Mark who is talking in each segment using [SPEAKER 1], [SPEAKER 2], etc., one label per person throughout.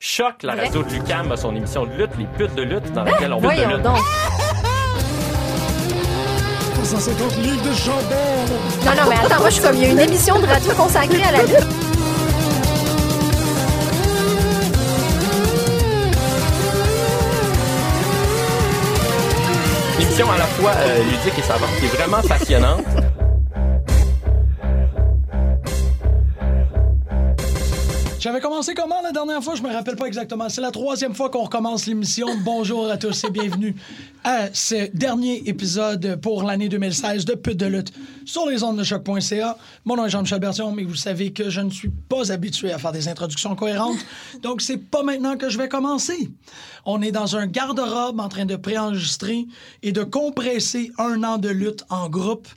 [SPEAKER 1] Choc, la radio de Lucam a son émission de lutte, les putes de lutte, dans laquelle on parle de
[SPEAKER 2] Ben, Voyons
[SPEAKER 1] lutte.
[SPEAKER 2] donc.
[SPEAKER 3] 150 livres de chambord.
[SPEAKER 2] Non, non, mais attends, moi, je suis comme, il y a une émission de radio consacrée à la lutte.
[SPEAKER 1] Une émission à la fois euh, ludique et savante, qui est vraiment passionnante.
[SPEAKER 3] J'avais commencé comment la dernière fois? Je me rappelle pas exactement. C'est la troisième fois qu'on recommence l'émission. Bonjour à tous et bienvenue à ce dernier épisode pour l'année 2016 de Pute de lutte sur les ondes de choc.ca. Mon nom est Jean-Michel Bertion, mais vous savez que je ne suis pas habitué à faire des introductions cohérentes. Donc, c'est pas maintenant que je vais commencer. On est dans un garde-robe en train de préenregistrer et de compresser un an de lutte en groupe.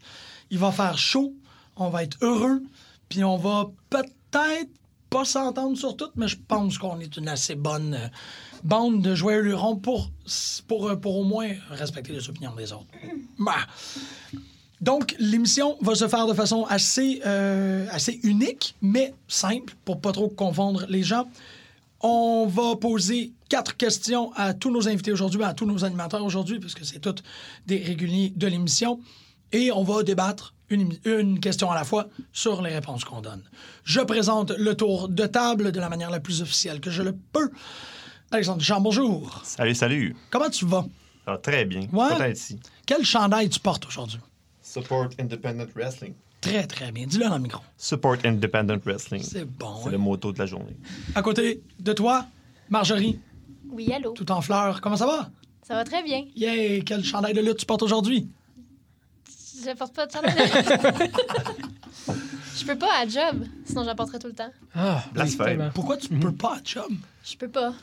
[SPEAKER 3] Il va faire chaud, on va être heureux, puis on va peut-être pas s'entendre sur tout, mais je pense qu'on est une assez bonne euh, bande de joyeux lurons pour, pour, euh, pour au moins respecter les opinions des autres. Bah. Donc, l'émission va se faire de façon assez, euh, assez unique, mais simple, pour pas trop confondre les gens. On va poser quatre questions à tous nos invités aujourd'hui, à tous nos animateurs aujourd'hui, puisque c'est tous des réguliers de l'émission. Et on va débattre une, émi- une question à la fois sur les réponses qu'on donne. Je présente le tour de table de la manière la plus officielle que je le peux. Alexandre Jean, bonjour.
[SPEAKER 4] Salut, salut.
[SPEAKER 3] Comment tu vas?
[SPEAKER 4] Ça va très bien.
[SPEAKER 3] Ouais.
[SPEAKER 4] Content d'être ici.
[SPEAKER 3] Quel chandail tu portes aujourd'hui?
[SPEAKER 5] Support Independent Wrestling.
[SPEAKER 3] Très, très bien. Dis-le dans le micro.
[SPEAKER 4] Support Independent Wrestling.
[SPEAKER 3] C'est bon. hein?
[SPEAKER 4] C'est le motto de la journée.
[SPEAKER 3] À côté de toi, Marjorie,
[SPEAKER 6] Oui, allô.
[SPEAKER 3] tout en fleurs. Comment ça va?
[SPEAKER 6] Ça va très bien.
[SPEAKER 3] Yay! Quel chandail de lutte tu portes aujourd'hui?
[SPEAKER 6] Je porte pas de chandail. je peux pas à job, sinon j'en porterais tout le temps.
[SPEAKER 7] Ah,
[SPEAKER 4] Blasphème.
[SPEAKER 7] tellement.
[SPEAKER 3] Pourquoi tu ne
[SPEAKER 8] Hmm.
[SPEAKER 3] peux pas, chum?
[SPEAKER 6] Je peux pas.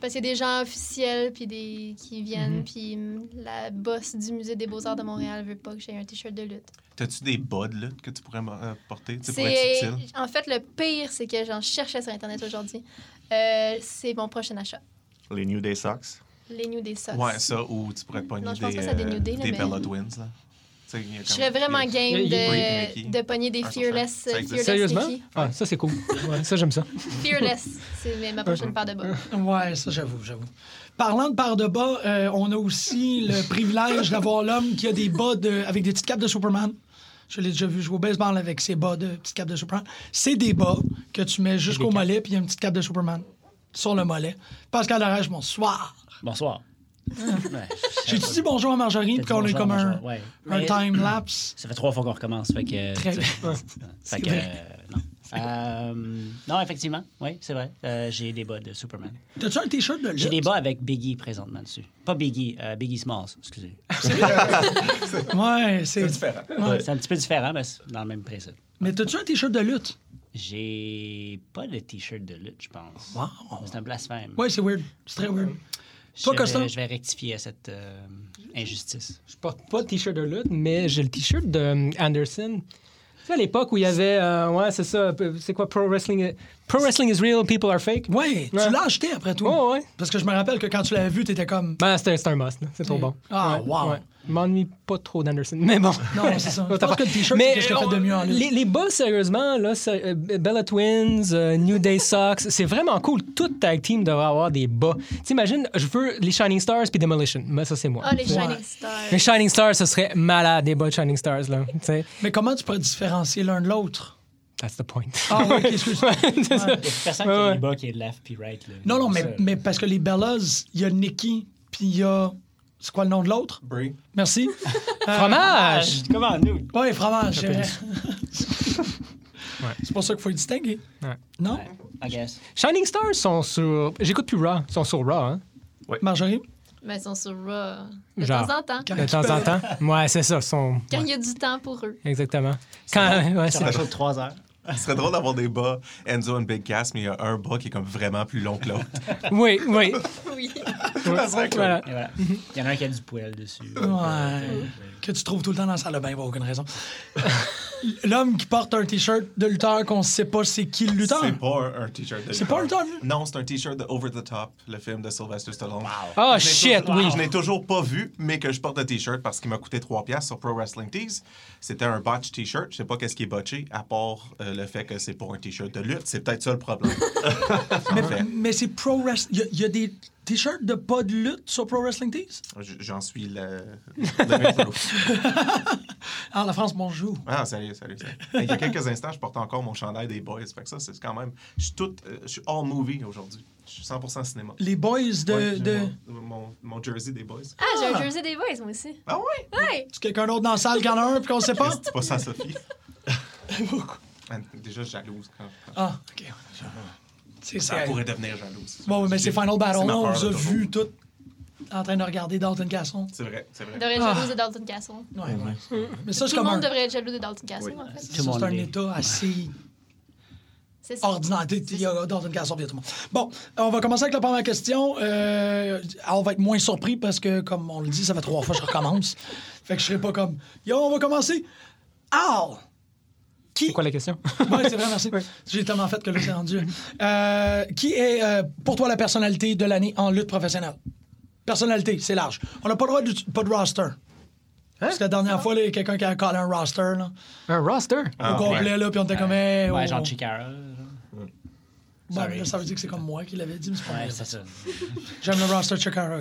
[SPEAKER 6] Parce qu'il y a des gens officiels puis des qui
[SPEAKER 9] Mhm.
[SPEAKER 6] viennent puis hum, la boss du musée des Beaux-Arts de Montréal veut pas que j'aie un t-shirt de lutte.
[SPEAKER 9] T'as-tu des bas de lutte que tu pourrais euh, porter? Tu sais, pour
[SPEAKER 6] C'est
[SPEAKER 9] être subtil.
[SPEAKER 6] en fait le pire c'est que j'en cherchais sur internet aujourd'hui. Euh, c'est mon prochain achat,
[SPEAKER 4] Les New Day Sox.
[SPEAKER 6] les New Day Socks.
[SPEAKER 9] Ouais, ça, ou tu pourrais te pogner
[SPEAKER 6] Non, je pense
[SPEAKER 9] des,
[SPEAKER 6] pas que ça a des
[SPEAKER 9] euh,
[SPEAKER 6] New Day, là,
[SPEAKER 9] des
[SPEAKER 6] mais-
[SPEAKER 9] Bella Twins. Là. Tu sais, il y a
[SPEAKER 6] Je
[SPEAKER 9] comme-
[SPEAKER 6] serais vraiment
[SPEAKER 9] il y a-
[SPEAKER 6] game
[SPEAKER 7] Il y
[SPEAKER 9] Oui,
[SPEAKER 7] a-
[SPEAKER 6] de,
[SPEAKER 9] Mickey.
[SPEAKER 6] de pogner des
[SPEAKER 9] Un sur
[SPEAKER 6] Fearless,
[SPEAKER 9] cinq. Ça existe.
[SPEAKER 6] Fearless
[SPEAKER 7] Sérieusement?
[SPEAKER 6] Mickey.
[SPEAKER 7] Ah, ça, c'est cool. Ouais, ça, j'aime ça.
[SPEAKER 6] Fearless, c'est ma prochaine paire de bas.
[SPEAKER 3] Ouais, ça, j'avoue, j'avoue. Parlant de par de bas, euh, on a aussi le privilège d'avoir l'homme qui a des bas de- avec des petites capes de Superman. Je l'ai déjà vu jouer au baseball avec ses bas de petites capes de Superman. C'est des bas que tu mets jusqu'au mollet, puis il y a une petite cape de Superman sur le mollet. Pascal Arèche, bonsoir.
[SPEAKER 8] Bonsoir. Ouais, je-
[SPEAKER 3] J'ai-tu Ah. dit bonjour à Marjorie,
[SPEAKER 8] T'as
[SPEAKER 3] puis
[SPEAKER 8] dit
[SPEAKER 3] qu'on est
[SPEAKER 8] bonjour,
[SPEAKER 3] comme un,
[SPEAKER 8] bonjour, ouais.
[SPEAKER 3] un
[SPEAKER 8] Mais-
[SPEAKER 3] time-lapse?
[SPEAKER 8] Ça fait trois fois qu'on recommence. Fait que,
[SPEAKER 3] Très
[SPEAKER 8] tu sais,
[SPEAKER 3] bien.
[SPEAKER 8] Fait que, euh, non. Euh, non, effectivement, oui, c'est vrai. Euh, j'ai des bas de Superman.
[SPEAKER 3] T'as-tu un t-shirt de lutte?
[SPEAKER 8] J'ai des bas avec Biggie présentement dessus. Pas Biggie, euh, Biggie Smalls, excusez.
[SPEAKER 3] Ouais, c'est...
[SPEAKER 8] Ouais, C'est un petit peu différent, mais c'est dans le même principe.
[SPEAKER 3] Mais t'as-tu un t-shirt de lutte?
[SPEAKER 8] J'ai pas de t-shirt de lutte, je pense.
[SPEAKER 3] Wow.
[SPEAKER 8] C'est un blasphème.
[SPEAKER 3] Ouais, c'est weird. C'est très weird.
[SPEAKER 8] Je
[SPEAKER 3] Toi,
[SPEAKER 8] vais-
[SPEAKER 3] Costa?
[SPEAKER 8] Je vais rectifier cette euh, injustice.
[SPEAKER 7] Je porte pas de t-shirt de lutte, mais j'ai le t-shirt de euh, Anderson. Tu sais, à l'époque où il y avait. euh, ouais, c'est ça. p- C'est quoi Pro Wrestling? Pro Wrestling is real, people are fake.
[SPEAKER 3] Ouais, tu
[SPEAKER 7] Ouais.
[SPEAKER 3] l'as acheté après toi.
[SPEAKER 7] Ouais, ouais.
[SPEAKER 3] Parce que je me rappelle que quand tu l'avais vu, t'étais comme.
[SPEAKER 7] Ben, c'est un- c'est un must, là. c'est trop bon.
[SPEAKER 3] Ah,
[SPEAKER 7] ouais,
[SPEAKER 3] wow.
[SPEAKER 7] ouais. M'ennuie pas trop d'Anderson, mais bon.
[SPEAKER 3] Non, c'est ça. Je pense que le t-shirt, c'est
[SPEAKER 7] Mais
[SPEAKER 3] qu'est-ce qu'il a
[SPEAKER 7] on-
[SPEAKER 3] fait de mieux en
[SPEAKER 7] les,
[SPEAKER 3] lutte.
[SPEAKER 7] les bas, sérieusement, là, ça- euh, Bella Twins, euh, New Day Sox, c'est vraiment cool. Toute tag team devrait avoir des bas. T'imagines, je veux les Shining Stars puis Demolition. Mais ça, c'est moi.
[SPEAKER 6] Ah les
[SPEAKER 3] Ouais.
[SPEAKER 6] Shining Stars.
[SPEAKER 7] Les Shining Stars, ce serait malade, des bas de Shining Stars, là. Tu sais,
[SPEAKER 3] Mais comment tu pourrais différencier l'un de l'autre?
[SPEAKER 7] that's the point.
[SPEAKER 3] Ah, oui, ok, excuse-moi. Ouais.
[SPEAKER 8] Personne qui a des bas qui est left puis right. là.
[SPEAKER 3] Non, non,
[SPEAKER 8] Ça,
[SPEAKER 3] mais, mais parce que les Bellas, il y a Nikki, puis il y a. C'est quoi le nom de l'autre?
[SPEAKER 9] Brie.
[SPEAKER 3] Merci.
[SPEAKER 8] Ah,
[SPEAKER 7] Fromage!
[SPEAKER 8] je- comment nous?
[SPEAKER 3] Ouais, fromage, c'est vrai. C'est pour ça qu'il faut les distinguer.
[SPEAKER 7] Ouais.
[SPEAKER 3] Non?
[SPEAKER 8] I guess.
[SPEAKER 7] Shining Stars sont sur. J'écoute plus Raw. Ils sont sur Raw, hein?
[SPEAKER 3] Marjorie?
[SPEAKER 6] Mais ils sont sur Raw. euh, De
[SPEAKER 7] Genre.
[SPEAKER 6] temps en temps.
[SPEAKER 7] De temps en temps. Ouais, c'est ça. ils Sont...
[SPEAKER 6] Quand il y a du temps pour eux.
[SPEAKER 7] Exactement. Quand... ouais,
[SPEAKER 8] Sur
[SPEAKER 7] c'est-
[SPEAKER 8] un show de trois heures.
[SPEAKER 9] Ce serait drôle d'avoir des bas Enzo and Big Cass, mais il y a un bas qui est comme vraiment plus long que l'autre.
[SPEAKER 7] oui, oui.
[SPEAKER 6] Oui.
[SPEAKER 9] ça serait cool.
[SPEAKER 7] Voilà.
[SPEAKER 8] Et voilà. Il y en a un qui a du poil dessus.
[SPEAKER 7] Ah,
[SPEAKER 3] Ouais. Que tu trouves tout le temps dans la salle de bain, pour aucune raison. l'homme qui porte un t-shirt de lutteur qu'on sait pas c'est qui le lutteur.
[SPEAKER 9] C'est pas un, un t-shirt de
[SPEAKER 3] C'est pas un
[SPEAKER 9] lutteur.
[SPEAKER 3] lutteur, lui?
[SPEAKER 9] Non, c'est un t-shirt de Over the Top, le film de Sylvester Stallone.
[SPEAKER 7] Ah,
[SPEAKER 9] Je l'ai
[SPEAKER 7] shit,
[SPEAKER 9] toujours-
[SPEAKER 7] oui.
[SPEAKER 9] Je l'ai toujours pas vu, mais que je porte le t-shirt parce qu'il m'a coûté 3 piastres sur Pro Wrestling Tees. C'était un botch t-shirt. Je sais pas qu'est-ce qui est botché, à part euh, le fait que c'est pour un t-shirt de lutte. C'est peut-être ça le problème.
[SPEAKER 3] Mais,
[SPEAKER 9] En fait,
[SPEAKER 3] mais c'est pro wrestling. Il y, a des t-shirts de pas de lutte sur Pro Wrestling Tees?
[SPEAKER 9] j- j'en suis le... living proof.
[SPEAKER 3] Ah, la France, bonjour.
[SPEAKER 9] Ah, sérieux, sérieux, sérieux. Il y a quelques instants, je portais encore mon chandail des boys. Fait que ça, c'est quand même... Je suis tout... euh, je suis all movie aujourd'hui. Je suis 100% cinéma.
[SPEAKER 3] Les boys de.
[SPEAKER 9] Ouais, j'ai
[SPEAKER 3] de...
[SPEAKER 9] mon, mon- mon jersey des boys.
[SPEAKER 6] Ah, j'ai un jersey des boys, moi aussi.
[SPEAKER 9] Ah ouais?
[SPEAKER 6] Ouais!
[SPEAKER 3] C'est quelqu'un d'autre dans la salle qui en a un puis qu'on sait pas?
[SPEAKER 9] C'est pas ça, Sophie. Elle est Déjà jalouse. Quand, quand-
[SPEAKER 3] Ah, ok. C'est
[SPEAKER 9] Ça
[SPEAKER 3] ça.
[SPEAKER 9] pourrait devenir jalouse.
[SPEAKER 3] Bon, mais c'est Final Battle.
[SPEAKER 9] C'est ma
[SPEAKER 3] là, on
[SPEAKER 9] peur,
[SPEAKER 3] vous a
[SPEAKER 9] là, toujours.
[SPEAKER 3] vu tout en train de regarder Dalton Casson.
[SPEAKER 9] C'est vrai, c'est vrai.
[SPEAKER 6] Devrait être
[SPEAKER 3] Ah.
[SPEAKER 6] jalouse de Dalton Castle.
[SPEAKER 3] Ouais, ouais. Mais ça, c'est
[SPEAKER 6] Tout le
[SPEAKER 3] comme
[SPEAKER 6] monde
[SPEAKER 3] un.
[SPEAKER 6] devrait être jaloux de Dalton Castle, en fait.
[SPEAKER 3] ça,
[SPEAKER 8] Tout le
[SPEAKER 3] C'est
[SPEAKER 8] monde
[SPEAKER 3] un
[SPEAKER 8] l'est.
[SPEAKER 3] état assez
[SPEAKER 6] C'est ça.
[SPEAKER 3] ordinaire. T'es- t'es- Il y a Dalton Casson, bien tout le monde. Bon, on va commencer avec la première question. Euh, on va être moins surpris parce que, comme on le dit, ça fait trois fois que je recommence. Fait que je serai pas comme. Yo, on va commencer. Al! Qui
[SPEAKER 7] C'est quoi la question?
[SPEAKER 3] Oui, c'est vrai, merci. J'ai tellement fait que là, c'est rendu. Euh, qui est, euh, pour toi, la personnalité de l'année en lutte professionnelle? Personnalité, c'est large. On n'a pas le droit de, pas de roster.
[SPEAKER 8] Hein?
[SPEAKER 3] Parce que la dernière fois, là, il y a quelqu'un qui a collé un roster là,
[SPEAKER 7] un roster?
[SPEAKER 3] au complet, là, puis on était comme. eh,
[SPEAKER 8] Ah, Ouais,
[SPEAKER 3] oh,
[SPEAKER 8] genre
[SPEAKER 3] oh.
[SPEAKER 8] Chikara. genre.
[SPEAKER 3] Bon,
[SPEAKER 8] sorry.
[SPEAKER 3] là, ça veut dire que c'est comme moi qui l'avais dit, mais c'est pas
[SPEAKER 8] Ouais,
[SPEAKER 3] vrai.
[SPEAKER 8] c'est ça.
[SPEAKER 3] J'aime le roster Chikara.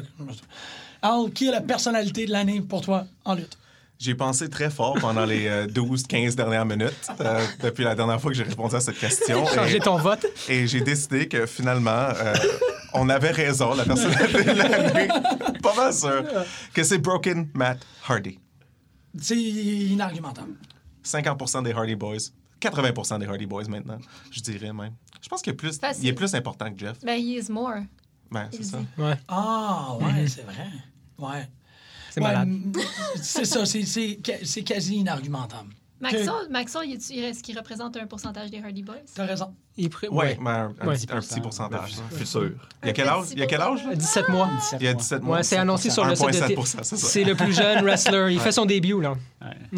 [SPEAKER 3] Al, qui est la personnalité de l'année pour toi en lutte?
[SPEAKER 9] J'ai pensé très fort pendant les 12-15 dernières minutes euh, depuis la dernière fois que j'ai répondu à cette question.
[SPEAKER 7] Changer
[SPEAKER 9] Et,
[SPEAKER 7] ton vote?
[SPEAKER 9] et j'ai décidé que finalement, euh, on avait raison, la personnalité de l'année. Pas mal sûr. Que c'est Broken Matt Hardy.
[SPEAKER 3] C'est inargumentable.
[SPEAKER 9] 50% des Hardy Boys. 80% des Hardy Boys maintenant, je dirais même. Je pense qu'il est plus,
[SPEAKER 6] Facile.
[SPEAKER 9] il est plus important que Jeff.
[SPEAKER 6] Ben, he is more.
[SPEAKER 9] Ben, c'est ça.
[SPEAKER 7] Ouais,
[SPEAKER 3] Ah, ouais,
[SPEAKER 8] Mhm.
[SPEAKER 3] c'est vrai. Ouais.
[SPEAKER 7] c'est
[SPEAKER 3] Ouais,
[SPEAKER 7] malade.
[SPEAKER 3] m- c'est ça, c'est- c'est ca- c'est quasi inargumentable.
[SPEAKER 6] Maxon, Maxon il, est- il reste qui représente un pourcentage des Hardy Boys.
[SPEAKER 3] T'as raison.
[SPEAKER 7] Il pré-
[SPEAKER 9] Ouais, mais un, un
[SPEAKER 7] Ouais.
[SPEAKER 9] petit, un petit pourcentage.
[SPEAKER 4] Futur.
[SPEAKER 9] Il y a quel âge? Il y a quel âge? là?
[SPEAKER 7] ouais. 17 mois.
[SPEAKER 8] 17
[SPEAKER 9] Il y a
[SPEAKER 8] mois.
[SPEAKER 9] 17 mois.
[SPEAKER 7] Ouais, c'est annoncé sur le site de
[SPEAKER 9] 1,7%, c'est ça.
[SPEAKER 7] C'est le plus jeune wrestler. Il fait son début, là.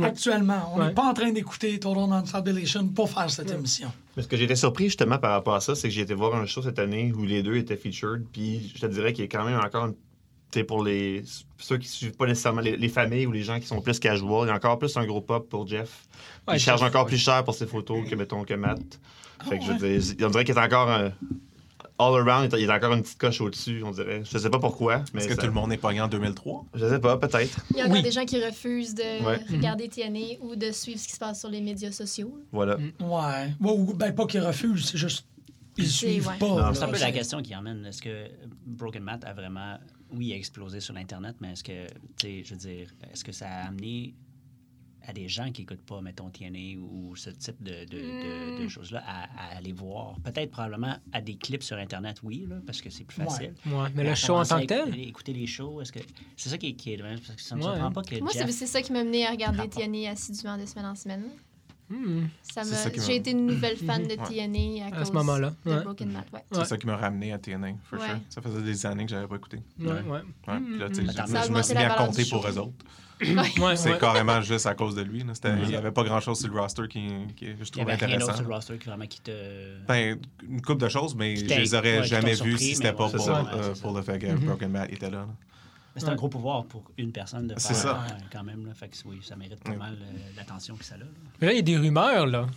[SPEAKER 3] Actuellement, on n'est
[SPEAKER 7] Ouais.
[SPEAKER 3] pas en train d'écouter Total Non-Fabulation pour faire cette émission.
[SPEAKER 4] Mais ce que j'étais surpris justement par rapport à ça, c'est que j'ai été voir un show cette année où les deux étaient featured, puis je te dirais qu'il y a quand même encore, une- tu sais, pour les ceux qui suivent pas nécessairement les, les familles ou les gens qui sont plus casual, il y a encore plus un gros pop pour Jeff.
[SPEAKER 7] Ouais,
[SPEAKER 4] il charge
[SPEAKER 7] Jeff,
[SPEAKER 4] encore
[SPEAKER 7] ouais. Ah,
[SPEAKER 4] plus cher pour ses photos que mettons que Matt. Fait que je veux dire, on dirait qu'il est encore un- all around, il est- il est encore une petite coche au-dessus, on dirait. Je sais pas pourquoi, mais
[SPEAKER 9] Est-ce que
[SPEAKER 4] ça-
[SPEAKER 9] tout le monde est pogné en 2003?
[SPEAKER 4] je sais pas, peut-être.
[SPEAKER 6] Il y a encore
[SPEAKER 7] Oui.
[SPEAKER 6] des gens qui refusent de
[SPEAKER 4] Ouais.
[SPEAKER 6] regarder TNA ou de suivre ce qui se passe sur les médias sociaux.
[SPEAKER 4] Voilà.
[SPEAKER 7] Mm,
[SPEAKER 3] Ouais. Ouais, ou- ben, pas qu'ils refusent, c'est juste. Ils suivent
[SPEAKER 6] ouais.
[SPEAKER 3] pas.
[SPEAKER 6] Non,
[SPEAKER 3] là.
[SPEAKER 8] C'est un peu la question qui emmène. Est-ce que Broken Matt a vraiment, oui, il a explosé sur l'Internet, mais est-ce que, tu sais, je veux dire, est-ce que ça a amené à des gens qui n'écoutent pas, mettons, TNA ou ce type de, de- de-
[SPEAKER 7] Mm.
[SPEAKER 8] de choses-là, à, à aller voir? Peut-être probablement à des clips sur Internet, oui, là, parce que c'est plus
[SPEAKER 3] Ouais.
[SPEAKER 8] facile.
[SPEAKER 7] Ouais, mais
[SPEAKER 8] à
[SPEAKER 7] le show en
[SPEAKER 8] commencer à
[SPEAKER 7] tant que tel?
[SPEAKER 8] éc- Écouter les shows, est-ce que... C'est ça qui est, qui est dommage, parce que ça ne me
[SPEAKER 7] Ouais.
[SPEAKER 8] surprend pas que
[SPEAKER 6] Moi, c'est-
[SPEAKER 8] Jeff...
[SPEAKER 6] c'est ça qui m'a mené à regarder
[SPEAKER 8] Rapport.
[SPEAKER 6] TNA assidûment de semaine en semaine.
[SPEAKER 7] Hmm.
[SPEAKER 6] Ça
[SPEAKER 9] C'est
[SPEAKER 6] m'a-
[SPEAKER 9] ça qui m'a-
[SPEAKER 6] J'ai été une nouvelle fan de TNA à,
[SPEAKER 7] À
[SPEAKER 6] cause
[SPEAKER 7] ce moment-là,
[SPEAKER 6] de
[SPEAKER 7] ouais.
[SPEAKER 6] Broken Matt. Ouais.
[SPEAKER 7] Ouais.
[SPEAKER 9] C'est ça qui m'a ramené à TNA, for
[SPEAKER 6] Ouais. Mm-hmm.
[SPEAKER 9] sure. Ça faisait des années que j'avais pas écouté.
[SPEAKER 7] Ouais, ouais.
[SPEAKER 9] Ouais, puis là, tu sais, je-
[SPEAKER 8] Ça a
[SPEAKER 9] je, me
[SPEAKER 6] augmenté
[SPEAKER 9] suis
[SPEAKER 6] la
[SPEAKER 9] mis à
[SPEAKER 6] valeur
[SPEAKER 9] compter
[SPEAKER 6] du
[SPEAKER 9] pour
[SPEAKER 6] show.
[SPEAKER 9] eux autres.
[SPEAKER 7] Ouais,
[SPEAKER 9] C'est
[SPEAKER 7] ouais.
[SPEAKER 9] carrément juste à cause de lui. là. C'était- Il n'y avait pas grand-chose sur le roster qui, qui- je
[SPEAKER 8] Mm-hmm. Il y
[SPEAKER 9] trouve
[SPEAKER 8] avait rien
[SPEAKER 9] intéressant.
[SPEAKER 8] d'autre sur le roster qui vraiment qui te...
[SPEAKER 9] Ben, une couple de choses, mais je
[SPEAKER 8] Qui
[SPEAKER 9] les
[SPEAKER 8] t'a-
[SPEAKER 9] aurais
[SPEAKER 8] ouais, qui
[SPEAKER 9] jamais
[SPEAKER 8] t'ont
[SPEAKER 9] vues
[SPEAKER 8] surpris,
[SPEAKER 9] si c'était
[SPEAKER 8] mais
[SPEAKER 9] pas
[SPEAKER 8] ouais,
[SPEAKER 9] pour,
[SPEAKER 8] c'est ça. Mm-hmm.
[SPEAKER 9] euh,
[SPEAKER 8] Ouais, c'est
[SPEAKER 9] pour
[SPEAKER 8] ça.
[SPEAKER 9] le fait que Broken Matt était là. là.
[SPEAKER 8] Mais C'est un gros pouvoir pour une personne de
[SPEAKER 9] C'est
[SPEAKER 8] faire
[SPEAKER 9] ça.
[SPEAKER 8] euh, quand même. Là, fait que oui, ça mérite pas mal euh, l'attention que ça a. là.
[SPEAKER 7] Mais là, il y a des rumeurs, là.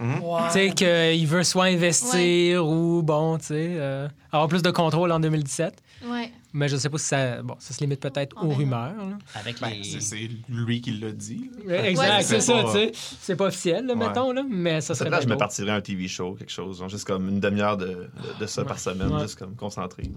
[SPEAKER 3] Ouais.
[SPEAKER 7] Tu sais, qu'il veut soit investir ou, bon, tu sais, euh, avoir plus de contrôle en 2017.
[SPEAKER 6] Ouais.
[SPEAKER 7] Mais je sais pas si ça. Bon, ça se limite peut-être
[SPEAKER 6] On
[SPEAKER 7] aux
[SPEAKER 6] verra.
[SPEAKER 7] rumeurs, là.
[SPEAKER 8] Avec
[SPEAKER 9] Ben,
[SPEAKER 8] les...
[SPEAKER 9] c'est- c'est lui qui l'a dit. là.
[SPEAKER 7] Ouais,
[SPEAKER 6] Ouais,
[SPEAKER 7] Exact,
[SPEAKER 6] c'est
[SPEAKER 7] c'est
[SPEAKER 9] ça.
[SPEAKER 7] ça, tu sais. C'est pas officiel, là,
[SPEAKER 9] Ouais.
[SPEAKER 7] mettons, là, mais ça serait
[SPEAKER 4] Peut-être que je me
[SPEAKER 7] bien drôle.
[SPEAKER 4] partirais un TV show, quelque chose, genre juste comme une demi-heure de, de- de ça par semaine,
[SPEAKER 7] Ouais.
[SPEAKER 4] juste comme concentré. là.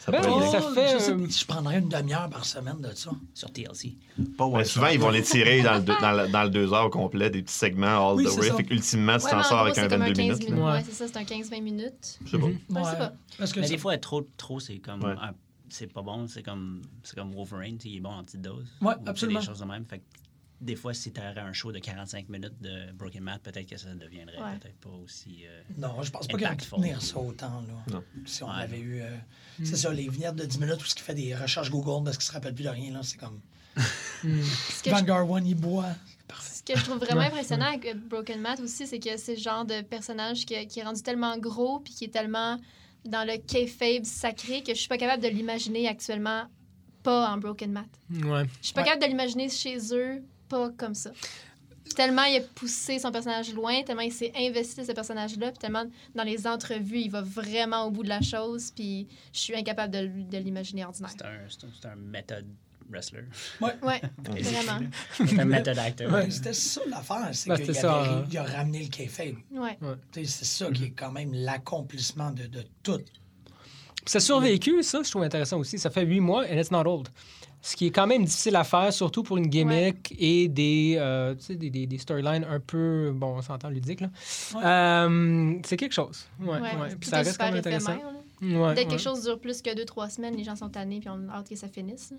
[SPEAKER 4] Ça
[SPEAKER 7] Ben,
[SPEAKER 4] pourrait
[SPEAKER 3] Oh,
[SPEAKER 4] être-
[SPEAKER 7] ça fait,
[SPEAKER 3] je, sais
[SPEAKER 7] euh,
[SPEAKER 3] pas si je prendrais une demi-heure par semaine de ça.
[SPEAKER 8] sur TLC.
[SPEAKER 9] Pas
[SPEAKER 4] Ouais,
[SPEAKER 9] White
[SPEAKER 4] souvent, ils vont les tirer dans le, deux, dans, le- dans le deux heures au complet, des petits segments all
[SPEAKER 3] Oui,
[SPEAKER 4] the
[SPEAKER 3] c'est
[SPEAKER 4] way.
[SPEAKER 3] ça.
[SPEAKER 4] Fait que ultimement, tu
[SPEAKER 6] Ouais, mais
[SPEAKER 4] t'en
[SPEAKER 6] en
[SPEAKER 4] sors
[SPEAKER 6] gros,
[SPEAKER 4] avec un
[SPEAKER 6] c'est comme un
[SPEAKER 4] 22
[SPEAKER 6] 15
[SPEAKER 4] minutes.
[SPEAKER 6] minutes.
[SPEAKER 4] là.
[SPEAKER 7] là.
[SPEAKER 6] Ouais, c'est ça, c'est un 15-20 minutes.
[SPEAKER 4] Je sais pas.
[SPEAKER 6] Ouais, je sais pas.
[SPEAKER 3] Parce que
[SPEAKER 8] Mais
[SPEAKER 3] ça-
[SPEAKER 8] des fois, être trop, trop c'est comme...
[SPEAKER 4] Ouais.
[SPEAKER 8] un- C'est pas bon, c'est comme, c'est comme Wolverine, tu sais, il est bon en petite dose.
[SPEAKER 3] Ouais,
[SPEAKER 8] Ou, tu sais,
[SPEAKER 3] absolument.
[SPEAKER 8] Des choses de même. Fait que des fois, si t'aurais un show de 45 minutes de Broken Matt, peut-être que ça deviendrait
[SPEAKER 6] Ouais.
[SPEAKER 8] peut-être pas aussi... euh,
[SPEAKER 3] Non, je pense pas qu'il va
[SPEAKER 8] Impactful.
[SPEAKER 3] tenir ça autant. Là.
[SPEAKER 4] Non.
[SPEAKER 3] Si on
[SPEAKER 8] Ouais.
[SPEAKER 3] avait eu. euh,
[SPEAKER 7] Mm.
[SPEAKER 3] C'est ça, les vignettes de 10 minutes où ce qui fait des recherches Google parce qu'il se rappelle plus de rien. là, C'est comme.
[SPEAKER 6] Ce que je
[SPEAKER 3] Vanguard One, il boit.
[SPEAKER 6] Ce que je trouve vraiment impressionnant avec euh, Broken Matt aussi, c'est que c'est le genre de personnage que- qui est rendu tellement gros puis qui est tellement dans le kayfabe sacré que je suis pas capable de l'imaginer actuellement pas en Broken Matt.
[SPEAKER 7] Ouais.
[SPEAKER 6] Je suis pas capable de l'imaginer chez eux pas comme ça. Tellement il a poussé son personnage loin, tellement il s'est investi de ce personnage-là, puis tellement dans les entrevues, il va vraiment au bout de la chose, puis je suis incapable de, l- de l'imaginer ordinaire.
[SPEAKER 8] C'est un, c'est un- c'est un method wrestler.
[SPEAKER 6] Ouais, vraiment.
[SPEAKER 8] C'est un method actor.
[SPEAKER 3] Ouais, Euh, c'était ça l'affaire, c'est
[SPEAKER 7] Ben,
[SPEAKER 3] qu'il
[SPEAKER 7] c'était
[SPEAKER 3] avait
[SPEAKER 7] ça,
[SPEAKER 3] ri-
[SPEAKER 7] hein. Mm.
[SPEAKER 3] il a ramené le kayfabe.
[SPEAKER 6] Ouais.
[SPEAKER 3] Tu sais, C'est ça qui est quand même l'accomplissement de, de tout.
[SPEAKER 7] Ça a survécu, ça, je trouve intéressant aussi. Ça fait huit mois and it's not old. Ce qui est quand même difficile à faire, surtout pour une gimmick et des, euh, tu sais, des, des- des storylines un peu, bon, on s'entend ludique, là. Euh, c'est quelque chose. Ouais,
[SPEAKER 6] Ouais,
[SPEAKER 7] ouais.
[SPEAKER 6] tout
[SPEAKER 7] Puis ça
[SPEAKER 6] est
[SPEAKER 7] reste quand
[SPEAKER 6] super
[SPEAKER 7] même intéressant.
[SPEAKER 6] éphémère, là.
[SPEAKER 7] Ouais,
[SPEAKER 6] Dès que
[SPEAKER 7] ouais.
[SPEAKER 6] quelque chose dure plus que 2-3 semaines, les gens sont tannés puis on a hâte que ça finisse.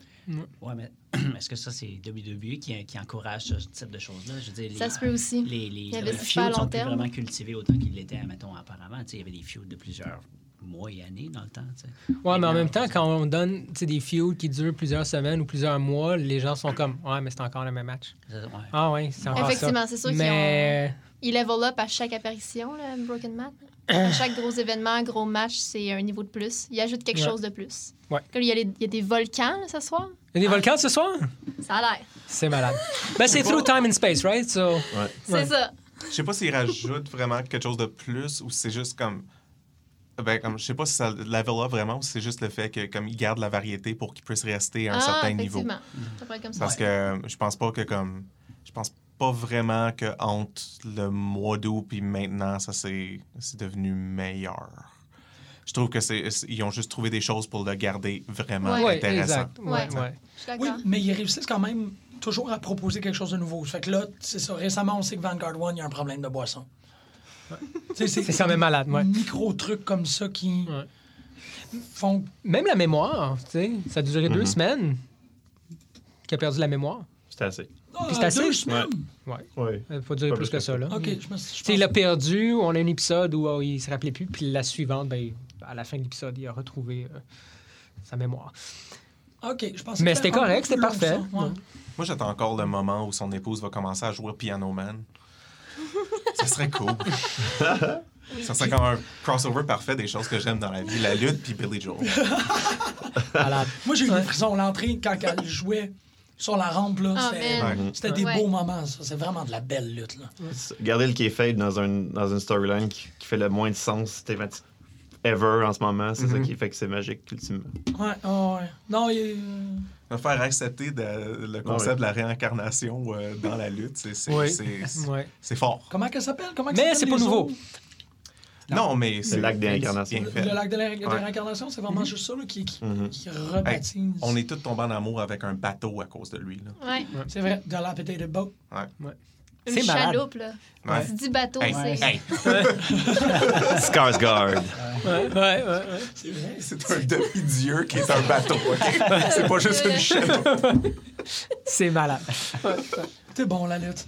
[SPEAKER 8] Ouais, mais est-ce que ça, c'est WWE qui, qui encourage ce type de choses-là? Je veux dire, les,
[SPEAKER 6] Ça se peut aussi.
[SPEAKER 8] les, les,
[SPEAKER 6] Ils
[SPEAKER 8] les
[SPEAKER 6] investissent pas à
[SPEAKER 8] feuds
[SPEAKER 6] long
[SPEAKER 8] sont plus
[SPEAKER 6] terme.
[SPEAKER 8] vraiment cultivés autant qu'ils l'étaient, mettons, apparemment. Tu sais, il y avait des feuds de plusieurs mois et années dans le temps. tu sais.
[SPEAKER 7] Ouais, mais en
[SPEAKER 8] Maintenant,
[SPEAKER 7] même temps, quand on donne tu sais, des feuds qui durent plusieurs semaines ou plusieurs mois, les gens sont comme Ouais, mais c'est encore le même match.
[SPEAKER 8] c'est- ouais.
[SPEAKER 7] Ah, ouais, c'est encore ça.
[SPEAKER 6] Effectivement, c'est sûr qu'ils
[SPEAKER 7] Mais
[SPEAKER 6] Il level up à chaque apparition, là, Broken Man. À chaque gros événement, gros match, c'est un niveau de plus. Il ajoute quelque
[SPEAKER 7] Ouais.
[SPEAKER 6] chose de plus.
[SPEAKER 7] Ouais.
[SPEAKER 6] Comme il, y a les- il y a des volcans là, ce soir.
[SPEAKER 7] il y a des volcans ce soir
[SPEAKER 6] Ça a l'air.
[SPEAKER 7] C'est malade. ben, c'est through time and space, right? So,
[SPEAKER 6] C'est
[SPEAKER 7] Ouais.
[SPEAKER 6] ça.
[SPEAKER 9] Je sais pas s'il rajoute vraiment quelque chose de plus ou c'est juste comme. Ben, comme, je sais pas si ça level up vraiment ou c'est juste le fait que comme il garde la variété pour qu'il puisse rester à un
[SPEAKER 6] ah,
[SPEAKER 9] certain niveau.
[SPEAKER 6] effectivement. Ça pourrait être comme ça.
[SPEAKER 9] Parce que euh, je pense pas que comme. Je pense pas vraiment que entre le mois d'août puis maintenant, ça c'est c'est devenu meilleur. Je trouve que c'est c'est- ils ont juste trouvé des choses pour le garder vraiment
[SPEAKER 6] Ouais.
[SPEAKER 7] ouais,
[SPEAKER 9] intéressant.
[SPEAKER 7] exact. Ouais,
[SPEAKER 6] Ouais.
[SPEAKER 7] ouais.
[SPEAKER 6] Je suis d'accord.
[SPEAKER 3] Oui, mais ils réussissent quand même toujours à proposer quelque chose de nouveau. Fait que là, c'est ça. Récemment, on sait que Vanguard One, il y a un problème de boisson. Tu sais,
[SPEAKER 7] C'est quand même malade, ouais.
[SPEAKER 6] Mm-hmm.
[SPEAKER 3] micro-trucs comme ça qui
[SPEAKER 7] Ouais.
[SPEAKER 3] font...
[SPEAKER 7] Même la mémoire, tu sais, ça a duré deux semaines qu'il a perdu la mémoire.
[SPEAKER 4] C'était assez.
[SPEAKER 7] Puis c'est
[SPEAKER 3] Ah,
[SPEAKER 7] assez.
[SPEAKER 3] deux semaines?
[SPEAKER 7] Ouais,
[SPEAKER 4] Ouais.
[SPEAKER 7] il faut durer
[SPEAKER 4] Pas
[SPEAKER 7] plus que ça, là.
[SPEAKER 3] OK,
[SPEAKER 7] Tu
[SPEAKER 3] je me suis... je
[SPEAKER 7] sais,
[SPEAKER 3] pense-
[SPEAKER 7] il a perdu, on a un épisode où euh, il se rappelait plus, puis la suivante, ben, à la fin de l'épisode, il a retrouvé euh, sa mémoire.
[SPEAKER 3] OK, je pensais
[SPEAKER 7] Mais
[SPEAKER 3] que
[SPEAKER 7] c'était
[SPEAKER 3] un peu
[SPEAKER 7] correct, c'était
[SPEAKER 3] plus long
[SPEAKER 7] parfait.
[SPEAKER 3] que ça, ouais.
[SPEAKER 7] Ouais.
[SPEAKER 9] Moi, j'attends encore le moment où son épouse va commencer à jouer Piano Man. Ça serait cool. Ça serait comme un crossover parfait des choses que j'aime dans la vie, la lutte puis Billy Joel.
[SPEAKER 7] Malade.
[SPEAKER 3] Moi, j'ai eu des frissons. L'entrée, quand elle jouait sur la rampe, là,
[SPEAKER 6] Ah,
[SPEAKER 3] c'était-
[SPEAKER 6] man.
[SPEAKER 3] c'était des
[SPEAKER 6] Ouais.
[SPEAKER 3] beaux moments, ça. C'est vraiment de la belle lutte, là.
[SPEAKER 4] Garder le kayfabe dans, un, dans une storyline qui, qui fait le moins de sens thématique ever en ce moment, c'est ça qui fait que c'est magique, ultimement.
[SPEAKER 7] Mm.
[SPEAKER 3] Ouais, ouais, ouais. Non, il... est-
[SPEAKER 9] Me faire accepter de- le concept
[SPEAKER 4] Ouais.
[SPEAKER 9] de la réincarnation euh, dans la lutte, c'est c'est-
[SPEAKER 7] Oui.
[SPEAKER 9] c'est- c'est-
[SPEAKER 7] Ouais.
[SPEAKER 9] c'est fort.
[SPEAKER 3] Comment qu'elle s'appelle? Comment que
[SPEAKER 7] Mais
[SPEAKER 3] s'appellent
[SPEAKER 7] c'est pas
[SPEAKER 3] les
[SPEAKER 7] nouveau.
[SPEAKER 3] autres?
[SPEAKER 9] Non, mais c'est.
[SPEAKER 4] lac des réincarnations.
[SPEAKER 9] bien fait.
[SPEAKER 3] Le lac de la, de la
[SPEAKER 9] Ouais.
[SPEAKER 3] réincarnation, c'est
[SPEAKER 7] Mm-hmm.
[SPEAKER 3] vraiment juste ça là, qui, qui,
[SPEAKER 4] Mhm.
[SPEAKER 3] qui rebaptise.
[SPEAKER 9] On est tous tombés en amour avec un bateau à cause de lui. là.
[SPEAKER 6] Ouais.
[SPEAKER 3] C'est vrai, de la potato boat.
[SPEAKER 6] Une
[SPEAKER 7] C'est malade.
[SPEAKER 6] chaloupe, là.
[SPEAKER 9] Ouais.
[SPEAKER 6] 10 bateaux,
[SPEAKER 9] Hey,
[SPEAKER 6] c'est.
[SPEAKER 9] hey,
[SPEAKER 4] Skarsgård.
[SPEAKER 7] Ouais, ouais, ouais, ouais.
[SPEAKER 9] c'est un demi-dieu qui est un bateau, ok? C'est pas juste une chaîne.
[SPEAKER 7] C'est malade.
[SPEAKER 3] C'est bon, la lutte.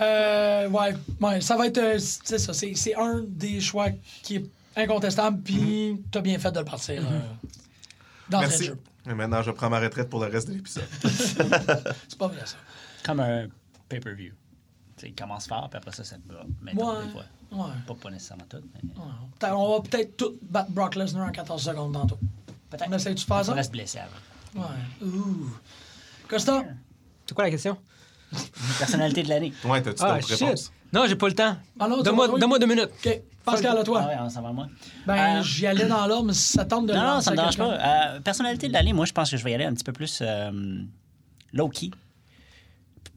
[SPEAKER 3] Euh, ouais, ouais, ça va être. euh, c'est ça, c'est, c'est un des choix qui est incontestable, puis t'as bien fait de le partir euh, dans le
[SPEAKER 9] Merci.
[SPEAKER 3] jeu.
[SPEAKER 9] Et maintenant, je prends ma retraite pour le reste de l'épisode.
[SPEAKER 3] C'est pas vrai, ça.
[SPEAKER 8] Comme un pay-per-view. Tu sais, il commence fort, puis après ça, ça te bat. Mettons,
[SPEAKER 3] Ouais.
[SPEAKER 8] des fois.
[SPEAKER 3] Ouais.
[SPEAKER 8] Pas, pas nécessairement tout, mais
[SPEAKER 3] ouais. Peut-être- On va peut-être tout battre Brock Lesnar en 14 secondes tantôt. Peut-être. On essaie de faire
[SPEAKER 8] on
[SPEAKER 3] ça?
[SPEAKER 8] reste blessé hein. avant.
[SPEAKER 3] Ouais. Ouh. Costa?
[SPEAKER 7] C'est quoi la question?
[SPEAKER 8] Personnalité de l'année.
[SPEAKER 9] Ouais, t'as-tu
[SPEAKER 7] Ah,
[SPEAKER 9] d'autres
[SPEAKER 7] shit.
[SPEAKER 9] réponses?
[SPEAKER 7] Non, j'ai pas le temps.
[SPEAKER 3] Ah non, tu
[SPEAKER 7] Donne-moi
[SPEAKER 3] vas- oui.
[SPEAKER 7] donne-moi deux minutes.
[SPEAKER 3] OK. Pascal, à
[SPEAKER 8] Ah
[SPEAKER 3] toi.
[SPEAKER 8] ouais, on s'en va moi.
[SPEAKER 3] Ben,
[SPEAKER 8] Euh,
[SPEAKER 3] j'y allais dans l'ordre, mais si ça tente de
[SPEAKER 8] Non, non,
[SPEAKER 3] lancer
[SPEAKER 8] ça me dérange
[SPEAKER 3] quelqu'un.
[SPEAKER 8] pas. Euh, personnalité de l'année, moi, je pense que je vais y aller un petit peu plus euh, low-key.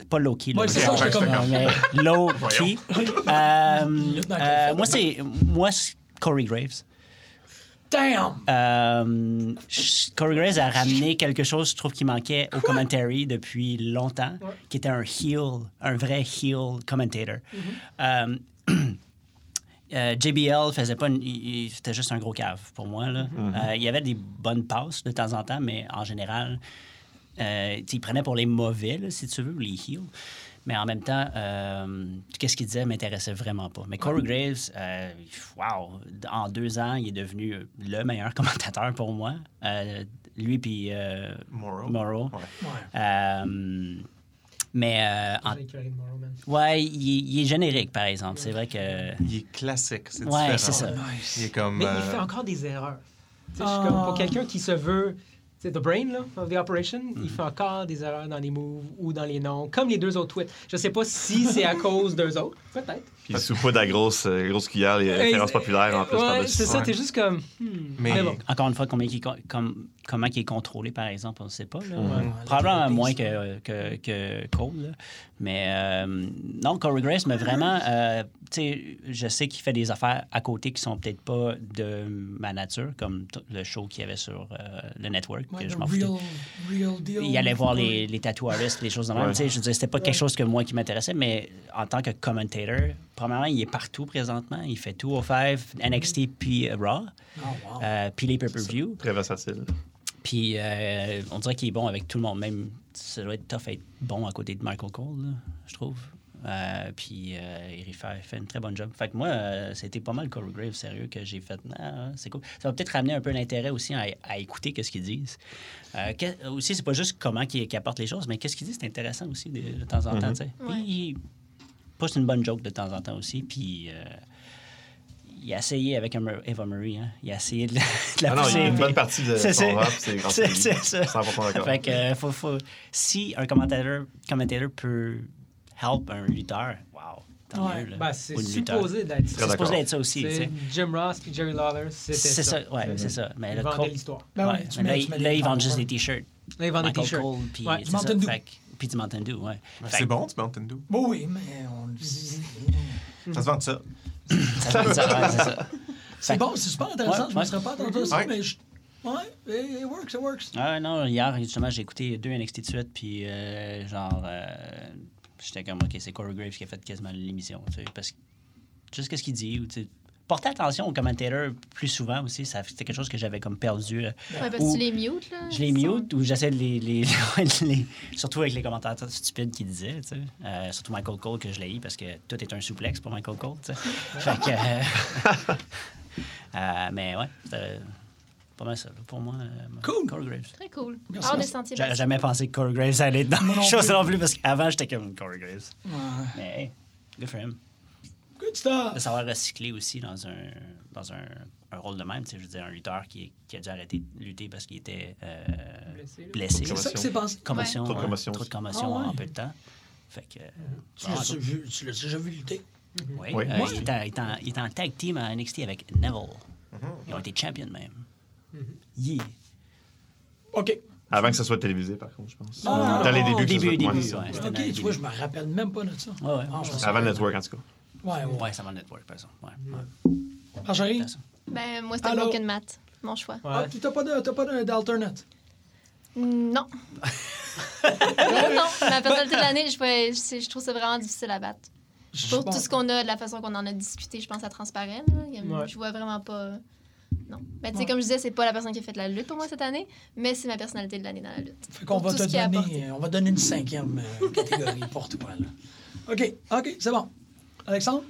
[SPEAKER 8] Pas low-key. là.
[SPEAKER 3] Ouais, c'est ça, j'étais comme-
[SPEAKER 8] Non, mais low-key. Euh, euh, moi, c'est moi, c'est Corey Graves.
[SPEAKER 3] Damn!
[SPEAKER 8] Euh, je- Corey Graves a ramené quelque chose, je trouve, qui manquait au commentary depuis longtemps, qui était un heel, un vrai heel commentator. Euh, euh, JBL faisait pas une- il- il- c'était juste un gros cave pour moi là.
[SPEAKER 9] Mm-hmm.
[SPEAKER 8] Euh, il y avait des bonnes passes de temps en temps mais en général euh, tu sais, il prenait pour les mauvais là, si tu veux ou les heels mais en même temps euh, qu'est-ce qu'il disait m'intéressait vraiment pas mais Corey Graves euh, wow en deux ans il est devenu le meilleur commentateur pour moi Euh, lui puis euh,
[SPEAKER 9] Morrow.
[SPEAKER 8] Morrow.
[SPEAKER 9] Ouais.
[SPEAKER 8] Euh, mais euh,
[SPEAKER 7] Ah,
[SPEAKER 8] en- ouais, il, il est générique, par exemple. C'est vrai que.
[SPEAKER 9] Il est classique, c'est différent.
[SPEAKER 8] Ouais, c'est ça.
[SPEAKER 9] Il est comme...
[SPEAKER 7] Mais
[SPEAKER 9] euh,
[SPEAKER 7] il fait encore des erreurs. Tu sais,
[SPEAKER 3] Ah.
[SPEAKER 7] je suis comme pour quelqu'un qui se veut. C'est The Brain, là, of the Operation. Il fait encore des erreurs dans les moves ou dans les noms, comme les deux autres tweets. Je sais pas si c'est à cause d'eux autres. Peut-être.
[SPEAKER 4] Puis il soupe pas de la grosse, euh, grosse cuillère, les références populaires en plus.
[SPEAKER 7] Ouais,
[SPEAKER 4] par-dessus.
[SPEAKER 7] c'est ça,
[SPEAKER 9] Ouais.
[SPEAKER 7] t'es juste comme. hmm,
[SPEAKER 9] Mais-
[SPEAKER 7] mais bon.
[SPEAKER 8] Encore une fois, combien il, comme, comment il est contrôlé, par exemple, on ne sait pas. là.
[SPEAKER 7] Mhm.
[SPEAKER 8] Probablement moins que, que, que Cole. là. Mais euh, non, Corey Grace, mais vraiment, euh, tu sais, je sais qu'il fait des affaires à côté qui sont peut-être pas de ma nature, comme t- le show qu'il y avait sur euh, le network, que
[SPEAKER 3] Ouais,
[SPEAKER 8] je
[SPEAKER 3] the
[SPEAKER 8] m'en foutais.
[SPEAKER 3] real, real deal.
[SPEAKER 8] Il allait voir les, les tatouaristes, les choses de même.
[SPEAKER 4] Ouais.
[SPEAKER 8] Tu sais, Je veux dire, c'était pas quelque chose que moi qui m'intéressait, mais en tant que commentator, premièrement, il est partout présentement. Il fait oh tout au 5, NXT, puis Raw, euh, puis les pay-per-view.
[SPEAKER 4] Très versatile.
[SPEAKER 8] Puis euh, on dirait qu'il est bon avec tout le monde. Même, ça doit être tough être bon à côté de Michael Cole, là, je trouve. Euh, puis euh, il fait, fait une très bonne job. Fait que moi, euh, c'était pas mal Corey Graves, sérieux, que j'ai fait. Ah, c'est cool. Ça va peut-être ramener un peu l'intérêt aussi à, à écouter quest ce qu'ils disent. Euh, que- aussi, c'est pas juste comment qu'ils qu'ils apportent les choses, mais qu'est-ce qu'ils disent, c'est intéressant aussi de, de temps en temps. tu sais. Puis
[SPEAKER 6] Ouais.
[SPEAKER 8] il pousse une bonne joke de temps en temps aussi. Puis euh, il a essayé avec Emer- Eva Marie, hein. il a essayé de la, de la
[SPEAKER 4] Ah non, il y a
[SPEAKER 8] pousser,
[SPEAKER 4] une
[SPEAKER 8] mais-
[SPEAKER 4] bonne partie de
[SPEAKER 8] C'est-
[SPEAKER 4] son
[SPEAKER 8] c'est-
[SPEAKER 4] rap, c'est grâce à
[SPEAKER 8] c'est-
[SPEAKER 4] lui.
[SPEAKER 8] c'est ça.
[SPEAKER 4] 100% d'accord.
[SPEAKER 8] Fait que, euh, faut- faut- si un commentateur, commentateur peut help un lutteur, wow, tant
[SPEAKER 3] Ouais.
[SPEAKER 8] mieux. là.
[SPEAKER 7] Ben, c'est
[SPEAKER 8] Ou une lutteuse.
[SPEAKER 7] supposé d'être ça.
[SPEAKER 8] C'est
[SPEAKER 4] Très
[SPEAKER 8] supposé
[SPEAKER 4] d'accord.
[SPEAKER 8] être ça aussi. tu sais.
[SPEAKER 7] C'est Jim Ross et Jerry Lawler, c'était
[SPEAKER 8] C'est ça,
[SPEAKER 7] ça.
[SPEAKER 8] ouais, c'est ça. Mais
[SPEAKER 7] Ils
[SPEAKER 8] le
[SPEAKER 7] vendaient
[SPEAKER 8] Cole-
[SPEAKER 7] l'histoire.
[SPEAKER 3] Ben ouais,
[SPEAKER 8] ouais,
[SPEAKER 3] tu
[SPEAKER 8] mais
[SPEAKER 3] mets-
[SPEAKER 8] là,
[SPEAKER 3] tu
[SPEAKER 8] ils-
[SPEAKER 3] mets
[SPEAKER 8] là,
[SPEAKER 3] des
[SPEAKER 8] ils vendent juste
[SPEAKER 3] covers.
[SPEAKER 8] des t-shirts.
[SPEAKER 7] Là, ils vendaient des
[SPEAKER 8] Michael
[SPEAKER 7] t-shirts.
[SPEAKER 8] Cole, puis
[SPEAKER 3] Ouais, du
[SPEAKER 8] c'est ça.
[SPEAKER 3] Mountain Dew.
[SPEAKER 8] Fait que- Puis du Mountain Dew, ouais.
[SPEAKER 4] Ben,
[SPEAKER 8] Fait
[SPEAKER 9] C'est
[SPEAKER 8] que
[SPEAKER 9] bon, du Mountain Dew.
[SPEAKER 3] Bon, oui, mais on le dit.
[SPEAKER 9] Ça se vend de ça.
[SPEAKER 8] ça fait ça, ouais, c'est ça.
[SPEAKER 3] C'est bon, c'est super intéressant.
[SPEAKER 8] Ouais,
[SPEAKER 3] je ne
[SPEAKER 8] ouais.
[SPEAKER 3] serais pas attendu à ça,
[SPEAKER 9] Ouais.
[SPEAKER 3] mais je... Ouais, it, it works, it works.
[SPEAKER 8] Ah non, hier, justement, j'ai écouté deux NXT de suite, puis euh, genre, euh, j'étais comme, OK, c'est Corey Graves qui a fait quasiment l'émission, tu sais, parce que, juste qu'est-ce qu'il dit, ou tu sais, portez attention aux commentateurs plus souvent aussi, ça, c'était quelque chose que j'avais comme perdu. euh,
[SPEAKER 6] Ouais, parce
[SPEAKER 8] ou-
[SPEAKER 6] que tu les mutes, là.
[SPEAKER 8] je les
[SPEAKER 6] ils sont-
[SPEAKER 8] mute ou j'essaie de les, les- les- Surtout avec les commentateurs stupides qui disaient, tu sais. Euh, surtout Michael Cole que je l'ai eu parce que tout est un souplex pour Michael Cole, tu sais. fait que. euh, euh, mais ouais, c'était pas mal ça. là, Pour moi, euh,
[SPEAKER 3] Cool.
[SPEAKER 8] Corey Graves.
[SPEAKER 6] Très cool.
[SPEAKER 3] Merci.
[SPEAKER 6] Hors des sentiers
[SPEAKER 8] J'aurais
[SPEAKER 6] battus.
[SPEAKER 8] jamais pensé que Corey Graves allait être dans
[SPEAKER 3] Moi
[SPEAKER 8] les
[SPEAKER 3] non
[SPEAKER 8] choses
[SPEAKER 3] plus.
[SPEAKER 8] non plus, parce qu'avant, j'étais comme Corey Graves.
[SPEAKER 3] Ouais.
[SPEAKER 8] Mais hey, good for him.
[SPEAKER 3] Good
[SPEAKER 8] De
[SPEAKER 3] stuff.
[SPEAKER 8] savoir recycler aussi dans un, dans un, un rôle de même, tu sais, je veux dire, un lutteur qui, qui a dû arrêter de lutter parce qu'il était euh,
[SPEAKER 7] Blessé, là.
[SPEAKER 8] blessé.
[SPEAKER 4] Trop
[SPEAKER 3] C'est
[SPEAKER 4] de
[SPEAKER 3] ça qui s'est passé.
[SPEAKER 8] Commotion,
[SPEAKER 4] Trop de
[SPEAKER 8] ouais.
[SPEAKER 4] commotion
[SPEAKER 8] Trop de
[SPEAKER 4] aussi.
[SPEAKER 8] commotion
[SPEAKER 3] Ah ouais.
[SPEAKER 8] en peu de temps. Fait que, euh,
[SPEAKER 3] Tu l'as déjà vu- tu l'as déjà vu lutter.
[SPEAKER 8] oui,
[SPEAKER 4] Oui.
[SPEAKER 8] euh, il, est en, il est en- il est en tag team à NXT avec Neville.
[SPEAKER 4] Mm-hmm.
[SPEAKER 8] Ils ont été champions même.
[SPEAKER 3] Mm-hmm.
[SPEAKER 8] Yeah.
[SPEAKER 3] OK.
[SPEAKER 4] Avant que ça soit télévisé, par contre, je pense.
[SPEAKER 3] Ah,
[SPEAKER 4] Dans les
[SPEAKER 3] ah,
[SPEAKER 4] débuts, que ça
[SPEAKER 8] Oh, début,
[SPEAKER 4] soit-
[SPEAKER 8] début,
[SPEAKER 4] ouais, c'est ça.
[SPEAKER 8] ouais. C'était
[SPEAKER 3] OK,
[SPEAKER 8] dans les
[SPEAKER 3] tu vois,
[SPEAKER 8] débuts.
[SPEAKER 3] je me rappelle même pas de ça.
[SPEAKER 8] Ouais, ouais.
[SPEAKER 3] Ah, je pense-
[SPEAKER 4] Avant le network, en tout cas.
[SPEAKER 3] Ouais, ouais.
[SPEAKER 8] Ouais, ça va network, par exemple. Ouais,
[SPEAKER 3] Mm-hmm.
[SPEAKER 8] ouais.
[SPEAKER 3] Marjorie,
[SPEAKER 6] Ben, moi, c'était
[SPEAKER 3] Allô?
[SPEAKER 6] Broken Matt, mon choix.
[SPEAKER 7] Ouais.
[SPEAKER 3] ah, tu n'as pas de- t'as pas de- d'alternate.
[SPEAKER 6] Non. non, non. Ma personnalité de l'année, je, pourrais- je sais- je trouve ça vraiment difficile à battre.
[SPEAKER 3] Je-
[SPEAKER 6] Pour
[SPEAKER 3] bon,
[SPEAKER 6] tout ce qu'on a, de la façon qu'on en a discuté, je pense à Transparent. là. Il y a-
[SPEAKER 7] Ouais.
[SPEAKER 6] Je vois vraiment pas. Non. Ben, tu sais,
[SPEAKER 3] Ouais.
[SPEAKER 6] comme je disais, c'est pas la personne qui a fait la lutte pour moi cette année, mais c'est ma personnalité de l'année dans la lutte.
[SPEAKER 3] Fait qu'on
[SPEAKER 6] pour
[SPEAKER 3] va
[SPEAKER 6] tout
[SPEAKER 3] te
[SPEAKER 6] ce qui est
[SPEAKER 3] donner,
[SPEAKER 6] apporté.
[SPEAKER 3] on va donner une cinquième euh, catégorie pour toi. Là. OK, OK, c'est bon. Alexandre?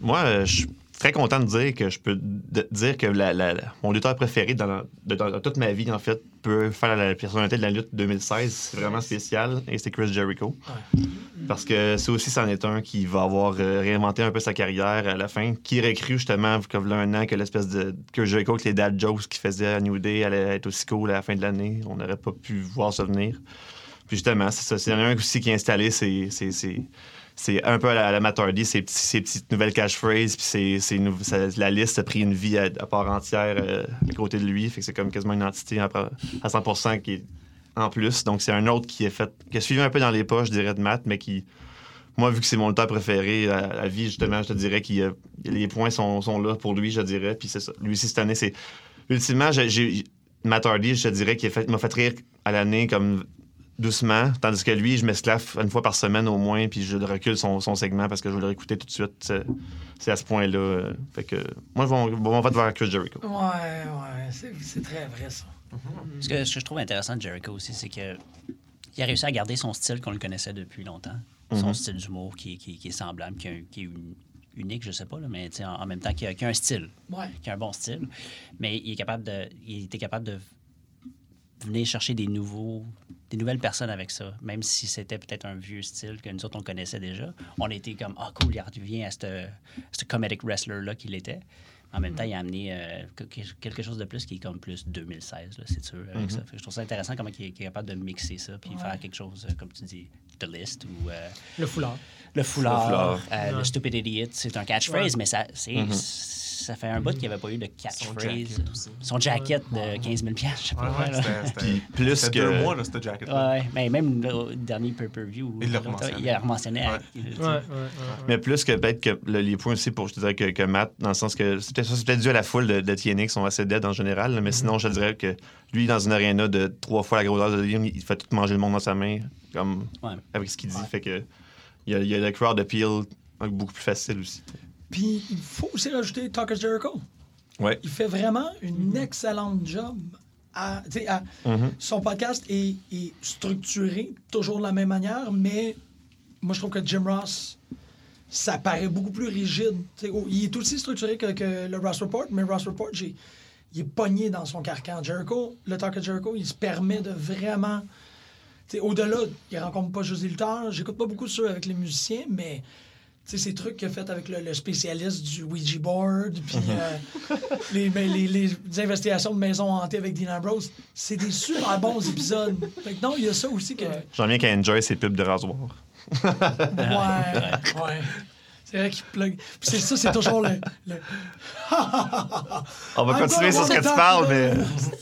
[SPEAKER 4] Moi, euh, je suis très content de dire que je peux d- dire que la- la- la- mon lutteur préféré dans, la- de- dans- dans toute ma vie, en fait, peut faire la personnalité de la lutte 2016. C'est vraiment spécial et c'est Chris Jericho. Parce que ça aussi, c'en est un qui va avoir euh, réinventé un peu sa carrière à la fin, qui recrut justement, comme là un an, que l'espèce de. que Jericho, que les dad jokes qu'il faisait à New Day allait être aussi cool à la fin de l'année. On n'aurait pas pu voir ça venir. Puis justement, c'est ça. C'est un aussi qui a installé ses- ses- ses, c'est un peu à la- à l'amateur dit ces, petits- ces petites nouvelles catchphrases puis ces- ces nou- ça- la liste a pris une vie à, à part entière euh, à côté de lui fait que c'est comme quasiment une entité à, à 100% qui est en plus donc c'est un autre qui est fait qui a suivi un peu dans les poches je dirais de Matt mais qui moi vu que c'est mon lutteur préféré à, à vie justement je te dirais qu'il y a- les points sont, sont là pour lui je dirais puis c'est ça lui aussi cette année c'est ultimement j'ai- j'ai Matt Hardy je te dirais qu'il a fait- m'a fait rire à l'année comme doucement, tandis que lui, je m'esclaffe une fois par semaine au moins, puis je le recule son, son segment parce que je veux le réécouter tout de suite. C'est- C'est à ce point-là. euh, Fait que moi, mon, mon vote vers Chris Jericho.
[SPEAKER 3] Ouais, ouais, c'est- c'est très vrai, ça.
[SPEAKER 8] Ce que, ce que je trouve intéressant de Jericho aussi, c'est que il a réussi à garder son style qu'on le connaissait depuis longtemps. Son style d'humour qui, qui, qui est semblable, qui, est- qui est uni- unique, je sais pas, là, mais tu sais, en, en même temps, qui a, qui a un style,
[SPEAKER 3] Ouais.
[SPEAKER 8] qui a un bon style. Mais il est capable de, il était capable de venir chercher des nouveaux, des nouvelles personnes avec ça. Même si c'était peut-être un vieux style que nous autres, on connaissait déjà, on était comme, ah, cool, il revient à ce ce comedic wrestler-là qu'il était. En même temps, il a amené euh, que- quelque chose de plus qui est comme plus 2016, là, c'est sûr, avec ça. Fait que je trouve ça intéressant comment il est, qu'il est capable de mixer ça puis faire quelque chose, euh, comme tu dis, The List ou euh,
[SPEAKER 7] Le foulard.
[SPEAKER 8] le foulard, euh, le,
[SPEAKER 4] foulard.
[SPEAKER 8] Stupid Idiot. C'est un catchphrase, mais ça, c'est- ça fait un bout qu'il n'y avait pas eu de catchphrase.
[SPEAKER 9] jacket aussi.
[SPEAKER 8] Son jacket, de 15 000 piastres, je sais pas.
[SPEAKER 9] Ouais,
[SPEAKER 8] là.
[SPEAKER 9] c'était-
[SPEAKER 4] Puis
[SPEAKER 9] c'était
[SPEAKER 4] plus
[SPEAKER 9] c'était
[SPEAKER 4] que-
[SPEAKER 9] deux mois, là, cette jacket-là.
[SPEAKER 8] Ouais, mais même le dernier pay-per-view,
[SPEAKER 9] Il l'a
[SPEAKER 8] l'autre,
[SPEAKER 9] rementionné.
[SPEAKER 8] il a rementionné. à-
[SPEAKER 9] Ouais.
[SPEAKER 8] tu sais.
[SPEAKER 7] Ouais, ouais, ouais.
[SPEAKER 4] Mais plus que peut-être que le- les points aussi pour je te dirais que, que Matt, dans le sens que c'est peut-être ça, c'est peut-être dû à la foule de, de TNA qui sont assez dead en général, là, mais sinon je te dirais que lui dans une arena de trois fois la grosseur de Liam, il fait tout manger le monde dans sa main comme
[SPEAKER 8] Ouais.
[SPEAKER 4] avec ce qu'il dit. Fait que il y a, il y a le crowd appeal euh, beaucoup plus facile aussi.
[SPEAKER 3] Puis il faut aussi rajouter Tucker Jericho.
[SPEAKER 4] Ouais.
[SPEAKER 3] Il fait vraiment une excellente job. À, tu sais, à- Son podcast est, est structuré toujours de la même manière, mais moi je trouve que Jim Ross, ça paraît beaucoup plus rigide. Tu sais, oh, il est aussi structuré que, que le Ross Report, mais Ross Report, j'ai- il est pogné dans son carcan. Jericho, le Tucker Jericho, il se permet de vraiment. tu sais, Au-delà, il rencontre pas juste des lutteurs. J'écoute pas beaucoup ceux avec les musiciens, mais tu sais, ces trucs qu'il a fait avec le, le spécialiste du Ouija board,
[SPEAKER 4] Mhm.
[SPEAKER 3] puis euh, les, mais les- les- les investigations de maisons hantées avec Dean Ambrose, c'est des super bons épisodes. Fait que non, il y a ça aussi que. Ouais,
[SPEAKER 4] J'aime bien qu'elle enjoy ses pubs de rasoir.
[SPEAKER 3] ouais. C'est vrai qu'il plug. Puis c'est ça, c'est toujours le. le-
[SPEAKER 4] On va
[SPEAKER 3] I'm
[SPEAKER 4] continuer
[SPEAKER 3] gonna
[SPEAKER 4] sur ce que
[SPEAKER 3] walk
[SPEAKER 4] tu
[SPEAKER 3] it
[SPEAKER 4] parles,
[SPEAKER 3] down.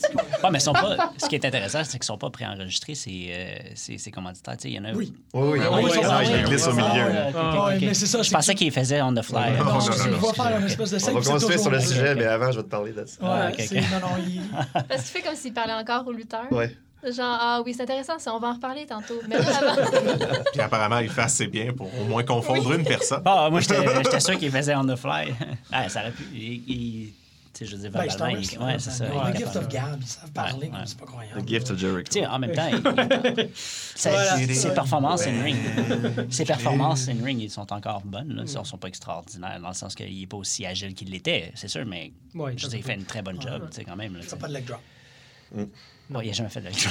[SPEAKER 4] mais
[SPEAKER 8] Ouais, mais ils sont pas, ce qui est intéressant, c'est qu'ils sont pas préenregistrés, ces, euh, ces, ces commanditaires. Tu sais, Il y en a.
[SPEAKER 3] Oui.
[SPEAKER 4] Ah, oui,
[SPEAKER 3] oui,
[SPEAKER 4] oui,
[SPEAKER 3] ils sont
[SPEAKER 4] non,
[SPEAKER 3] là,
[SPEAKER 4] je
[SPEAKER 3] oui,
[SPEAKER 4] les glisse
[SPEAKER 3] oui,
[SPEAKER 4] au
[SPEAKER 3] oui,
[SPEAKER 4] milieu.
[SPEAKER 3] oui.
[SPEAKER 4] là.
[SPEAKER 8] Ok, ok,
[SPEAKER 3] Ah, ouais,
[SPEAKER 8] ok.
[SPEAKER 3] mais c'est ça,
[SPEAKER 8] Je
[SPEAKER 3] c'est
[SPEAKER 8] pensais
[SPEAKER 3] que-
[SPEAKER 8] qu'ils faisaient on the fly.
[SPEAKER 3] Non,
[SPEAKER 9] non,
[SPEAKER 3] je
[SPEAKER 9] non,
[SPEAKER 3] vais
[SPEAKER 9] non,
[SPEAKER 3] faire un espèce de
[SPEAKER 4] On
[SPEAKER 3] scène.
[SPEAKER 4] va
[SPEAKER 3] puis c'est
[SPEAKER 4] continuer sur
[SPEAKER 3] toujours
[SPEAKER 4] le
[SPEAKER 3] là.
[SPEAKER 4] sujet, mais avant je vais te parler de ça.
[SPEAKER 3] Ouais,
[SPEAKER 8] ok, ok.
[SPEAKER 3] c'est- non, non, il-
[SPEAKER 6] Parce que tu fais comme s'il parlait encore aux lutteurs.
[SPEAKER 4] Ouais.
[SPEAKER 6] Genre, ah oui, c'est intéressant, ça, on va en reparler tantôt. Mais là, avant,
[SPEAKER 9] Puis apparemment, il fait assez bien pour au moins confondre une personne.
[SPEAKER 8] Bah, moi, j'étais j'étais sûr qu'ils faisaient on the fly. Ah, ça aurait pu. il- il- Tu sais, je veux dire,
[SPEAKER 3] Ben, c'est
[SPEAKER 8] verbalement,
[SPEAKER 3] un
[SPEAKER 8] il-
[SPEAKER 3] wrestler,
[SPEAKER 8] ouais, c'est ça.
[SPEAKER 3] le
[SPEAKER 8] il est
[SPEAKER 3] gift
[SPEAKER 8] capable.
[SPEAKER 3] of gab, ils savent parler,
[SPEAKER 8] Ouais, ouais.
[SPEAKER 3] c'est pas croyable.
[SPEAKER 4] The Gift of
[SPEAKER 8] Tu
[SPEAKER 4] Jericho.
[SPEAKER 8] sais, en même temps, il- ça-
[SPEAKER 3] Voilà.
[SPEAKER 8] ses performances in ring, ses performances in ring, ils sont encore bonnes. Là.
[SPEAKER 3] Mm.
[SPEAKER 8] Ils sont pas extraordinaires dans le sens qu'il est pas aussi agile qu'il l'était, c'est sûr, mais
[SPEAKER 7] Ouais,
[SPEAKER 8] je veux dire, il fait une très bonne job, tu sais, quand même. là, tu
[SPEAKER 3] Il
[SPEAKER 8] sais.
[SPEAKER 3] fait pas de leg drop.
[SPEAKER 8] Ouais, il a jamais fait de la job.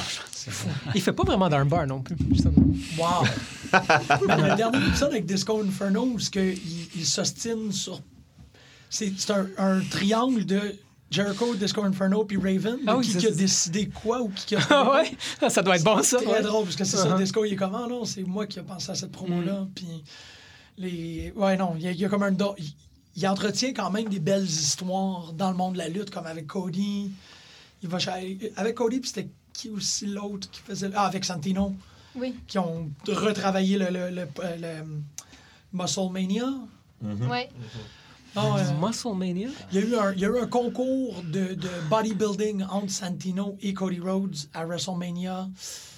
[SPEAKER 7] Il fait pas vraiment d'armbar non plus, justement.
[SPEAKER 3] Wow! Mais le dernier épisode avec Disco Inferno, où ils s'ostinent sur. C'est c'est un, un triangle de Jericho, Disco Inferno, puis Raven.
[SPEAKER 7] Ah
[SPEAKER 3] de
[SPEAKER 7] oui,
[SPEAKER 3] qui,
[SPEAKER 7] ça,
[SPEAKER 3] qui a
[SPEAKER 7] ça.
[SPEAKER 3] décidé quoi ou qui qui a.
[SPEAKER 7] Ah ouais? Ah, Ça doit être bon, ça.
[SPEAKER 3] C'est
[SPEAKER 7] ouais.
[SPEAKER 3] très drôle, parce que c'est ça,
[SPEAKER 7] Uh-huh. Mm.
[SPEAKER 3] Disco, il est comment, non? C'est moi qui ai pensé à cette promo-là, puis. Les... Ouais, non, il y, a- il y a comme un. do- Il, il entretient quand même des belles histoires dans le monde de la lutte, comme avec Cody. Il va chez- Avec Cody, puis c'était qui aussi l'autre qui faisait. Ah, avec Santino
[SPEAKER 6] oui,
[SPEAKER 3] qui ont retravaillé le, le, le- euh, le Muscle Mania.
[SPEAKER 6] ouais.
[SPEAKER 3] Non, euh,
[SPEAKER 7] Musclemania?
[SPEAKER 3] il, y a eu un, il y a eu un concours de, de bodybuilding entre Santino et Cody Rhodes à WrestleMania.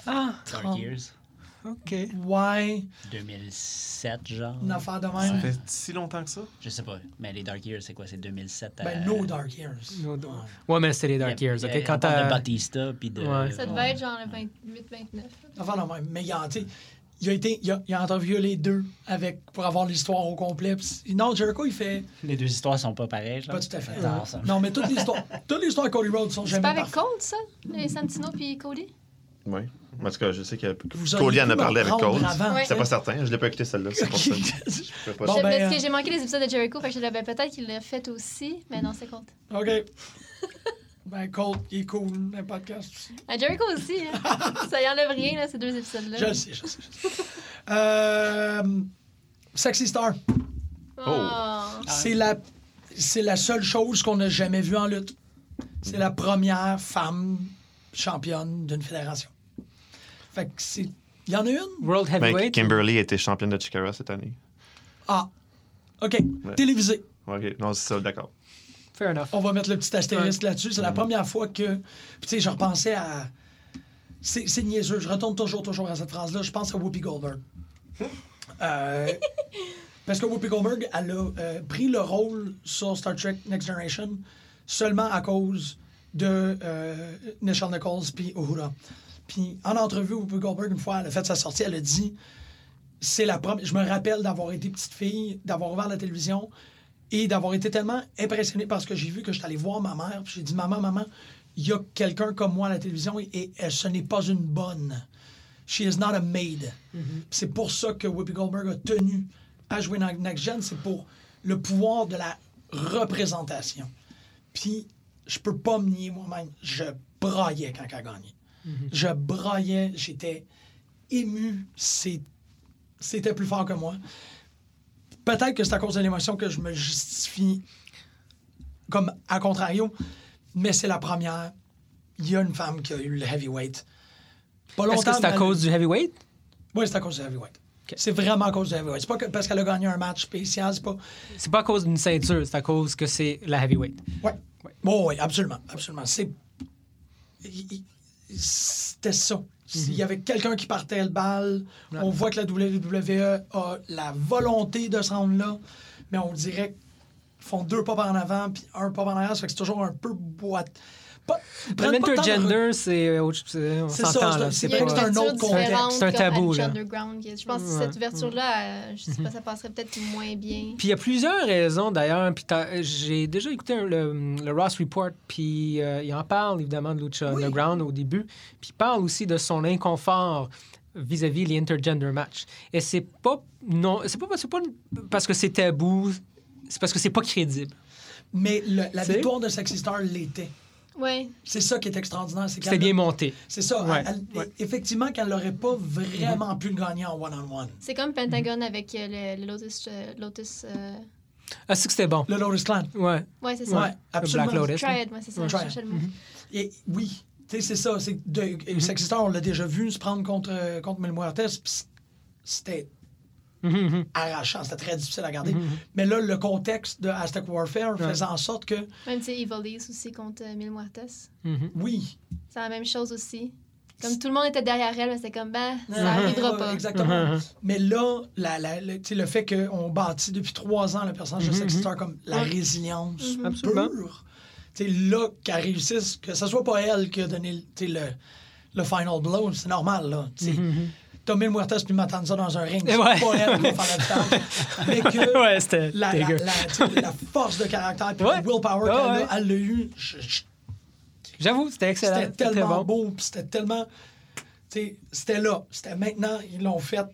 [SPEAKER 7] Ah,
[SPEAKER 8] Dark Years,
[SPEAKER 7] ok.
[SPEAKER 3] Ouais,
[SPEAKER 8] 2007, genre.
[SPEAKER 3] une affaire de
[SPEAKER 9] Ça
[SPEAKER 3] même.
[SPEAKER 9] fait si longtemps que ça?
[SPEAKER 8] Je sais pas, mais les Dark Years, c'est quoi? C'est 2007 à...
[SPEAKER 3] Ben, no Dark Years.
[SPEAKER 7] No Dark- Ouais, mais c'était les Dark Years,
[SPEAKER 8] euh, Il y a-
[SPEAKER 7] ok?
[SPEAKER 8] on
[SPEAKER 7] Quand
[SPEAKER 8] parle de
[SPEAKER 7] t'as.
[SPEAKER 8] Batista, puis de...
[SPEAKER 7] Ouais.
[SPEAKER 6] Ça devait être genre le 28-29.
[SPEAKER 3] Une affaire de même. Mais il a, tu sais, il a été, il a, il a interviewé les deux avec, pour avoir l'histoire au complet. Puis c'est- non, Jericho, il fait
[SPEAKER 8] Les deux histoires sont pas pareilles, genre.
[SPEAKER 3] pas tout à fait.
[SPEAKER 8] Non, ça-
[SPEAKER 3] Non, mais toutes les histoires, toutes les histoires de Cody Rhodes sont
[SPEAKER 6] C'est
[SPEAKER 3] jamais
[SPEAKER 6] pas avec
[SPEAKER 3] parfaites.
[SPEAKER 6] Cold, ça? Les Santino puis Cody?
[SPEAKER 4] Oui. En tout cas, je sais que
[SPEAKER 3] Vous auriez
[SPEAKER 4] Cody en
[SPEAKER 3] pu
[SPEAKER 4] a
[SPEAKER 3] me
[SPEAKER 4] parlé avec
[SPEAKER 3] prendre
[SPEAKER 4] Cody.
[SPEAKER 3] avant.
[SPEAKER 6] Ouais.
[SPEAKER 4] C'est pas certain, je l'ai pas écouté celle-là, c'est pour ça.
[SPEAKER 3] Ok.
[SPEAKER 4] Je peux pas
[SPEAKER 3] Bon,
[SPEAKER 6] Je-
[SPEAKER 3] ben,
[SPEAKER 6] parce
[SPEAKER 3] euh,
[SPEAKER 6] que j'ai manqué les épisodes de Jericho, fait que je l'avais peut-être qu'il l'a fait aussi, mais non, c'est Cold.
[SPEAKER 3] OK. Ben, Colt, il est cool, un podcast aussi.
[SPEAKER 6] Ah, Jericho aussi, hein. ça y enlève rien, là, ces deux épisodes-là.
[SPEAKER 3] Je le sais, je le sais. je le sais. Euh, Sexy Star,
[SPEAKER 6] Oh.
[SPEAKER 3] c'est la, c'est la seule chose qu'on n'a jamais vue en lutte. C'est la première femme championne d'une fédération. Fait que c'est. Il y en a une?
[SPEAKER 7] World
[SPEAKER 4] Mais
[SPEAKER 7] Heavyweight?
[SPEAKER 4] Oh. Kimberly était championne de Chikara cette année.
[SPEAKER 3] Ah. OK. Télévisée.
[SPEAKER 4] Ok, non, c'est ça, d'accord.
[SPEAKER 7] Fair enough.
[SPEAKER 3] On va mettre le petit astérisque là-dessus. C'est la première fois que. Puis, tu sais, je repensais à. C'est c'est niaiseux. Je retourne toujours, toujours à cette phrase-là. Je pense à Whoopi Goldberg. Euh, parce que Whoopi Goldberg, elle a euh, pris le rôle sur Star Trek Next Generation seulement à cause de euh, Nichelle Nichols puis Uhura. Puis, en entrevue, Whoopi Goldberg, une fois, elle a fait sa sortie, elle a dit c'est la première. Je me rappelle d'avoir été petite fille, d'avoir ouvert la télévision et d'avoir été tellement impressionné par ce que j'ai vu que je suis allé voir ma mère. puis J'ai dit Maman, maman, il y a quelqu'un comme moi à la télévision et, et, euh, ce n'est pas une bonne. She is not a maid. C'est pour ça que Whoopi Goldberg a tenu à jouer dans Next Gen, c'est pour le pouvoir de la représentation. Puis, je peux pas me nier moi-même, je braillais quand elle a gagné.
[SPEAKER 7] Mhm.
[SPEAKER 3] Je braillais, j'étais ému, c'est- c'était plus fort que moi. Peut-être que c'est à cause de l'émotion que je me justifie comme à contrario, mais c'est la première. Il y a une femme qui a eu le heavyweight. Pas
[SPEAKER 7] Est-ce que c'est à
[SPEAKER 3] dans-
[SPEAKER 7] cause du heavyweight?
[SPEAKER 3] oui, c'est à cause du heavyweight. C'est vraiment à cause du heavyweight. C'est pas que- parce qu'elle a gagné un match spécial, c'est pas.
[SPEAKER 7] C'est pas à cause d'une ceinture, c'est à cause que c'est la heavyweight.
[SPEAKER 3] Ouais. Bon, oui, absolument, absolument. C'est. il- il- C'était ça. Il
[SPEAKER 7] Mhm.
[SPEAKER 3] y avait quelqu'un qui partait le bal. On voit que la WWE a la volonté de se rendre là, mais on dirait qu'ils font deux pas par en avant puis un pas par en arrière. Ça fait que c'est toujours un peu boîte. Pas, ils
[SPEAKER 7] Le
[SPEAKER 3] prennent pas tant de
[SPEAKER 7] intergender, c'est autre chose. On
[SPEAKER 3] C'est ça,
[SPEAKER 7] s'entend,
[SPEAKER 3] c'est-
[SPEAKER 7] là.
[SPEAKER 3] c'est
[SPEAKER 6] Il y a
[SPEAKER 3] pas
[SPEAKER 6] une
[SPEAKER 3] que c'est un
[SPEAKER 6] ouverture
[SPEAKER 3] autre contexte.
[SPEAKER 6] différente
[SPEAKER 7] C'est un
[SPEAKER 6] que
[SPEAKER 7] tabou,
[SPEAKER 6] Lucha
[SPEAKER 7] là.
[SPEAKER 6] Underground, qui est- je pense que
[SPEAKER 7] Ouais. Mm.
[SPEAKER 6] cette ouverture-là, euh, je sais pas, ça passerait peut-être moins bien.
[SPEAKER 7] Puis il y a plusieurs raisons d'ailleurs. Puis t'as- j'ai déjà écouté un- le, le Ross Report, puis euh, il en parle évidemment de Lucha Underground au début. Puis il parle aussi de son inconfort vis-à-vis les intergender matchs. Et c'est pas non, c'est pas, c'est pas parce que c'est tabou, c'est parce que c'est pas crédible.
[SPEAKER 3] Mais le- la
[SPEAKER 7] C'est-
[SPEAKER 3] victoire de Sexy Star l'était.
[SPEAKER 6] Ouais.
[SPEAKER 3] C'est ça qui est extraordinaire. C'est
[SPEAKER 7] C'était
[SPEAKER 3] qu'elle-
[SPEAKER 7] bien monté.
[SPEAKER 3] C'est ça.
[SPEAKER 7] Ouais,
[SPEAKER 3] elle- elle-
[SPEAKER 7] ouais.
[SPEAKER 3] Effectivement, qu'elle n'aurait pas vraiment pu le gagner en one-on-one.
[SPEAKER 6] C'est comme Pentagon
[SPEAKER 7] Mm-hmm.
[SPEAKER 6] avec euh, le, le Lotus. euh, Lotus euh,
[SPEAKER 7] Ah, c'est que c'était bon.
[SPEAKER 3] Le Lotus Clan.
[SPEAKER 7] Ouais.
[SPEAKER 6] Ouais, c'est ça.
[SPEAKER 3] Ouais, absolument.
[SPEAKER 7] Black Lotus.
[SPEAKER 6] Triad, moi, c'est ça.
[SPEAKER 3] Ouais.
[SPEAKER 6] je
[SPEAKER 3] Triad. Mm-hmm.
[SPEAKER 6] cherchais le mot.
[SPEAKER 3] Et oui, tu sais, c'est ça. C'est de, et Sexy Star, on l'a déjà vu se prendre contre, euh, contre Mil Muertes, puis c- c'était arrachant, c'était très difficile à garder. Mais là, le contexte de Aztec Warfare faisait en sorte que,
[SPEAKER 6] Même, tu sais, Evil East aussi contre euh, Mil Muertes.
[SPEAKER 3] oui,
[SPEAKER 6] C'est la même chose aussi. Comme tout le monde était derrière elle, mais c'était comme, ben, ça
[SPEAKER 7] Mhm.
[SPEAKER 3] Ah,
[SPEAKER 6] arrivera
[SPEAKER 3] ah,
[SPEAKER 6] pas.
[SPEAKER 3] Exactement. Mais là, la, la- le, tu sais, le fait qu'on bâtit depuis trois ans le personnage de Sexy Star comme la résilience
[SPEAKER 7] Mhm,
[SPEAKER 6] Mhm.
[SPEAKER 7] Absolument.
[SPEAKER 3] pure, tu sais, là, qu'elle réussisse, que ce soit pas elle qui a donné le, tu sais, le, le final blow, c'est normal. là. tu sais. T'as mis le Muertes puis Matanza dans un ring, c'est
[SPEAKER 7] Mhm, Ouais.
[SPEAKER 3] pas elle qui va faire la différence. Mais que
[SPEAKER 7] ouais, c'était
[SPEAKER 3] la, la-
[SPEAKER 7] dégueu.
[SPEAKER 3] la- tu sais, la force de caractère puis
[SPEAKER 7] Ouais.
[SPEAKER 3] le willpower
[SPEAKER 7] Ah
[SPEAKER 3] qu'elle
[SPEAKER 7] ouais.
[SPEAKER 3] a, elle l'a eu, je- je-
[SPEAKER 7] J'avoue, c'était excellent.
[SPEAKER 3] c'était
[SPEAKER 7] très
[SPEAKER 3] tellement
[SPEAKER 7] bon.
[SPEAKER 3] beau, puis c'était tellement. tu sais, C'était là, c'était maintenant, ils l'ont fait.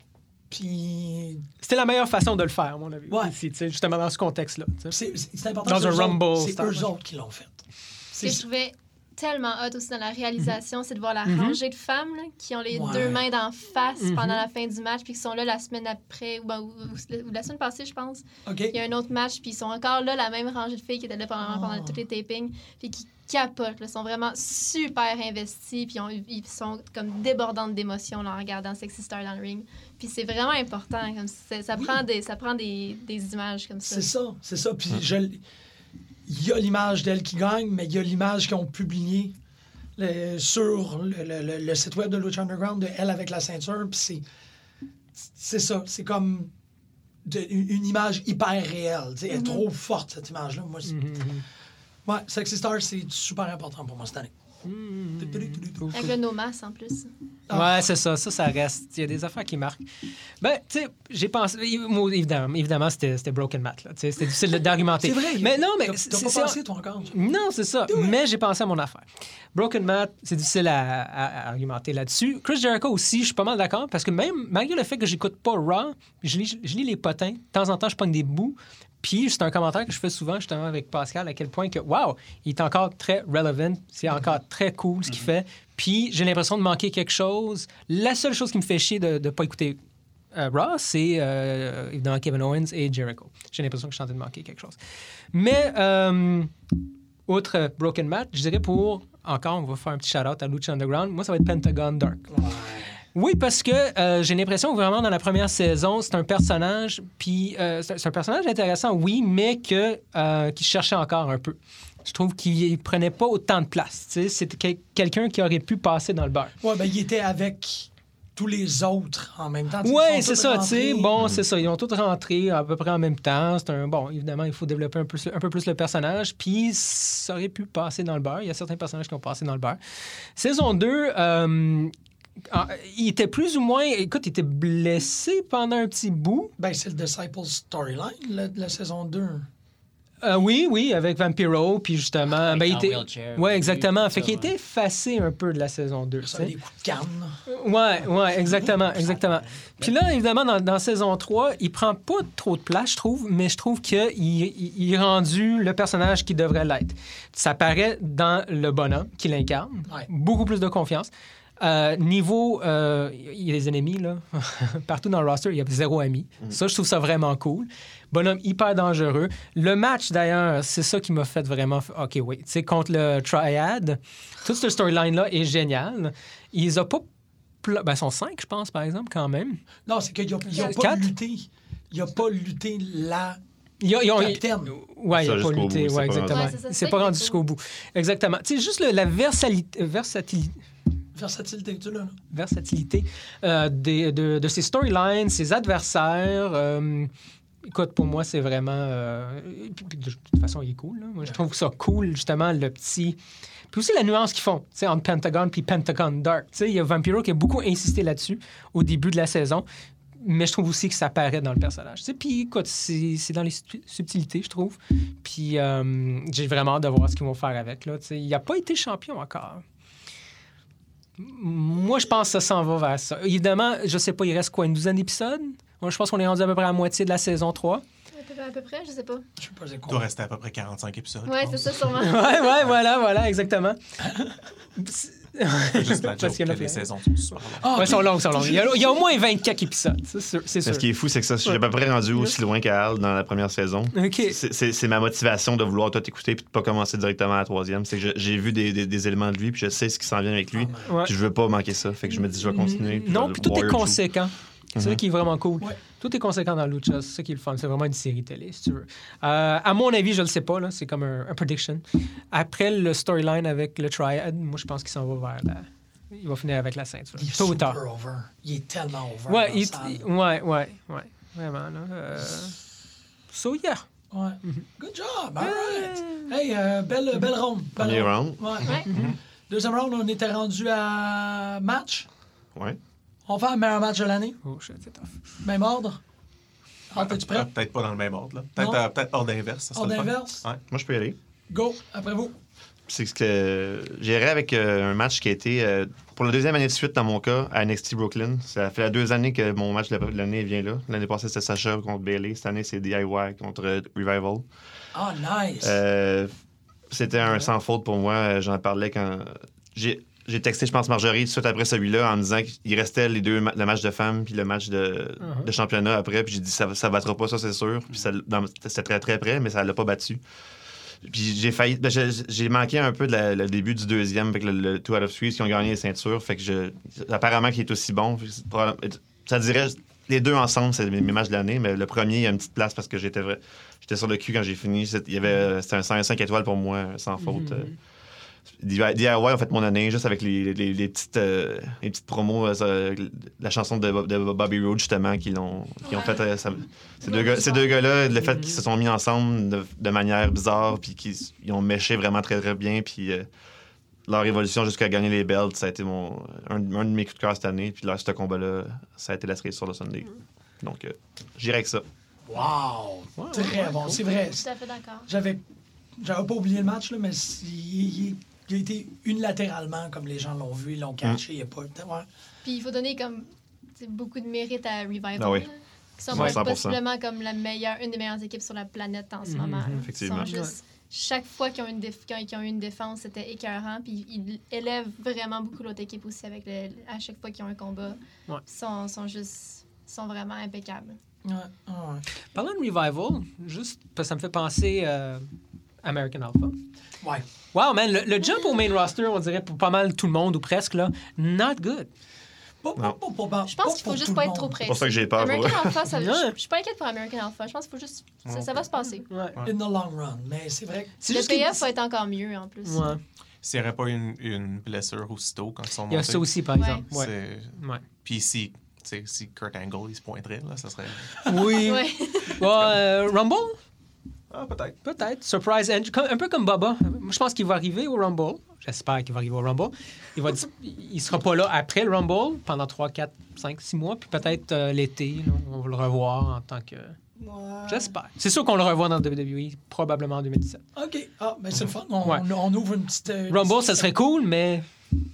[SPEAKER 3] Puis
[SPEAKER 7] C'était la meilleure façon de le faire, à mon avis.
[SPEAKER 3] Ouais.
[SPEAKER 7] Ici, tu sais, justement dans ce contexte-là. tu sais.
[SPEAKER 3] c'est c'est- c'est important.
[SPEAKER 7] Dans
[SPEAKER 3] c'est
[SPEAKER 7] un
[SPEAKER 3] eux autres-
[SPEAKER 7] Rumble,
[SPEAKER 3] C'est
[SPEAKER 7] Star
[SPEAKER 3] eux
[SPEAKER 7] Wars.
[SPEAKER 3] autres qui l'ont fait.
[SPEAKER 6] Ce que je
[SPEAKER 3] C'est
[SPEAKER 6] trouvais tellement hot aussi dans la réalisation, c'est de voir la rangée de femmes là, qui ont les
[SPEAKER 3] Mhm. Ouais. Mhm.
[SPEAKER 6] deux mains d'en face pendant la fin du match, puis qui sont là la semaine après, ou, ben, ou- ou- ou la semaine passée, je pense.
[SPEAKER 3] OK.
[SPEAKER 6] Il y a un autre match, puis ils sont encore là, la même rangée de filles qui étaient là
[SPEAKER 3] Oh.
[SPEAKER 6] pendant, pendant tous les tapings, puis qui capotent. là. Ils sont vraiment super investis, puis ils ont- ils sont comme débordantes d'émotions là, en regardant Sexy Star dans le ring. Puis c'est vraiment important. Comme c'est- ça, prend des, ça prend des, des images comme ça.
[SPEAKER 3] C'est ça, c'est ça.
[SPEAKER 7] Hmm.
[SPEAKER 3] Puis je l- il y a l'image d'elle qui gagne, mais il y a l'image qu'ils ont publiée le- sur le, le- le- le site web de Lucha Underground de elle avec la ceinture. Puis c'est, c'est ça, c'est comme de- une une image hyper réelle. tu sais, Elle est trop forte, cette image-là. Moi, c'est-
[SPEAKER 7] Mm-hmm,
[SPEAKER 3] Ouais, Sexy Star, c'est super important pour moi cette année.
[SPEAKER 7] Mm-hmm.
[SPEAKER 6] Avec le Nomas en plus.
[SPEAKER 3] Ah.
[SPEAKER 7] Ouais, c'est ça. Ça, ça reste. Il y a des affaires qui marquent. Ben, tu sais, j'ai pensé. moi, évidemment, évidemment c'était c'était Broken Matt. là, tu sais, C'était difficile de- d'argumenter.
[SPEAKER 3] C'est vrai.
[SPEAKER 7] Mais non, mais.
[SPEAKER 3] T'as-
[SPEAKER 7] c'est-
[SPEAKER 3] T'as pas
[SPEAKER 7] c'est-
[SPEAKER 3] pensé, toi, encore?
[SPEAKER 7] Non, c'est ça. Mais j'ai pensé à mon affaire. Broken Matt, c'est difficile à, à- à argumenter là-dessus. Chris Jericho aussi, je suis pas mal d'accord parce que même malgré le fait que j'écoute pas Raw, je lis, je lis les potins. De temps en temps, je pogne des bouts. Puis c'est un commentaire que je fais souvent justement avec Pascal à quel point que wow, il est encore très relevant, c'est encore très cool ce qu'il fait. Puis j'ai l'impression de manquer quelque chose. La seule chose qui me fait chier de ne pas écouter euh, Raw, c'est euh, évidemment Kevin Owens et Jericho. J'ai l'impression que je suis en train de manquer quelque chose. Mais euh, outre euh, Broken Matt, je dirais pour, encore, on va faire un petit shout-out à Lucha Underground, moi, ça va être Pentagon Dark. Oui, parce que euh, j'ai l'impression que vraiment dans la première saison, c'est un personnage, puis euh, c'est c'est un personnage intéressant, oui, mais que euh, qui cherchait encore un peu. Je trouve qu'il prenait pas autant de place. tu sais. C'était quel- quelqu'un qui aurait pu passer dans le beurre.
[SPEAKER 3] Ouais, ben, il était avec tous les autres en même temps. Tu sais,
[SPEAKER 7] Ouais,
[SPEAKER 3] Ah, ils sont
[SPEAKER 7] c'est
[SPEAKER 3] tous
[SPEAKER 7] ça, tu sais.
[SPEAKER 3] rentrés.
[SPEAKER 8] Hmm.
[SPEAKER 7] Bon, c'est ça. Ils ont tous rentré à peu près en même temps. C'est un bon. Évidemment, il faut développer un peu, un peu plus le personnage. Puis ça aurait pu passer dans le beurre. Il y a certains personnages qui ont passé dans le beurre. Saison 2. euh, ah, il était plus ou moins. Écoute, il était blessé pendant un petit bout.
[SPEAKER 3] Ben, c'est le Disciples Storyline, la, la saison 2.
[SPEAKER 7] Euh, oui, oui, avec Vampiro, puis justement...
[SPEAKER 8] Ah, Avec
[SPEAKER 7] ben, il
[SPEAKER 8] en
[SPEAKER 7] était-
[SPEAKER 8] wheelchair,
[SPEAKER 7] Ouais,
[SPEAKER 8] oui,
[SPEAKER 7] exactement.
[SPEAKER 8] tout
[SPEAKER 7] Fait
[SPEAKER 8] ça,
[SPEAKER 7] qu'il
[SPEAKER 8] ouais.
[SPEAKER 7] était effacé un peu de la saison 2. tu
[SPEAKER 3] Ça
[SPEAKER 7] sais.
[SPEAKER 3] a des coups de canne.
[SPEAKER 7] Ouais, ouais, exactement, exactement. Puis là, évidemment, dans, dans saison 3, il prend pas trop de place, je trouve, mais je trouve qu'il il, il est rendu le personnage qui devrait l'être. Ça paraît dans le bonhomme qu'il incarne.
[SPEAKER 3] Ouais.
[SPEAKER 7] Beaucoup plus de confiance. Euh, niveau, euh, il y a des ennemis, là. Partout dans le roster, il y a zéro ami. Ça, je trouve ça vraiment cool. Bonhomme hyper dangereux. Le match, d'ailleurs, c'est ça qui m'a fait vraiment. f- OK, oui. Tu sais, contre le Triad, toute cette storyline-là est géniale. Ils ont pas. pla- Ben, ils sont cinq, je pense, par exemple, quand même.
[SPEAKER 3] Non, c'est qu'il n'a
[SPEAKER 7] Quatre.
[SPEAKER 3] pas lutté. Il n'a pas lutté là.
[SPEAKER 7] Ils ont- ils ont-
[SPEAKER 3] Capitaine.
[SPEAKER 7] Ouais, il
[SPEAKER 4] Ça,
[SPEAKER 7] a pas
[SPEAKER 4] jusqu'au
[SPEAKER 7] lutté.
[SPEAKER 4] bout, c'est
[SPEAKER 7] ouais,
[SPEAKER 4] pas
[SPEAKER 7] exactement.
[SPEAKER 6] rendu. Ouais, c'est ça, c'est
[SPEAKER 7] C'est
[SPEAKER 6] ça
[SPEAKER 7] pas
[SPEAKER 6] qui est
[SPEAKER 7] rendu
[SPEAKER 6] cool.
[SPEAKER 7] jusqu'au bout. Exactement. Tu sais, juste le- la versatilité. versatilité
[SPEAKER 3] Versatilité, tu l'as, là.
[SPEAKER 7] versatilité euh, des- de, de ses storylines, ses adversaires. euh, écoute, pour moi, c'est vraiment. euh, puis- puis de toute façon, il est cool. là. Moi, je trouve ça cool, justement, le petit. Puis aussi la nuance qu'ils font, tu sais, entre Pentagon puis Pentagon Dark. Tu sais, il y a Vampiro qui a beaucoup insisté là-dessus au début de la saison. Mais je trouve aussi que ça apparaît dans le personnage. tu sais. Puis écoute, c'est c'est dans les subtil- subtilités, je trouve. Puis euh, j'ai vraiment hâte de voir ce qu'ils vont faire avec. Là, tu sais. il n'a pas été champion encore. Moi, je pense que ça s'en va vers ça. Évidemment, je sais pas, il reste quoi, une douzaine d'épisodes? Moi, je pense qu'on est rendu à peu près à la moitié de la saison 3.
[SPEAKER 6] À peu, près- à peu près, je sais pas.
[SPEAKER 3] Je sais pas c'est
[SPEAKER 9] Il doit
[SPEAKER 3] quoi.
[SPEAKER 9] rester à peu près 45 épisodes.
[SPEAKER 6] Ouais,
[SPEAKER 9] je
[SPEAKER 6] c'est ça,
[SPEAKER 9] pense.
[SPEAKER 6] sûrement.
[SPEAKER 7] Ouais, ouais, voilà, voilà, exactement.
[SPEAKER 9] C'est juste la
[SPEAKER 7] Parce
[SPEAKER 9] joke
[SPEAKER 7] qu'il y en a
[SPEAKER 9] que les
[SPEAKER 7] plein.
[SPEAKER 9] saisons sont super longues.
[SPEAKER 3] Ah,
[SPEAKER 7] Ouais, ils sont longs, ils sont longs. Il y a, il y a au moins 24 épisodes, c'est sûr. c'est
[SPEAKER 4] Mais
[SPEAKER 7] sûr.
[SPEAKER 4] ce qui est fou, c'est que ça, j'ai à peu près rendu aussi loin qu'Al dans la première saison.
[SPEAKER 7] OK.
[SPEAKER 4] C'est- C'est c'est ma motivation de vouloir tout écouter puis de pas commencer directement à la troisième. C'est que je- j'ai vu des, des- des éléments de lui puis je sais ce qui s'en vient avec lui.
[SPEAKER 7] Ouais.
[SPEAKER 4] Puis je veux pas manquer ça. Fait que je me dis, je vais continuer. puis je
[SPEAKER 7] Non,
[SPEAKER 4] vais
[SPEAKER 7] puis tout est
[SPEAKER 4] Warrior Two.
[SPEAKER 7] conséquent. C'est
[SPEAKER 4] Uh-huh.
[SPEAKER 7] ça qui est vraiment cool.
[SPEAKER 3] Ouais.
[SPEAKER 7] Tout est conséquent dans Lucha, c'est ça qui est le fun. C'est vraiment une série télé, si tu veux. Euh, à mon avis, je le sais pas, là, c'est comme un, un prediction. Après le storyline avec le Triad, moi, je pense qu'il s'en va vers la. Il va finir avec la ceinture.
[SPEAKER 3] Il est
[SPEAKER 7] Tôt ou tard.
[SPEAKER 3] super over. Il est tellement over.
[SPEAKER 7] Ouais,
[SPEAKER 3] dans
[SPEAKER 7] il-
[SPEAKER 3] la salle.
[SPEAKER 7] ouais, ouais, ouais. Vraiment, là. Euh... So, yeah.
[SPEAKER 3] Ouais.
[SPEAKER 7] Mm-hmm.
[SPEAKER 3] Good job, all right. Hey, euh, belle, belle ronde. belle
[SPEAKER 4] Premier round.
[SPEAKER 3] Ouais.
[SPEAKER 6] Ouais.
[SPEAKER 7] Mm-hmm.
[SPEAKER 3] Deuxième round, on était rendu à match.
[SPEAKER 4] Ouais.
[SPEAKER 3] On fait un meilleur match de l'année,
[SPEAKER 7] Oh, shit, c'est tough.
[SPEAKER 3] même ordre. Ah, t'es-tu prêt?
[SPEAKER 9] Ah, Peut-être pas dans le même ordre. là. Peut-être
[SPEAKER 3] Non.
[SPEAKER 9] euh, peut-être ordre inverse. ça serait
[SPEAKER 3] Ordre
[SPEAKER 9] le fun.
[SPEAKER 3] inverse?
[SPEAKER 9] Ouais.
[SPEAKER 4] Moi, je peux y aller.
[SPEAKER 3] Go, après vous.
[SPEAKER 4] c'est que euh, j'irai avec euh, un match qui a été, euh, pour la deuxième année de suite dans mon cas, à NXT Brooklyn. Ça fait la deux années que mon match de la- de l'année vient là. L'année passée, c'était Sacha contre Bailey. Cette année, c'est DIY contre euh, Revival.
[SPEAKER 3] Ah, nice.
[SPEAKER 4] Euh, c'était un sans faute pour moi. Euh, J'en parlais quand. J'ai j'ai texté, je pense, Marjorie tout de suite après celui-là en me disant qu'il restait les deux, ma- le match de femmes puis le match de, de championnat après. Puis j'ai dit, ça ne battra pas, ça, c'est sûr. Puis ça- dans- c'était très, très près, mais ça l'a pas battu. Puis j'ai failli. ben, j'ai- j'ai manqué un peu de la- le début du deuxième avec le, le Two Out of Three qui ont gagné les ceintures. Fait que je. Apparemment, qu'il est aussi bon. Fait que c'est probable- Ça dirait. Les deux ensemble, c'est mes mes matchs de l'année, mais le premier, il y a une petite place parce que j'étais vrai- j'étais sur le cul quand j'ai fini. C'est- il y avait, euh,
[SPEAKER 6] Mm.
[SPEAKER 4] C'était un 105 étoiles pour moi, euh, sans faute. euh. DIY DIY ont fait mon année juste avec les, les- les petites, euh, les petites promos, euh, euh, la chanson de, Bob- de Bobby Roode justement, qui l'ont qui ont
[SPEAKER 6] Ouais.
[SPEAKER 4] fait. euh, ça- ces deux, gars- ces deux gars-là, le fait qu'ils se sont mis ensemble de, de manière bizarre, puis qu'ils s- ils ont méché vraiment très très bien, puis euh, leur évolution jusqu'à gagner les belts, ça a été mon, un, un de mes coups de cœur cette année, puis là, ce combat-là, ça a été la cerise sur le Sunday.
[SPEAKER 6] Mm.
[SPEAKER 4] Donc, euh, j'irai avec ça.
[SPEAKER 3] Wow. Très bon, c'est vrai.
[SPEAKER 6] Tout à fait d'accord.
[SPEAKER 3] J'avais j'avais pas oublié le match, là, mais c'est- il, il- il a été unilatéralement, comme les gens l'ont vu, ils
[SPEAKER 7] Mm.
[SPEAKER 3] l'ont caché. Il y a pas... ouais.
[SPEAKER 6] Puis il faut donner comme tu sais, beaucoup de mérite à Revival.
[SPEAKER 4] Ah oui.
[SPEAKER 6] là, Qui sont
[SPEAKER 4] Ouais. 100%.
[SPEAKER 6] possiblement comme la meilleure, une des meilleures équipes sur la planète
[SPEAKER 7] Mhm.
[SPEAKER 6] en ce moment. là. Ils
[SPEAKER 4] Effectivement.
[SPEAKER 6] sont juste- chaque fois qu'ils ont, une déf- qu'ils ont- qu'ils ont eu une défense, c'était écœurant. Puis ils élèvent vraiment beaucoup l'autre équipe aussi avec le- à chaque fois qu'ils ont un combat.
[SPEAKER 7] Ouais.
[SPEAKER 6] Ils sont, sont juste sont vraiment impeccables.
[SPEAKER 3] Ouais, ouais.
[SPEAKER 7] Parlant de Revival, juste parce que ça me fait penser à American Alpha.
[SPEAKER 3] Ouais.
[SPEAKER 7] Wow, man, le, le jump au main roster, on dirait pour pas mal tout le monde ou presque, là, not good.
[SPEAKER 3] Pas- pas- pas- pas- pas-
[SPEAKER 6] Je pense qu'il
[SPEAKER 3] pour
[SPEAKER 6] faut
[SPEAKER 3] tout
[SPEAKER 6] juste pas
[SPEAKER 3] le
[SPEAKER 6] être trop
[SPEAKER 3] monde.
[SPEAKER 6] pressé.
[SPEAKER 4] pour ça que j'ai peur,
[SPEAKER 6] Ben, American Alpha, ça,
[SPEAKER 7] Ouais.
[SPEAKER 6] je, je suis pas inquiète pour American Alpha. Je pense qu'il faut juste. Ça, ça va se passer.
[SPEAKER 7] Ouais.
[SPEAKER 3] In the long run, mais c'est vrai que
[SPEAKER 7] C'est
[SPEAKER 6] Le
[SPEAKER 7] qu'il-
[SPEAKER 6] PF va être encore mieux en plus.
[SPEAKER 7] Ouais.
[SPEAKER 9] S'il n'y aurait pas une, une blessure aussitôt quand ils sont
[SPEAKER 7] Il y a
[SPEAKER 9] montés,
[SPEAKER 7] ça aussi, par
[SPEAKER 6] Ouais.
[SPEAKER 7] exemple. Ouais.
[SPEAKER 9] c'est-
[SPEAKER 7] Ouais.
[SPEAKER 9] Puis si, tu sais, si Kurt Angle il se pointerait, là, ça serait.
[SPEAKER 7] Oui.
[SPEAKER 6] Ouais.
[SPEAKER 7] Ouais, euh, Rumble,
[SPEAKER 9] Ah, peut-être.
[SPEAKER 7] peut-être. Surprise Edge, comme- un peu comme Baba. Moi, je pense qu'il va arriver au Rumble. J'espère qu'il va arriver au Rumble. Il va dis- il sera pas là après le Rumble pendant 3, 4, 5, 6 mois. Puis peut-être euh, l'été, là, on va le revoir en tant que
[SPEAKER 3] Ouais.
[SPEAKER 7] J'espère. C'est sûr qu'on le revoit dans WWE, probablement en 2017.
[SPEAKER 3] OK. Ah, ben c'est le fun. On,
[SPEAKER 7] Ouais.
[SPEAKER 3] on- on ouvre une petite. euh,
[SPEAKER 7] Rumble,
[SPEAKER 3] petite-
[SPEAKER 7] ça serait cool, mais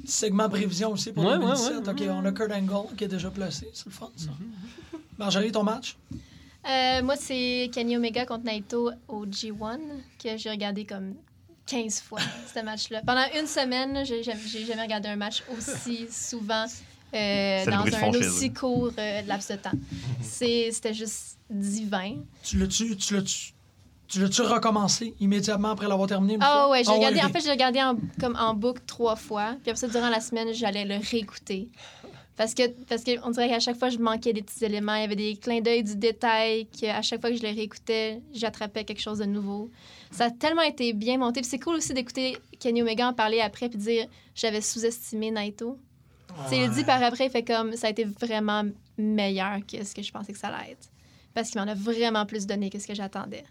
[SPEAKER 3] Segment prévision aussi pour
[SPEAKER 7] Ouais,
[SPEAKER 3] 2017.
[SPEAKER 7] ouais, ouais.
[SPEAKER 3] OK, on a Kurt Angle qui est déjà placé. C'est le fun, ça.
[SPEAKER 7] Mm-hmm.
[SPEAKER 3] Marjorie, ton match?
[SPEAKER 6] Euh, moi, c'est Kenny Omega contre Naito au G1 que j'ai regardé comme 15 fois, ce match-là. Pendant une semaine, là, j'ai jamais j'ai jamais regardé un match aussi souvent euh,
[SPEAKER 4] le
[SPEAKER 6] dans
[SPEAKER 4] bruit de
[SPEAKER 6] un
[SPEAKER 4] fond chez
[SPEAKER 6] aussi
[SPEAKER 4] eux.
[SPEAKER 6] court euh, laps de temps. C'est- C'était juste divin.
[SPEAKER 3] Tu l'as-tu tu l'as-tu- tu l'as-tu recommencé immédiatement après l'avoir terminé? une
[SPEAKER 6] Ah
[SPEAKER 3] fois?
[SPEAKER 6] ouais, j'ai regardé.
[SPEAKER 3] ok.
[SPEAKER 6] En fait, j'ai regardé en, comme en boucle trois fois. Puis après ça, durant la semaine, j'allais le réécouter. Parce que parce que on dirait qu'à chaque fois, je manquais des petits éléments. Il y avait des clins d'œil, du détail. Qu'à chaque fois que je le réécoutais, j'attrapais quelque chose de nouveau. Ça a tellement été bien monté. Puis c'est cool aussi d'écouter Kenny Omega en parler après puis dire j'avais sous-estimé Naito. Tu sais, il le dit par après, il fait comme ça a été vraiment meilleur que ce que je pensais que ça allait être. Parce qu'il m'en a vraiment plus donné que ce que j'attendais.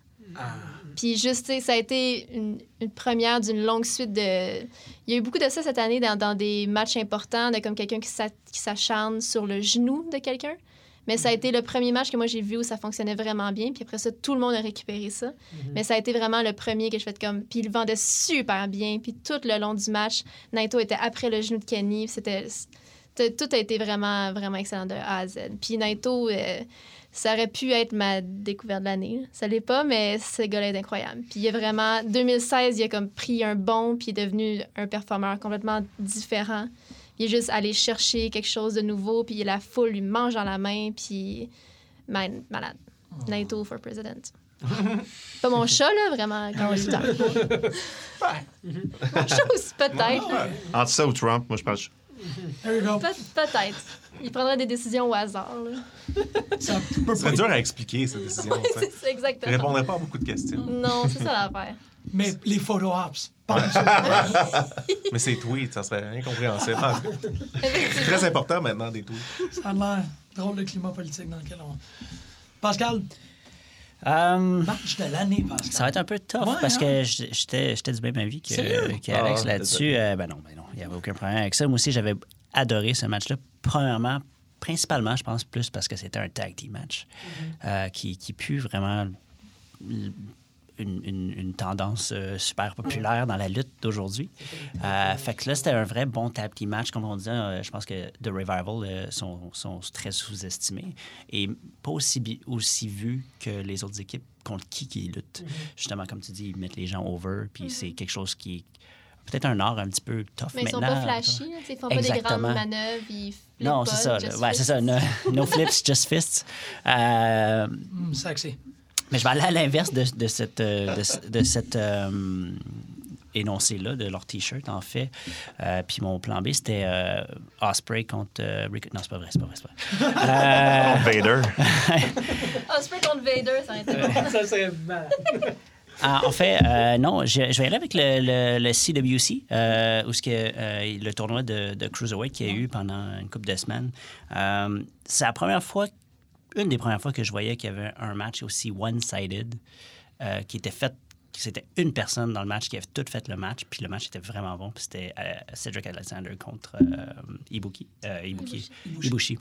[SPEAKER 6] Puis juste, tu sais, ça a été une, une première d'une longue suite de... Il y a eu beaucoup de ça cette année dans, dans des matchs importants, de comme quelqu'un qui s'a- qui s'acharne sur le genou de quelqu'un. Mais ça a été le premier match que moi j'ai vu où ça fonctionnait vraiment bien. Puis après ça, tout le monde a récupéré ça. Mais ça a été vraiment le premier que je fait comme... Puis il le vendait super bien. Puis tout le long du match, Naito était après le genou de Kenny. Puis C'était... c'était- Tout a été vraiment, vraiment excellent de A à Z. Puis Naito... euh, ça aurait pu être ma découverte de l'année. Ça l'est pas, mais ce gars-là est incroyable. Puis il est vraiment... 2016, il a comme pris un bond, puis il est devenu un performeur complètement différent. Il est juste allé chercher quelque chose de nouveau, puis la foule lui mange dans la main, puis... Man- malade. Naito for president. pas mon chat, là, vraiment, quand même. Mon chat aussi, peut-être.
[SPEAKER 4] Entre ça ou Trump, moi je pense.
[SPEAKER 3] There you go.
[SPEAKER 6] Pe- peut-être. Il prendrait des décisions au hasard, là.
[SPEAKER 3] Ça peut
[SPEAKER 9] C'est dur à expliquer, cette décision.
[SPEAKER 6] Ouais,
[SPEAKER 9] tu sais.
[SPEAKER 6] c'est ça,
[SPEAKER 9] Elle
[SPEAKER 6] exactement.
[SPEAKER 9] répondrait pas à beaucoup de questions.
[SPEAKER 6] Non, c'est ça l'affaire.
[SPEAKER 3] Mais les photo ops.
[SPEAKER 9] Mais ses tweets, ça serait incompréhensible. Ah,
[SPEAKER 6] Effectivement.
[SPEAKER 9] très important maintenant, des tweets.
[SPEAKER 3] Ça a l'air drôle le climat politique dans lequel on. Pascal,
[SPEAKER 8] Euh,
[SPEAKER 3] match de l'année,
[SPEAKER 8] Ça
[SPEAKER 3] Pascal.
[SPEAKER 8] va être un peu tough
[SPEAKER 3] Ouais,
[SPEAKER 8] parce
[SPEAKER 3] hein?
[SPEAKER 8] que j- j'étais j'étais du même avis
[SPEAKER 3] Sérieux?
[SPEAKER 8] que- qu'Alex
[SPEAKER 5] Ah,
[SPEAKER 8] là-dessus. Euh, ben non, ben non, il n'y avait aucun problème avec ça. Moi aussi, j'avais adoré ce match-là. Premièrement, principalement, je pense plus parce que c'était un tag team match
[SPEAKER 3] Mm-hmm.
[SPEAKER 8] euh, qui, qui pue vraiment l- une, une- une tendance euh, super populaire dans la lutte d'aujourd'hui. Euh, fait que là, c'était un vrai bon tag team match. Comme on disait, euh, je pense que The Revival euh, sont, sont très sous-estimés et pas aussi, bi- aussi vus que les autres équipes contre qui qui luttent.
[SPEAKER 6] Mm-hmm.
[SPEAKER 8] Justement, comme tu dis, ils mettent les gens over, puis c'est quelque chose qui est peut-être un art un petit peu tough
[SPEAKER 6] Mais ils sont
[SPEAKER 8] maintenant.
[SPEAKER 6] pas flashy, là, tu sais, ils font pas des grandes
[SPEAKER 8] Exactement.
[SPEAKER 6] manœuvres, ils flippent
[SPEAKER 8] Non,
[SPEAKER 6] pas,
[SPEAKER 8] c'est ça. là.
[SPEAKER 6] just
[SPEAKER 8] Ouais, c'est ça. No,
[SPEAKER 6] fist.
[SPEAKER 8] no flips, just fists. Euh,
[SPEAKER 3] Hum, sexy.
[SPEAKER 8] mais je vais aller à l'inverse de, de cette, euh, de, ce- de cette euh, énoncé-là, de leur T-shirt, en fait. Euh, puis mon plan B, c'était euh, Osprey contre... euh, Rick- Non, c'est pas vrai, c'est pas vrai, c'est pas vrai.
[SPEAKER 4] Vader.
[SPEAKER 6] Osprey contre Vader, ça aurait été bon.
[SPEAKER 7] Ça serait mal.
[SPEAKER 8] Ah, en fait, euh, non, je, je vais aller avec le, le- le CWC, euh, où ce que, euh, le tournoi de, de Cruiserweight qu'il y a eu pendant une couple de semaines. Euh, c'est la première fois, une des premières fois que je voyais qu'il y avait un match aussi one-sided, euh, qui était fait, que c'était une personne dans le match qui avait tout fait le match, puis le match était vraiment bon, puis c'était euh, Cedric Alexander contre euh, Ibuki, euh, Ibuki- Ibushi.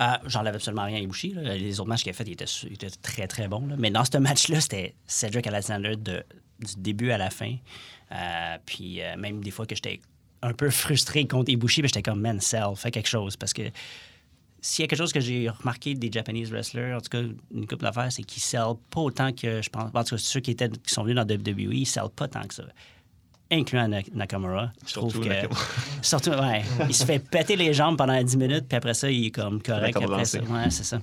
[SPEAKER 8] Euh, J'enlève absolument rien à Ibushi. là. Les autres matchs qu'il a fait, il était, su- il était très, très bon. là. Mais dans ce match-là, c'était Cedric Alexander de, du début à la fin. Euh, puis euh, même des fois que j'étais un peu frustré contre Ibushi, mais j'étais comme, man, sell, fais quelque chose. Parce que s'il y a quelque chose que j'ai remarqué des Japanese wrestlers, en tout cas, une couple d'affaires, c'est qu'ils sellent pas autant que je pense. En tout cas, ceux qui, étaient, qui sont venus dans WWE, ils sellent pas tant que ça. Incluant Na- Nakamura. Je trouve
[SPEAKER 4] Surtout
[SPEAKER 8] que.
[SPEAKER 4] Nakamura.
[SPEAKER 8] Surtout, ouais. Il se fait péter les jambes pendant 10 minutes, puis après ça, il est comme correct.
[SPEAKER 4] D'accord, lancé.
[SPEAKER 8] Après ça. Ouais, c'est ça.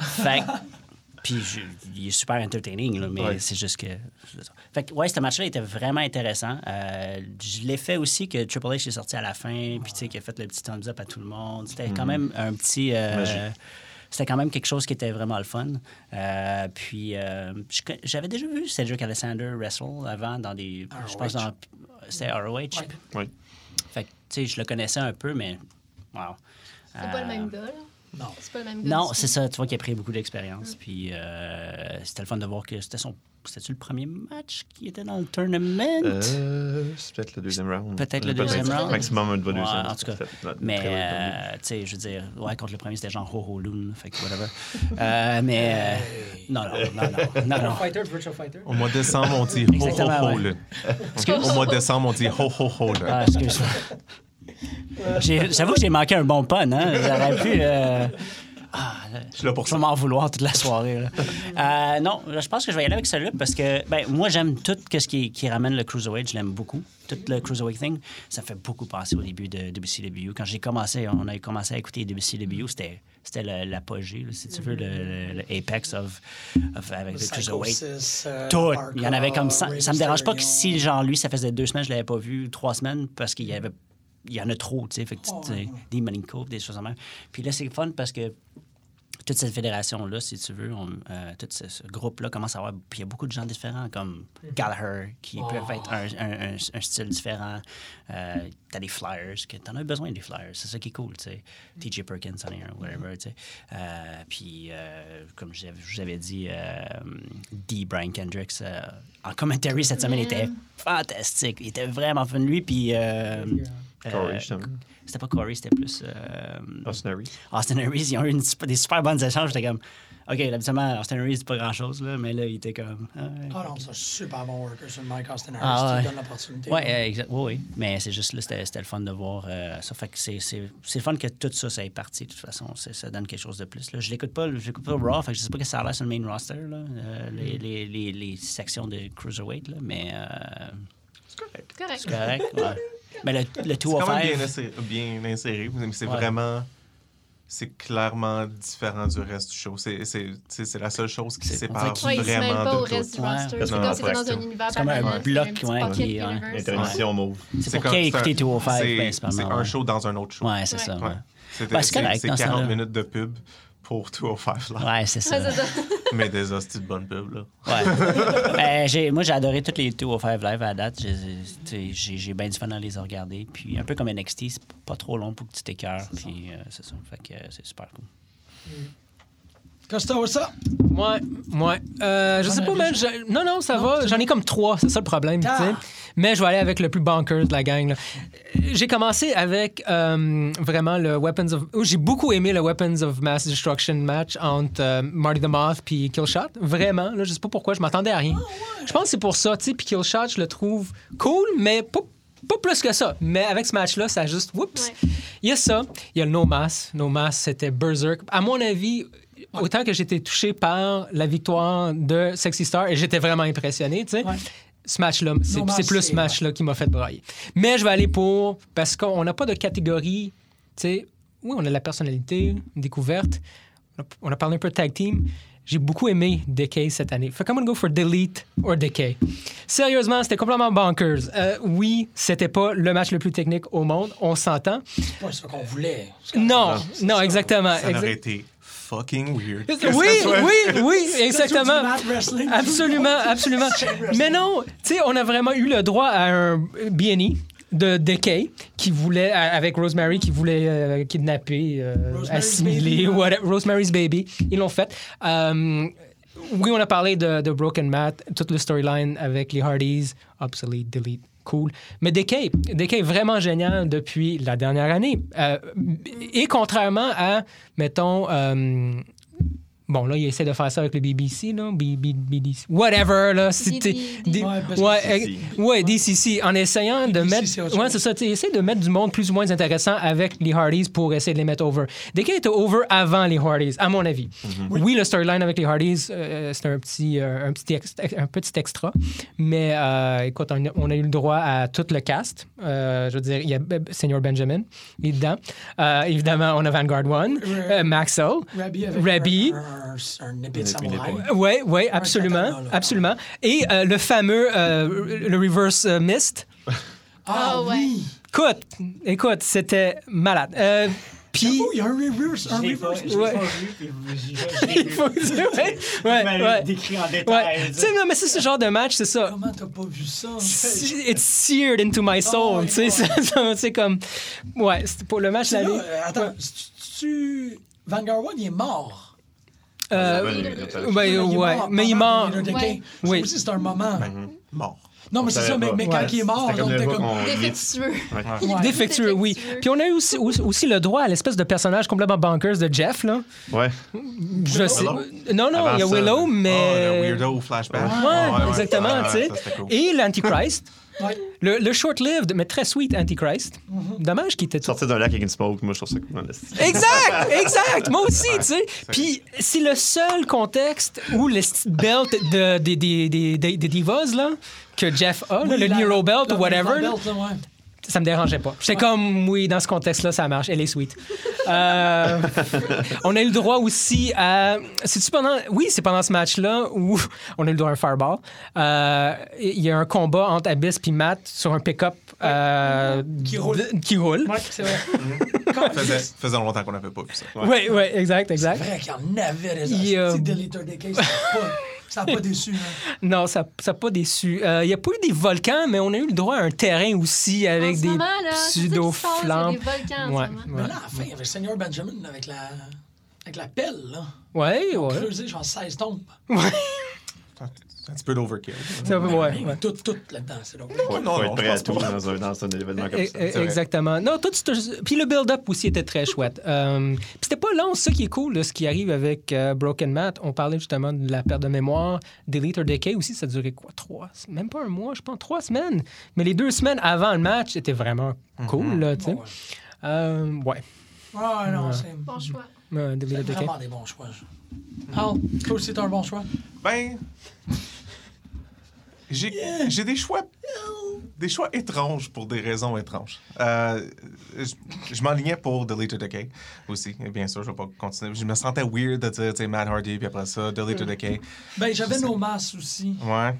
[SPEAKER 8] Fait que- Puis je- il est super entertaining, là, mais
[SPEAKER 4] Ouais.
[SPEAKER 8] c'est juste que. Fait que, ouais, ce match-là était vraiment intéressant. Euh, je l'ai fait aussi que Triple H est sorti à la fin, puis tu sais, qu'il a fait le petit thumbs up à tout le monde. C'était quand même un petit. euh,
[SPEAKER 4] Mhm. Magique.
[SPEAKER 8] c'était quand même quelque chose qui était vraiment le fun. Euh, puis, euh, je con- j'avais déjà vu Cedric Alexander wrestle avant dans des. Je pense dans. C'était ROH.
[SPEAKER 4] Oui.
[SPEAKER 8] Fait que, tu sais, je le connaissais un peu, mais. Wow. Euh,
[SPEAKER 6] C'est pas le même gars, là.
[SPEAKER 3] Non.
[SPEAKER 6] C'est pas le même gars
[SPEAKER 8] Non,
[SPEAKER 6] du
[SPEAKER 8] c'est ça. Tu vois qu'il a pris beaucoup d'expérience. Puis euh, c'était le fun de voir que c'était son. C'était-tu le premier match qui était dans le tournament?
[SPEAKER 4] Euh, c'est peut-être le deuxième round.
[SPEAKER 8] Peut-être le deuxième round.
[SPEAKER 4] Maximum un de vos
[SPEAKER 8] Ouais,
[SPEAKER 4] deuxième.
[SPEAKER 8] en tout cas.
[SPEAKER 4] Peut-être notre-
[SPEAKER 8] Mais,
[SPEAKER 4] notre très bon
[SPEAKER 8] euh, tu sais, je veux dire, ouais, contre le premier, c'était genre ho ho loon, fait que whatever. Euh, mais, euh, non, non, non, non, non, non.
[SPEAKER 7] Fighter, Virtual Fighter.
[SPEAKER 9] Au mois de décembre, on dit ho ho
[SPEAKER 8] Exactement,
[SPEAKER 9] ho.
[SPEAKER 8] ouais.
[SPEAKER 9] là. Au mois de décembre, on dit ho ho ho. là.
[SPEAKER 8] Ah, excuse-moi. J'ai- J'avoue que j'ai manqué un bon pun, hein. J'aurais pu. euh, Ah, là,
[SPEAKER 9] Je suis là pour
[SPEAKER 8] je vais
[SPEAKER 9] ça.
[SPEAKER 8] m'en vouloir toute la soirée. là. Euh, non, là, je pense que je vais y aller avec celui-là parce que ben, moi, j'aime tout que ce qui, qui ramène le Cruiserweight. Je l'aime beaucoup. Tout le Cruiserweight thing, ça fait beaucoup passer au début de WCW. Quand j'ai commencé, on a commencé à écouter WCW, c'était c'était le- l'apogée, là, si tu veux, le, le- le apex of, of- avec le Cruiserweight.
[SPEAKER 3] Psychosis, euh,
[SPEAKER 8] Tout.
[SPEAKER 3] Parker,
[SPEAKER 8] Il y en avait comme ça. Ça me
[SPEAKER 3] Ray
[SPEAKER 8] dérange pas que
[SPEAKER 3] Mysterio.
[SPEAKER 8] si, genre, lui, ça faisait deux semaines, je l'avais pas vu, trois semaines, parce qu'il y avait. Il y en a trop, tu sais. Fait que, tu- tu sais, des Malenko, des choses comme ça. Puis là, c'est fun parce que toute cette fédération-là, si tu veux, on, euh, tout ce, ce groupe-là commence à avoir. Puis il y a beaucoup de gens différents, comme Gallagher, qui peuvent être un, un- un- un style différent. Euh, t'as des flyers, que t'en as besoin des flyers, c'est ça qui est cool, tu sais. TJ Perkins, en est un, whatever, tu sais. Euh, puis, euh, comme je vous avais dit, euh, D. Brian Kendricks, euh, en commentary cette semaine, il était fantastique. Il était vraiment fun, lui. Puis. euh,
[SPEAKER 4] Corey,
[SPEAKER 8] euh,
[SPEAKER 4] justement.
[SPEAKER 8] c'était pas Corey, c'était plus. euh,
[SPEAKER 4] Austin Harry.
[SPEAKER 8] Austin Harris, ils ont eu une super- des super bonnes échanges. J'étais comme, OK, habituellement, Austin Harris dit pas grand-chose, là, mais là, il était comme. Ah, ouais.
[SPEAKER 3] Ah non, c'est un super bon worker sur Mike Austin Harris
[SPEAKER 8] Ah,
[SPEAKER 3] qui
[SPEAKER 8] ouais.
[SPEAKER 3] donne l'opportunité.
[SPEAKER 8] Ouais, euh, exact. Oui, oui. Mais c'est juste là, c'était c'était le fun de voir euh, ça. Fait que c'est- c'est c'est le fun que tout ça, ça est parti. De toute façon, C'est- ça donne quelque chose de plus. Là. Je l'écoute pas, je l'écoute pas Raw, fait que je sais pas que ça a l'air sur le main roster, là, euh, les,
[SPEAKER 3] Hmm.
[SPEAKER 8] les, les, les sections de Cruiserweight, là, mais euh,
[SPEAKER 6] C'est correct.
[SPEAKER 8] c'est correct. ouais. Mais le, oh le
[SPEAKER 9] C'est quand même
[SPEAKER 8] 205.
[SPEAKER 9] bien inséré, bien inséré, mais c'est
[SPEAKER 8] Ouais.
[SPEAKER 9] vraiment. C'est clairement différent du reste du show. C'est- C'est c'est- c'est la seule chose qui
[SPEAKER 8] C'est- on
[SPEAKER 9] sépare
[SPEAKER 8] dirait qu'il
[SPEAKER 6] Ouais, il se mêle
[SPEAKER 9] vraiment
[SPEAKER 6] pas au
[SPEAKER 9] de tout.
[SPEAKER 6] reste du
[SPEAKER 8] Ouais.
[SPEAKER 6] roster.
[SPEAKER 4] Parce
[SPEAKER 6] C'est
[SPEAKER 4] qu'on
[SPEAKER 6] comme
[SPEAKER 4] a
[SPEAKER 6] si c'était dans
[SPEAKER 4] l'impression.
[SPEAKER 6] un univers
[SPEAKER 8] C'est comme un
[SPEAKER 6] parallèle,
[SPEAKER 8] bloc,
[SPEAKER 6] un petit
[SPEAKER 8] ouais,
[SPEAKER 6] pocket
[SPEAKER 8] qui est- ouais.
[SPEAKER 6] universe.
[SPEAKER 4] Intermission move.
[SPEAKER 8] C'est pour
[SPEAKER 9] comme-
[SPEAKER 8] qui a
[SPEAKER 9] c'est un-
[SPEAKER 8] écouté 205,
[SPEAKER 9] c'est-
[SPEAKER 8] principalement,
[SPEAKER 9] C'est un
[SPEAKER 8] ouais.
[SPEAKER 9] show dans un autre show.
[SPEAKER 8] Ouais, c'est ça.
[SPEAKER 9] Ouais.
[SPEAKER 8] Ouais,
[SPEAKER 9] C'était-
[SPEAKER 8] Ouais, c'est
[SPEAKER 9] C'est
[SPEAKER 8] correct,
[SPEAKER 9] c'est
[SPEAKER 8] dans ce
[SPEAKER 9] 40
[SPEAKER 8] temps-là.
[SPEAKER 9] minutes de pub pour 205 Live.
[SPEAKER 8] ouais c'est ça.
[SPEAKER 6] Ouais, c'est ça.
[SPEAKER 9] Mais des hosties de bonne pub, là.
[SPEAKER 8] Ouais. Ben, j'ai- moi, j'ai adoré toutes les Two Five Live à la date. J'ai- j'ai- J'ai j'ai bien du fun à les regarder. Puis, un peu comme NXT, c'est pas trop long pour que tu t'écœures. Puis, euh, c'est ça. Fait que euh, c'est super cool.
[SPEAKER 3] Costa, what's up?
[SPEAKER 7] Ouais, ouais. Euh, je sais pas, man. je- Non, non, ça va. J'en ai comme trois, c'est ça le problème. tu sais.
[SPEAKER 3] Ah.
[SPEAKER 7] Mais je vais aller avec le plus bonkers de la gang. là. Euh, J'ai commencé avec euh, vraiment le Weapons of. oh, J'ai beaucoup aimé le Weapons of Mass Destruction match entre euh, Marty the Moth puis Killshot. Vraiment, là, je sais pas pourquoi, je m'attendais à
[SPEAKER 3] Ah,
[SPEAKER 7] rien. Je pense que c'est pour ça, tu sais. Puis Killshot, je le trouve cool, mais pas, pas plus que ça. Mais avec ce match-là, ça a juste. Oups!
[SPEAKER 6] Ouais.
[SPEAKER 7] Il y a ça, il y a le No Mass. No Mass, c'était Berserk. À mon avis, autant que j'étais touché par la victoire de Sexy Star et j'étais vraiment impressionné, tu sais.
[SPEAKER 3] Ouais.
[SPEAKER 7] Ce match-là, c'est
[SPEAKER 3] No Mass,
[SPEAKER 7] c'est plus
[SPEAKER 3] c'est-
[SPEAKER 7] ce match-là qui m'a fait brailler. Mais je vais aller pour. Parce qu'on n'a pas de catégorie, tu sais. Oui, on a de la personnalité, une découverte. On a, on a parlé un peu de tag team. J'ai beaucoup aimé Decay cette année. Fait que I'm gonna go for Delete or Decay. Sérieusement, c'était complètement bonkers. Euh, oui, c'était pas le match le plus technique au monde, on s'entend.
[SPEAKER 3] C'est pas ce qu'on voulait. C'est quand-
[SPEAKER 7] Non, non, exactement.
[SPEAKER 9] Ça aurait
[SPEAKER 7] exact-
[SPEAKER 9] été fucking weird.
[SPEAKER 7] Oui, oui, oui,
[SPEAKER 3] C'est du
[SPEAKER 7] exactement.
[SPEAKER 3] mat wrestling.
[SPEAKER 7] Absolument, absolument. Mais non, tu sais, on a vraiment eu le droit à un BNE de Decay qui voulait, à- avec Rosemary, qui voulait euh, kidnapper, euh,
[SPEAKER 3] Rosemary's
[SPEAKER 7] assimiler,
[SPEAKER 3] Baby.
[SPEAKER 7] whatever, Rosemary's Baby. Ils l'ont fait. Euh, oui, on a parlé de, de Broken Matt, toute le storyline avec les Hardys, obsolete, delete. Cool. Mais Decay, Decay est vraiment génial depuis la dernière année. Euh, et contrairement à, mettons, euh, Bon, là, il essaie de faire ça avec le BBC, là. B- B- BDC. Whatever, là. si t'es-
[SPEAKER 6] DD.
[SPEAKER 7] D-
[SPEAKER 3] Ouais, parce que
[SPEAKER 7] Ouais, euh, ouais, DCC. En essayant de
[SPEAKER 3] DCC,
[SPEAKER 7] mettre.
[SPEAKER 3] c'est autre
[SPEAKER 7] Ouais,
[SPEAKER 3] chose.
[SPEAKER 7] c'est ça. tu sais, Essaie de mettre du monde plus ou moins intéressant avec les Hardys pour essayer de les mettre over. Decay était over avant les Hardys, à mon avis.
[SPEAKER 3] Mhm.
[SPEAKER 7] Oui, le storyline avec les Hardys, euh, c'est un petit, euh, un, petit ex- un petit extra. Mais euh, écoute, on, a- on a eu le droit à tout le cast. Euh, je veux dire, il y a euh, Senior Benjamin, il est dedans. Euh, évidemment, on a Vanguard One, euh, Maxwell,
[SPEAKER 3] Rabbi avec
[SPEAKER 7] Rabbi.
[SPEAKER 3] un, un, un, un épée de
[SPEAKER 4] Une épée
[SPEAKER 3] samouraï.
[SPEAKER 4] d'épée.
[SPEAKER 7] Oui, oui,
[SPEAKER 3] katana,
[SPEAKER 7] Euh, absolument,
[SPEAKER 3] là.
[SPEAKER 7] absolument. Et euh, le fameux, euh, le reverse euh, mist.
[SPEAKER 3] Ah
[SPEAKER 6] Ah, ouais.
[SPEAKER 3] oui!
[SPEAKER 7] Écoute, écoute, c'était malade. Euh, Puis,
[SPEAKER 3] Oh, il y a un reverse, un reverse.
[SPEAKER 7] Ouais. il faut dire, ouais, ouais, ouais.
[SPEAKER 8] décrit en
[SPEAKER 7] Ouais. Tu sais, non, mais c'est ce genre de match, c'est ça.
[SPEAKER 3] Comment t'as pas vu ça?
[SPEAKER 7] Si- It's seared into my
[SPEAKER 3] Oh
[SPEAKER 7] soul.
[SPEAKER 3] my
[SPEAKER 7] tu sais,
[SPEAKER 3] God.
[SPEAKER 7] c'est- c'est comme, ouais, c'était pour le match
[SPEAKER 3] Là,
[SPEAKER 7] l'année.
[SPEAKER 3] euh, attends, c'est- tu Vanguard One, il est mort.
[SPEAKER 7] Euh,
[SPEAKER 4] Ouais,
[SPEAKER 7] ben, ouais, mais il
[SPEAKER 3] pendant
[SPEAKER 7] meurt.
[SPEAKER 3] Leader Decay.
[SPEAKER 6] Ouais.
[SPEAKER 3] Ça
[SPEAKER 7] Oui.
[SPEAKER 3] aussi, c'est un moment.
[SPEAKER 9] Mort.
[SPEAKER 3] Non,
[SPEAKER 4] Ben, On
[SPEAKER 3] mais c'est
[SPEAKER 4] savait
[SPEAKER 3] ça, mais,
[SPEAKER 4] pas.
[SPEAKER 3] mais quand
[SPEAKER 7] Ouais.
[SPEAKER 3] il est mort,
[SPEAKER 4] C'était
[SPEAKER 3] on
[SPEAKER 4] comme le
[SPEAKER 3] était
[SPEAKER 4] voix
[SPEAKER 3] comme.
[SPEAKER 4] qu'on-
[SPEAKER 6] Défectueux.
[SPEAKER 3] Ouais.
[SPEAKER 7] Défectueux, oui.
[SPEAKER 6] Défectueux.
[SPEAKER 7] Puis on a eu aussi, aussi, aussi le droit à l'espèce de personnage complètement bonkers de Jeff, là.
[SPEAKER 4] Ouais.
[SPEAKER 7] Je sais.
[SPEAKER 4] Willow?
[SPEAKER 7] Non, non,
[SPEAKER 4] Avant
[SPEAKER 7] il y a
[SPEAKER 4] ça,
[SPEAKER 7] Willow,
[SPEAKER 4] le-
[SPEAKER 9] Oh, le
[SPEAKER 7] mais.
[SPEAKER 9] weirdo au flashback.
[SPEAKER 7] Ouais,
[SPEAKER 9] Ah,
[SPEAKER 7] exactement,
[SPEAKER 9] Ah,
[SPEAKER 7] tu sais.
[SPEAKER 9] ça, c'était cool.
[SPEAKER 7] Et l'Antichrist.
[SPEAKER 3] Ouais. Mm-hmm.
[SPEAKER 7] Le, le short-lived, mais très sweet Antichrist. Dommage qu'il était tout.
[SPEAKER 4] Sortir d'un lac avec une smoke, moi, je trouve ça cool. hein, Est-ce
[SPEAKER 7] Exact, exact. Moi aussi, tu sais. Puis c'est le seul contexte où le sti- belt de- des des- des- des- des divas là que Jeff a, là,
[SPEAKER 3] Oui,
[SPEAKER 7] le
[SPEAKER 3] la-
[SPEAKER 7] Nero belt
[SPEAKER 3] la-
[SPEAKER 7] ou whatever,
[SPEAKER 3] la
[SPEAKER 7] là,
[SPEAKER 3] belt, là, ouais.
[SPEAKER 7] ça me dérangeait pas. J'étais comme oui, dans ce contexte-là, ça marche. Elle est sweet. Euh, on a eu le droit aussi à. C'est pendant. Oui, c'est pendant ce match-là où on a eu le droit à un fireball. Euh, Il y a un combat entre Abyss puis Matt sur un pick-up euh,
[SPEAKER 3] Qui roule.
[SPEAKER 7] de- qui roule.
[SPEAKER 3] Ouais, c'est vrai. Quand-
[SPEAKER 9] Faisait, faisait longtemps qu'on n'avait pas vu ça.
[SPEAKER 7] Ouais, ouais, exact, exact.
[SPEAKER 3] C'est vrai qu'il y en avait des
[SPEAKER 7] Il, euh,
[SPEAKER 3] yeah. Deleter Decay. ça a pas- Ça n'a pas déçu. hein.
[SPEAKER 7] Non, ça n'a pas déçu. Euh, Il n'y a pas eu des volcans, mais on a eu le droit à un terrain aussi avec
[SPEAKER 6] En ce
[SPEAKER 7] des
[SPEAKER 6] moment, là, c'est ça qui se passe, il y a
[SPEAKER 7] pseudo-flampes.
[SPEAKER 6] Des volcans en
[SPEAKER 7] Ouais,
[SPEAKER 6] ce moment.
[SPEAKER 3] Mais là, à la fin, il y avait Seigneur Benjamin avec la, avec la pelle. Là.
[SPEAKER 7] ouais. Ouais, ouais.
[SPEAKER 3] Creusé genre 16 tombes.
[SPEAKER 9] C'est un petit peu d'overkill.
[SPEAKER 7] Ça peut- ouais,
[SPEAKER 3] Il
[SPEAKER 7] ouais.
[SPEAKER 3] tout, tout là-dedans. C'est donc.
[SPEAKER 4] Faut,
[SPEAKER 9] non,
[SPEAKER 4] faut
[SPEAKER 9] non,
[SPEAKER 4] être prêt
[SPEAKER 9] je
[SPEAKER 4] à
[SPEAKER 9] pense
[SPEAKER 4] tout
[SPEAKER 9] pas.
[SPEAKER 4] dans un, dans un événement comme
[SPEAKER 7] Eh,
[SPEAKER 4] ça.
[SPEAKER 7] eh,
[SPEAKER 9] vrai.
[SPEAKER 7] Exactement. Non, toi, tu te- Puis le build-up aussi était très chouette. Euh, puis c'était pas long, ça qui est cool, là, ce qui arrive avec euh, Broken Matt. On parlait justement de la perte de mémoire. Delete or Decay aussi, ça durait quoi? Trois? Même pas un mois, je pense. Trois semaines. Mais les deux semaines avant le match étaient vraiment
[SPEAKER 4] Mhm.
[SPEAKER 7] cool, là, tu sais.
[SPEAKER 3] Ouais.
[SPEAKER 7] Euh, ouais.
[SPEAKER 3] Ah non, c'est
[SPEAKER 6] Bon choix.
[SPEAKER 7] Euh, Delete or Decay.
[SPEAKER 3] vraiment des bons choix. je-
[SPEAKER 8] Ah
[SPEAKER 3] Al, toi aussi, t'as un bon choix.
[SPEAKER 9] Ben. J'ai j'ai des choix. Des choix étranges pour des raisons étranges. Euh, je je m'enlignais pour Delete or Decay aussi, et bien sûr, je vais pas continuer. Je me sentais weird de dire, tu sais, Matt Hardy, puis après ça, Delete or Decay.
[SPEAKER 3] Ben, j'avais nos masses aussi,
[SPEAKER 7] Mm.
[SPEAKER 9] Ouais,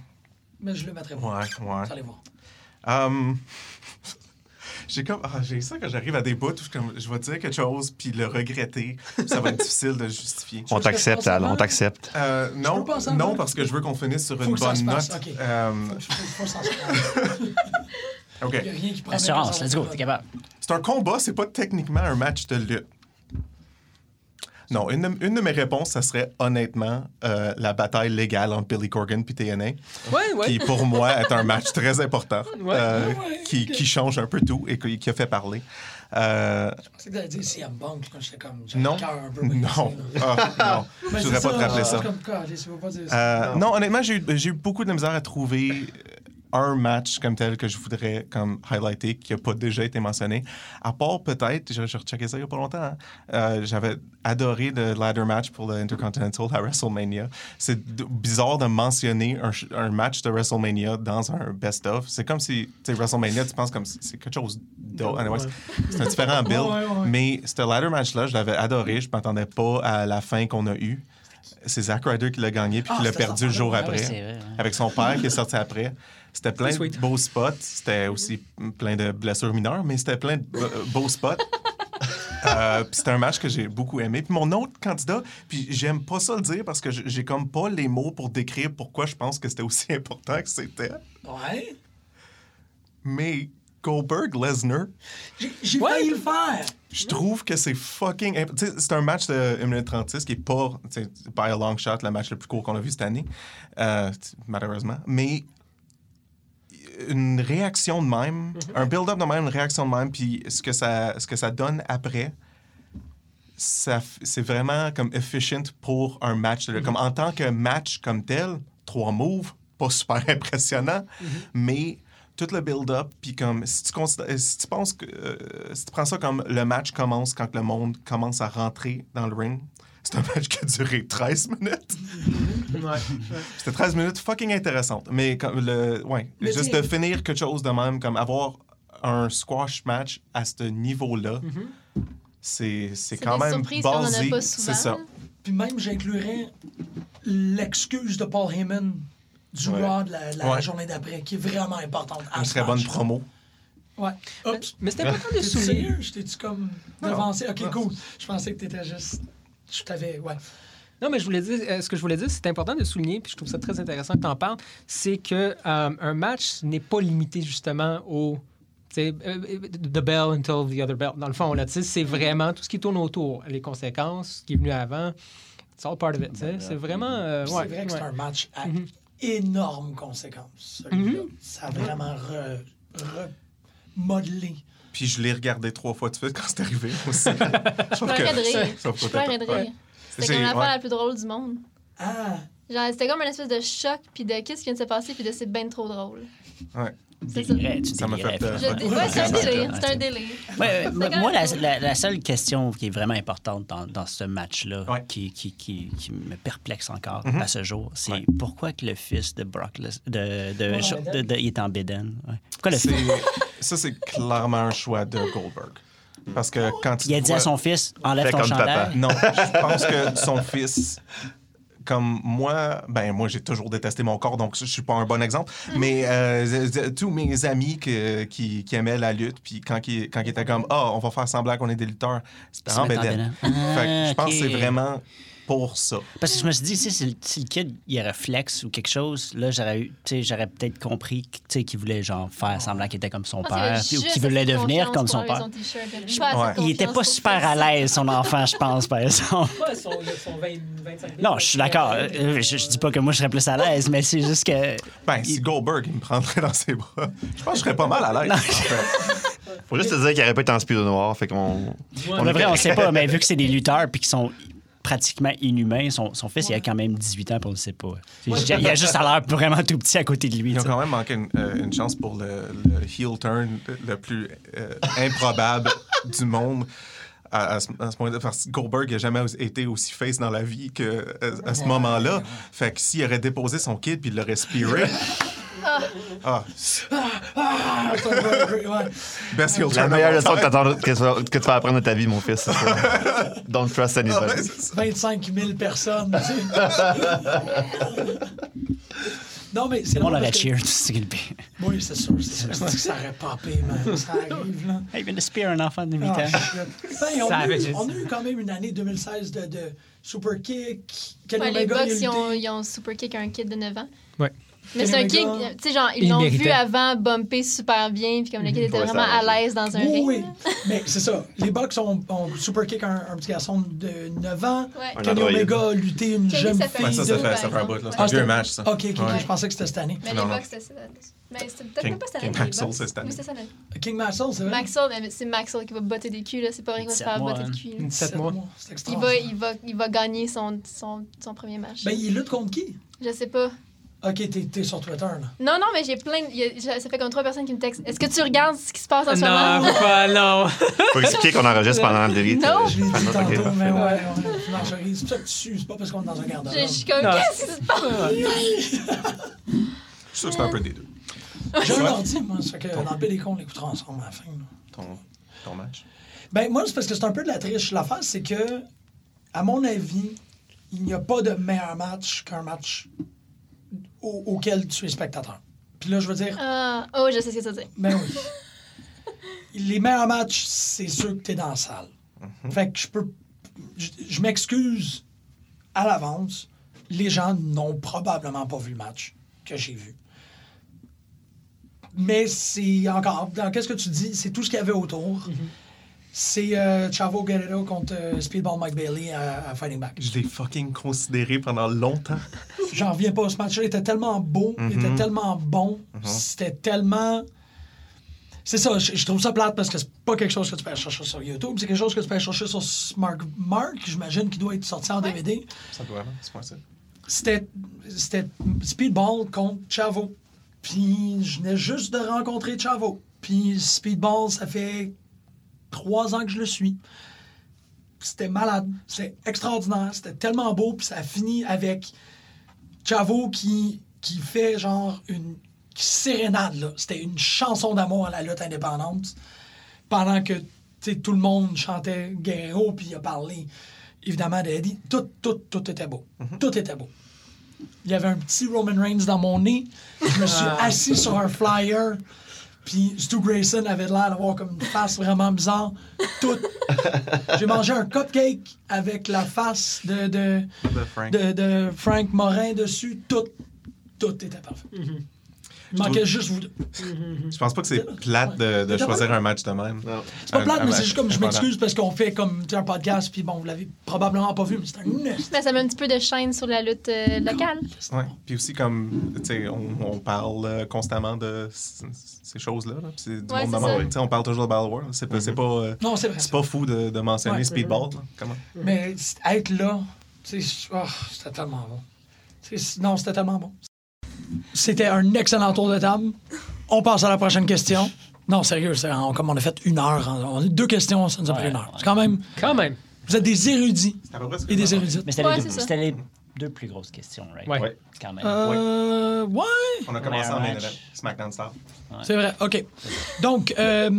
[SPEAKER 3] mais je le mettrais pas.
[SPEAKER 9] ouais, ouais.
[SPEAKER 3] Allez voir.
[SPEAKER 9] Um, j'ai comme ah, j'ai ça quand j'arrive à des bouts où je, suis comme, je vais dire quelque chose puis le regretter, ça va être difficile de le justifier.
[SPEAKER 4] On t'accepte, Al, on t'accepte.
[SPEAKER 9] Euh, non,
[SPEAKER 3] pas en savoir.
[SPEAKER 9] non parce que je veux qu'on finisse sur
[SPEAKER 3] Faut
[SPEAKER 9] une
[SPEAKER 3] que ça se
[SPEAKER 9] bonne
[SPEAKER 3] passe,
[SPEAKER 9] note.
[SPEAKER 3] ok.
[SPEAKER 9] Um,
[SPEAKER 3] Faut- faut- faut s'en sortir.
[SPEAKER 9] ok.
[SPEAKER 3] Il y a rien qui prend.
[SPEAKER 8] Assurance, let's go, t'es capable.
[SPEAKER 9] C'est un combat, c'est pas techniquement un match de lutte. Non, une de, une de mes réponses, ça serait honnêtement euh, la bataille légale entre Billy Corgan et TNA,
[SPEAKER 7] Ouais, ouais.
[SPEAKER 9] qui pour moi est un match très important,
[SPEAKER 7] Ouais.
[SPEAKER 9] euh, qui, qui change un peu tout et qui, qui a fait parler. Euh,
[SPEAKER 3] C'est que t'allais dire CM Punk, quand j'étais comme. j'avais
[SPEAKER 9] Non.
[SPEAKER 3] le cœur un peu brisé,
[SPEAKER 9] Non.
[SPEAKER 3] là.
[SPEAKER 9] Ah,
[SPEAKER 3] Ben,
[SPEAKER 9] non. Je
[SPEAKER 3] c'est
[SPEAKER 9] voudrais pas te rappeler
[SPEAKER 3] je suis
[SPEAKER 9] ça.
[SPEAKER 3] comme, Calais, je veux pas dire ça.
[SPEAKER 9] Euh, non, honnêtement, j'ai eu, j'ai eu beaucoup de misère à trouver euh, un match comme tel que je voudrais comme highlighter qui n'a pas déjà été mentionné. À part peut-être, je, je recheckais ça il n'y a pas longtemps, hein, euh, j'avais adoré le ladder match pour le Intercontinental à WrestleMania. C'est d- bizarre de mentionner un, ch- un match de WrestleMania dans un best-of. C'est comme si, tu sais, WrestleMania, tu penses comme si c'est quelque chose d'autre. Anyways, C'est un différent build.
[SPEAKER 3] Ouais, ouais, ouais.
[SPEAKER 9] Mais ce ladder match-là, je l'avais adoré. Je ne m'attendais pas à la fin qu'on a eue. C'est Zack Ryder qui l'a gagné puis
[SPEAKER 3] Ah,
[SPEAKER 9] qui l'a
[SPEAKER 3] c'était
[SPEAKER 9] perdu le
[SPEAKER 3] sympa.
[SPEAKER 9] jour
[SPEAKER 3] Ah,
[SPEAKER 9] après.
[SPEAKER 8] ouais, c'est vrai, hein.
[SPEAKER 9] Avec son père qui est sorti après. C'était plein
[SPEAKER 7] Sweet.
[SPEAKER 9] de beaux spots. C'était aussi plein de blessures mineures, mais c'était plein de be- euh, beaux spots. Euh, puis c'était un match que j'ai beaucoup aimé. Puis mon autre candidat, puis j'aime pas ça le dire parce que j- j'ai comme pas les mots pour décrire pourquoi je pense que c'était aussi important que c'était.
[SPEAKER 3] Ouais.
[SPEAKER 9] Mais Goldberg Lesnar,
[SPEAKER 3] J'ai- J'ai failli le faire.
[SPEAKER 9] je trouve que c'est fucking. imp- tu sais, C'est un match de 1 minute 36 qui est pas, tu sais, by a long shot, le match le plus court qu'on a vu cette année, euh, t- malheureusement. Mais une réaction de même, un build-up de même, une réaction de même, puis ce que ça, ce que ça donne après, ça f- c'est vraiment comme efficient pour un match. de- Comme en tant que match comme tel, trois moves, pas super impressionnant, mais tout le build-up, puis comme si tu, considères- si tu penses que euh, si tu prends ça comme le match commence quand le monde commence à rentrer dans le ring, c'est un match qui a duré 13 minutes. C'était 13 minutes fucking intéressantes. Mais comme le, ouais,
[SPEAKER 3] Mais
[SPEAKER 9] juste
[SPEAKER 3] tu-
[SPEAKER 9] de finir quelque chose de même, comme avoir un squash match à ce niveau-là, c'est
[SPEAKER 6] Mhm.
[SPEAKER 9] c'est
[SPEAKER 6] C'est
[SPEAKER 9] quand
[SPEAKER 6] des
[SPEAKER 9] même
[SPEAKER 6] surprises qu'on en a
[SPEAKER 9] basé.
[SPEAKER 6] pas
[SPEAKER 9] C'est
[SPEAKER 6] souvent,
[SPEAKER 9] ça.
[SPEAKER 6] là.
[SPEAKER 3] Puis même, j'inclurais l'excuse de Paul Heyman du
[SPEAKER 4] Ouais.
[SPEAKER 3] gars de la, la
[SPEAKER 9] Ouais.
[SPEAKER 3] journée d'après, qui est vraiment importante. à
[SPEAKER 9] Une
[SPEAKER 3] ce
[SPEAKER 9] très bonne
[SPEAKER 3] match.
[SPEAKER 9] promo.
[SPEAKER 3] Ouais. Oups.
[SPEAKER 7] Mais c'était important de
[SPEAKER 3] T'es-tu
[SPEAKER 7] souligner.
[SPEAKER 3] sérieux? J'étais-tu comme devancé? Ok, cool. Je pensais que t'étais juste... Je t'avais... Ouais.
[SPEAKER 7] Non, mais je voulais dire, euh, ce que je voulais dire, c'est important de souligner, puis je trouve ça très intéressant que tu en parles, c'est que euh, un match n'est pas limité justement au sais, euh, The bell until the other bell. Dans le fond, là, tu sais, c'est vraiment tout ce qui tourne autour, les conséquences, ce qui est venu avant. It's all part of it. tu sais. C'est vraiment. euh,
[SPEAKER 3] C'est
[SPEAKER 7] ouais,
[SPEAKER 3] vrai que c'est
[SPEAKER 7] ouais.
[SPEAKER 3] un match à énorme conséquence. celui-là. Ça a vraiment re- remodelé.
[SPEAKER 9] Puis je l'ai regardé trois fois de suite quand c'est arrivé aussi. je trouve
[SPEAKER 6] pleurais de rire.
[SPEAKER 9] Sauf
[SPEAKER 6] Je
[SPEAKER 9] que-
[SPEAKER 6] pleurais de
[SPEAKER 9] ouais.
[SPEAKER 6] rire. C'était
[SPEAKER 9] J'ai-
[SPEAKER 6] comme l'affaire
[SPEAKER 9] ouais.
[SPEAKER 6] la plus drôle du monde.
[SPEAKER 3] Ah,
[SPEAKER 6] Genre, c'était comme une espèce de choc, puis de qu'est-ce qui vient de se passer, puis de c'est ben trop drôle.
[SPEAKER 9] Ouais.
[SPEAKER 6] C'est ça.
[SPEAKER 8] Délirait, tu
[SPEAKER 9] Ça m'a fait
[SPEAKER 8] délirais,
[SPEAKER 9] peur.
[SPEAKER 6] Je
[SPEAKER 8] finalement.
[SPEAKER 6] dis, ouais, c'est un
[SPEAKER 8] Ouais,
[SPEAKER 6] délire.
[SPEAKER 8] ouais,
[SPEAKER 6] C'est un délire.
[SPEAKER 8] Ouais, ouais, moi,
[SPEAKER 6] quand
[SPEAKER 8] moi, la,
[SPEAKER 6] même-
[SPEAKER 8] la- la seule question qui est vraiment importante dans, dans ce match-là,
[SPEAKER 9] Ouais. Mm-hmm.
[SPEAKER 8] qui, qui, qui, qui me perplexe encore à ce jour, c'est pourquoi que le fils de Brock, Les- de, de,
[SPEAKER 3] en
[SPEAKER 8] de- de- il est en Beden. Ouais. Pourquoi Ah, le fils?
[SPEAKER 9] C'est- Ça, c'est clairement un choix de Goldberg. Parce que quand tu
[SPEAKER 8] Il a
[SPEAKER 9] te
[SPEAKER 8] dit à
[SPEAKER 9] vois-
[SPEAKER 8] son fils, enlève
[SPEAKER 4] Fais
[SPEAKER 8] ton
[SPEAKER 4] comme
[SPEAKER 8] chandail.
[SPEAKER 4] papa.
[SPEAKER 9] Non, je pense que son fils, comme moi, ben moi j'ai toujours détesté mon corps, donc je suis pas un bon exemple. Mais euh, z- z- tous mes amis que- qui, qui aimaient la lutte, puis quand ils, quand ils étaient comme ah on va faire semblant qu'on est des lutteurs, c'était
[SPEAKER 8] Ils se
[SPEAKER 9] en
[SPEAKER 8] mettent en
[SPEAKER 9] bédaine.
[SPEAKER 8] bédaine.
[SPEAKER 9] Fait que je
[SPEAKER 8] Ah,
[SPEAKER 9] pense
[SPEAKER 8] ok.
[SPEAKER 9] que c'est vraiment pour ça.
[SPEAKER 8] Parce que je me suis dit, tu sais, si, le- si le kid, il a réflexe ou quelque chose, là, j'aurais eu- tu sais, j'aurais peut-être compris que, tu sais, qu'il voulait genre faire semblant qu'il était comme son
[SPEAKER 6] Je pense qu'il avait
[SPEAKER 8] père, puis- ou
[SPEAKER 6] juste
[SPEAKER 8] qu'il voulait
[SPEAKER 6] assez de
[SPEAKER 8] devenir
[SPEAKER 6] confiance
[SPEAKER 8] comme
[SPEAKER 6] pour
[SPEAKER 8] son
[SPEAKER 6] enlever
[SPEAKER 8] père.
[SPEAKER 6] t-shirt. Il avait pas assez de
[SPEAKER 8] Il était
[SPEAKER 6] confiance
[SPEAKER 8] pas
[SPEAKER 6] pour
[SPEAKER 8] super
[SPEAKER 6] faire
[SPEAKER 8] à
[SPEAKER 6] ça.
[SPEAKER 8] l'aise, son enfant, je pense, par exemple.
[SPEAKER 7] Ouais, son, son 20, 25
[SPEAKER 8] Non, je suis d'accord. Euh, Je, je dis pas que moi, je serais plus à l'aise, mais c'est juste que...
[SPEAKER 9] Ben si Goldberg il me prendrait dans ses bras, je pense que je serais pas mal à l'aise. en fait.
[SPEAKER 4] Faut juste te dire qu'il aurait pas été en speedo noir, fait qu'on.
[SPEAKER 8] Pour le vrai, on sait pas, mais vu que c'est des lutteurs puis qu'ils sont pratiquement inhumains, son, son fils, il a quand même 18 ans, puis on le sait pas. C'est juste- Il a juste à l'air vraiment tout petit à côté de lui.
[SPEAKER 9] Ils ont
[SPEAKER 8] tu sais.
[SPEAKER 9] quand même manqué une, euh, une chance pour le, le heel turn le plus euh, improbable du monde. À, à ce, à ce moment-là, parce que Goldberg n'a jamais été aussi face dans la vie qu'à à ce moment-là. Fait que s'il aurait déposé son kid puis il l'aurait spearé. ah,
[SPEAKER 3] ah, c'est un peu- ouais.
[SPEAKER 9] best heel
[SPEAKER 4] La
[SPEAKER 9] turn.
[SPEAKER 4] meilleure
[SPEAKER 9] of all
[SPEAKER 4] leçon que,
[SPEAKER 9] time.
[SPEAKER 4] t'attends- que, ça- que tu vas apprendre de ta vie, mon fils. c'est ça. Don't trust
[SPEAKER 9] Ah,
[SPEAKER 4] anybody.
[SPEAKER 9] ben, c'est ça.
[SPEAKER 3] 25 000 personnes. tu sais. non, mais c'est
[SPEAKER 8] On
[SPEAKER 3] drôle
[SPEAKER 8] l'aurait
[SPEAKER 3] parce que-
[SPEAKER 8] cheer, c'est le pire.
[SPEAKER 3] Oui, c'est sûr, c'est sûr. C'est que ça aurait popé, man. Ça arrive, là.
[SPEAKER 8] Hey, Il vient de spear un enfant de 8
[SPEAKER 3] Ah,
[SPEAKER 8] ans.
[SPEAKER 3] shit. Ben, on,
[SPEAKER 7] Ça
[SPEAKER 3] a
[SPEAKER 7] avait
[SPEAKER 3] eu,
[SPEAKER 7] juste-
[SPEAKER 3] on a eu quand même une année 2016 de, de super kick. Kenny
[SPEAKER 6] Ouais, les
[SPEAKER 3] Omega, il a
[SPEAKER 6] Bucks, ils
[SPEAKER 3] lutté.
[SPEAKER 6] ont, ils ont super kick un kid de 9 ans.
[SPEAKER 7] Ouais.
[SPEAKER 6] Mais c'est un
[SPEAKER 3] Kenny
[SPEAKER 6] kick,
[SPEAKER 3] Omega.
[SPEAKER 6] tu sais, genre, ils
[SPEAKER 7] Il
[SPEAKER 6] l'ont
[SPEAKER 7] méritait.
[SPEAKER 6] vu avant bumper super bien, puis comme le
[SPEAKER 8] Mhm.
[SPEAKER 6] kid était
[SPEAKER 4] Ouais, ça
[SPEAKER 6] vraiment à
[SPEAKER 4] arrange.
[SPEAKER 6] l'aise dans un
[SPEAKER 3] Oui,
[SPEAKER 6] ring.
[SPEAKER 3] oui.
[SPEAKER 6] là.
[SPEAKER 3] Mais c'est ça. Les Bucks ont, ont super kick un, un petit garçon de 9 ans.
[SPEAKER 6] Ouais. Un
[SPEAKER 3] Kenny
[SPEAKER 4] androïde.
[SPEAKER 3] Omega a lutté une
[SPEAKER 6] Kenny,
[SPEAKER 3] jeune
[SPEAKER 6] ça fait
[SPEAKER 3] fille.
[SPEAKER 9] Ouais, ça, ça
[SPEAKER 3] de-
[SPEAKER 9] fait, ça fait un bout. là. C'est
[SPEAKER 3] Ah,
[SPEAKER 9] un
[SPEAKER 3] c'était-
[SPEAKER 9] vieux match, ça.
[SPEAKER 3] Ok, ok, ok,
[SPEAKER 9] Ouais.
[SPEAKER 3] je pensais que c'était cette année.
[SPEAKER 6] Mais
[SPEAKER 9] Non,
[SPEAKER 6] les
[SPEAKER 9] non.
[SPEAKER 6] Bucks, c'était ça. Mais c'était
[SPEAKER 9] King-
[SPEAKER 6] peut-être pas cette
[SPEAKER 9] King
[SPEAKER 6] année.
[SPEAKER 9] Maxwell,
[SPEAKER 6] les Bucks.
[SPEAKER 9] c'est cette année.
[SPEAKER 6] Oui, c'est cette année.
[SPEAKER 3] King Maxwell, c'est vrai?
[SPEAKER 6] Maxwell, mais c'est Maxwell qui va botter des culs, là. C'est pas rien qui va se faire
[SPEAKER 8] 17 mois,
[SPEAKER 6] botter
[SPEAKER 8] hein.
[SPEAKER 6] de cul. là.
[SPEAKER 7] 17
[SPEAKER 3] Sept
[SPEAKER 7] mois.
[SPEAKER 3] C'est
[SPEAKER 6] Il va,
[SPEAKER 3] extraordinaire.
[SPEAKER 6] il, va, il va gagner son, son, son premier match.
[SPEAKER 3] Ben, il lutte contre qui?
[SPEAKER 6] Je sais pas.
[SPEAKER 3] Ok, t'es t'es sur Twitter, là.
[SPEAKER 6] Non, non, mais j'ai plein. de- il y a- ça fait comme trois personnes qui me textent. Est-ce que tu regardes ce qui se passe en ce moment?
[SPEAKER 7] Non, pas non.
[SPEAKER 4] Faut expliquer qu'on enregistre pendant le délire.
[SPEAKER 6] Non.
[SPEAKER 3] Je l'ai dit
[SPEAKER 4] Finalement, ok,
[SPEAKER 3] tantôt, mais
[SPEAKER 4] parfait.
[SPEAKER 3] ouais, on est marcherie. C'est pour ça que tu sues, c'est pas parce qu'on est dans un garde-robe.
[SPEAKER 6] Je je suis comme,
[SPEAKER 7] Non.
[SPEAKER 6] qu'est-ce qui se passe?
[SPEAKER 9] Je suis sûr que c'est un peu des deux.
[SPEAKER 3] J'ai un ordi, moi, ça fait que dans le pire des cons, on l'écoutera ensemble à la fin. là.
[SPEAKER 9] Ton, ton match.
[SPEAKER 3] Ben, moi, c'est parce que c'est un peu de la triche. L'affaire, c'est que, à mon avis, il n'y a pas de meilleur match qu'un match au- auquel tu es spectateur. Puis là, je veux dire,
[SPEAKER 6] Ah, oh, je sais ce que ça veut dire.
[SPEAKER 3] ben oui. Les meilleurs matchs, c'est ceux que tu es dans la salle. Fait que je peux. Je, je m'excuse à l'avance. Les gens n'ont probablement pas vu le match que j'ai vu. Mais c'est encore. dans- Qu'est-ce que tu dis? C'est tout ce qu'il y avait autour. C'est euh, Chavo Guerrero contre euh, Speedball Mike Bailey à, à Fighting Back.
[SPEAKER 9] Je l'ai fucking considéré pendant longtemps.
[SPEAKER 3] J'en reviens pas. Ce match-là était tellement beau, il était tellement bon, c'était tellement. C'est ça, je, je trouve ça plate parce que c'est pas quelque chose que tu peux aller chercher sur YouTube, c'est quelque chose que tu peux aller chercher sur Smart Mark, j'imagine, qui doit être sorti en DVD.
[SPEAKER 9] Ça doit vraiment, c'est moi ça.
[SPEAKER 3] C'était c'était Speedball contre Chavo. Puis je venais juste de rencontrer Chavo. Puis Speedball, ça fait trois ans que je le suis. C'était malade, c'était extraordinaire, c'était tellement beau. Puis ça a fini avec Chavo qui, qui fait genre une sérénade. là. C'était une chanson d'amour à la lutte indépendante pendant que tu sais, tout le monde chantait Guerrero, puis il a parlé évidemment d'Eddie. Tout, tout, tout était beau. Tout était beau. Il y avait un petit Roman Reigns dans mon nez. Je me suis assis sur un flyer. Puis Stu Grayson avait l'air d'avoir comme une face vraiment bizarre. Tout. J'ai mangé un cupcake avec la face de, de,
[SPEAKER 9] De Frank.
[SPEAKER 3] de- de Frank Morin dessus. Tout. Tout était parfait. Il manquait juste vous deux.
[SPEAKER 9] Je pense pas que c'est plate de, de
[SPEAKER 3] Mais t'as
[SPEAKER 9] choisir un match de même.
[SPEAKER 5] Non.
[SPEAKER 3] C'est pas
[SPEAKER 9] Un-
[SPEAKER 3] plate,
[SPEAKER 9] un
[SPEAKER 3] mais
[SPEAKER 9] match
[SPEAKER 3] c'est juste comme je
[SPEAKER 9] indépendant.
[SPEAKER 3] m'excuse parce qu'on fait comme tu sais, un podcast, puis bon, vous l'avez probablement pas vu, mais c'est un.
[SPEAKER 6] Mais Ben, ça met un petit peu de chaîne sur la lutte euh, locale.
[SPEAKER 9] Ouais. Puis aussi, comme, tu sais, on, on parle euh, constamment de c- c- ces choses-là. là. Puis c'est du
[SPEAKER 6] Ouais,
[SPEAKER 9] monde
[SPEAKER 6] c'est
[SPEAKER 9] de
[SPEAKER 6] ça.
[SPEAKER 9] même. Tu sais, on parle toujours de Battle World. C'est pas, c'est pas, euh,
[SPEAKER 3] Mm-hmm. Non, c'est vrai.
[SPEAKER 9] c'est pas fou de, de mentionner
[SPEAKER 3] Ouais.
[SPEAKER 9] Speedball. là. Comment?
[SPEAKER 3] Mais c'est- être là, tu sais, oh, c'était tellement bon. Tu sais, Non, c'était tellement bon. C'était un excellent tour de table. On passe à la prochaine question. Non, sérieux, c'est- on- comme on a fait une heure, on a eu deux questions, ça nous a pris une heure. C'est quand même,
[SPEAKER 7] Quand même.
[SPEAKER 3] vous êtes des érudits
[SPEAKER 9] à peu près ce que
[SPEAKER 3] et des
[SPEAKER 9] je me
[SPEAKER 3] érudites.
[SPEAKER 8] Mais c'était
[SPEAKER 6] Ouais,
[SPEAKER 8] les,
[SPEAKER 6] c'est
[SPEAKER 8] deux-
[SPEAKER 6] ça.
[SPEAKER 8] c'était les deux plus grosses questions, right?
[SPEAKER 7] Ouais.
[SPEAKER 9] Ouais.
[SPEAKER 8] Quand même.
[SPEAKER 3] Euh, ouais,
[SPEAKER 9] On a commencé en
[SPEAKER 8] Ouais,
[SPEAKER 9] main
[SPEAKER 8] match.
[SPEAKER 9] event. SmackDown Star.
[SPEAKER 3] c'est vrai, OK. Donc, euh,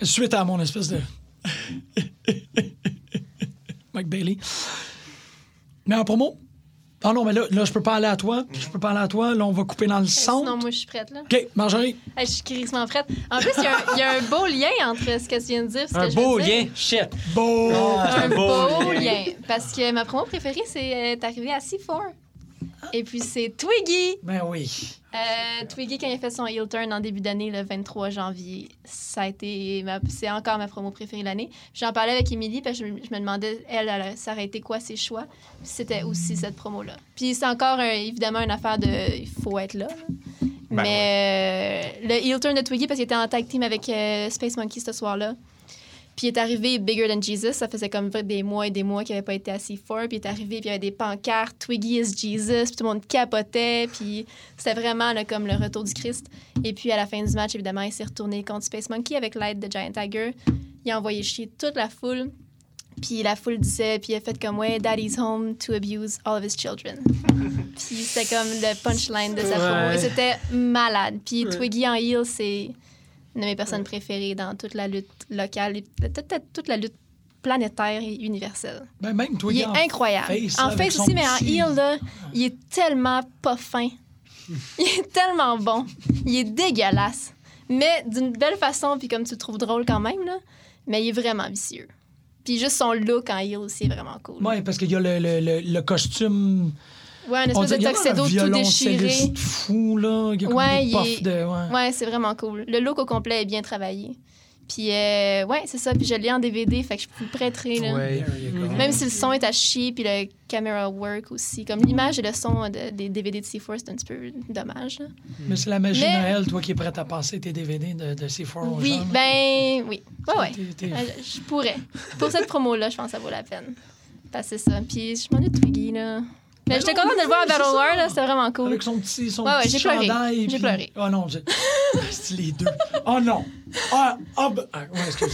[SPEAKER 3] suite à mon espèce de... Mike Bailey. Mais en promo? Ah non, mais là, là je peux pas aller à toi, puis je peux pas aller à toi. Là, on va couper dans le
[SPEAKER 6] Sinon,
[SPEAKER 3] centre.
[SPEAKER 6] moi, je suis prête, là.
[SPEAKER 3] OK, Marjorie.
[SPEAKER 6] Hey, je suis crissement prête. En plus, il y, a un- il y a un beau lien entre ce que tu viens de dire et ce que
[SPEAKER 7] Un
[SPEAKER 6] je
[SPEAKER 7] beau
[SPEAKER 6] veux dire.
[SPEAKER 7] lien. Shit.
[SPEAKER 3] Beau!
[SPEAKER 6] Un beau lien. Parce que ma promo préférée, c'est euh, arrivé à C4. Et puis, c'est Twiggy.
[SPEAKER 3] Ben oui.
[SPEAKER 6] Euh, Twiggy, quand il a fait son heel turn en début d'année, le 23 janvier, ça a été ma- c'est encore ma promo préférée de l'année. J'en parlais avec Émilie, parce que je, me- je me demandais, elle, elle, ça aurait été quoi ses choix. Puis C'était aussi cette promo-là. Puis c'est encore, euh, évidemment, une affaire de... Il faut être là. là.
[SPEAKER 9] Ben
[SPEAKER 6] Mais euh, le heel turn de Twiggy, parce qu'il était en tag team avec euh, Space Monkey ce soir-là. Puis il est arrivé Bigger Than Jesus. Ça faisait comme des mois et des mois qu'il n'avait pas été à C4. Puis il est arrivé, puis il y avait des pancartes Twiggy is Jesus. Puis tout le monde capotait. Puis c'était vraiment là, comme le retour du Christ. Et puis à la fin du match, évidemment, il s'est retourné contre Space Monkey avec l'aide de Giant Tiger. Il a envoyé chier toute la foule. Puis la foule disait, puis il a fait comme ouais, Daddy's home to abuse all of his children. puis c'était comme le punchline de sa promo.
[SPEAKER 7] Ouais.
[SPEAKER 6] Et c'était malade. Puis
[SPEAKER 7] Ouais.
[SPEAKER 6] Twiggy en heel, c'est une de mes personnes préférées dans toute la lutte locale et peut-être toute la lutte planétaire et universelle.
[SPEAKER 3] Ben même toi,
[SPEAKER 6] Il est
[SPEAKER 3] gars,
[SPEAKER 6] incroyable.
[SPEAKER 3] face,
[SPEAKER 6] en
[SPEAKER 3] avec
[SPEAKER 6] face
[SPEAKER 3] son
[SPEAKER 6] aussi, mais en
[SPEAKER 3] petit-
[SPEAKER 6] heel, là, il est tellement pas fin. Il est tellement bon. Il est dégueulasse. Mais d'une belle façon, puis comme tu le trouves drôle quand même, là. Mais il est vraiment vicieux. Puis juste son look en heel aussi est vraiment cool. Ouais,
[SPEAKER 3] Ouais, parce qu'il y a le, le, le, le costume.
[SPEAKER 6] un
[SPEAKER 3] dirait
[SPEAKER 6] espèce de
[SPEAKER 3] qu'il y a un
[SPEAKER 6] tuxedo tout déchiré.
[SPEAKER 3] violoncelliste fou, là. Il y a comme
[SPEAKER 6] Ouais,
[SPEAKER 3] des
[SPEAKER 6] il
[SPEAKER 3] puffs
[SPEAKER 6] est-
[SPEAKER 3] de. Ouais.
[SPEAKER 6] Ouais, c'est vraiment cool. Le look au complet est bien travaillé. Puis, euh, ouais, c'est ça. Puis je l'ai en DVD, fait que je peux le prêter, là.
[SPEAKER 7] Ouais.
[SPEAKER 6] Même si le son est à chier, puis le camera work aussi. Comme l'image et le son de- des DVD de C4, c'est un petit peu dommage. là.
[SPEAKER 3] Mais c'est la magie
[SPEAKER 6] Mais-
[SPEAKER 3] Noël, toi qui es prête à passer tes DVD de, de C4 aux
[SPEAKER 6] Oui,
[SPEAKER 3] gens, là.
[SPEAKER 6] ben oui. Ouais, ouais.
[SPEAKER 3] T'es- t'es-
[SPEAKER 6] Euh, Je pourrais. Pour cette promo-là, je pense que ça vaut la peine. Passer ça. Puis je m'en ai Twiggy, là. Mais j'étais contente de le voir à
[SPEAKER 3] Ben c'est
[SPEAKER 6] Battle
[SPEAKER 3] ça.
[SPEAKER 6] War, là. C'était vraiment cool.
[SPEAKER 3] Avec son petit, son
[SPEAKER 6] Ouais, ouais,
[SPEAKER 3] petit
[SPEAKER 6] j'ai pleuré.
[SPEAKER 3] chandail.
[SPEAKER 6] J'ai
[SPEAKER 3] puis-
[SPEAKER 6] pleuré.
[SPEAKER 3] Oh non, j'ai... c'est les deux. Oh non. Ah, ah, ben- ah, ouais, excuse.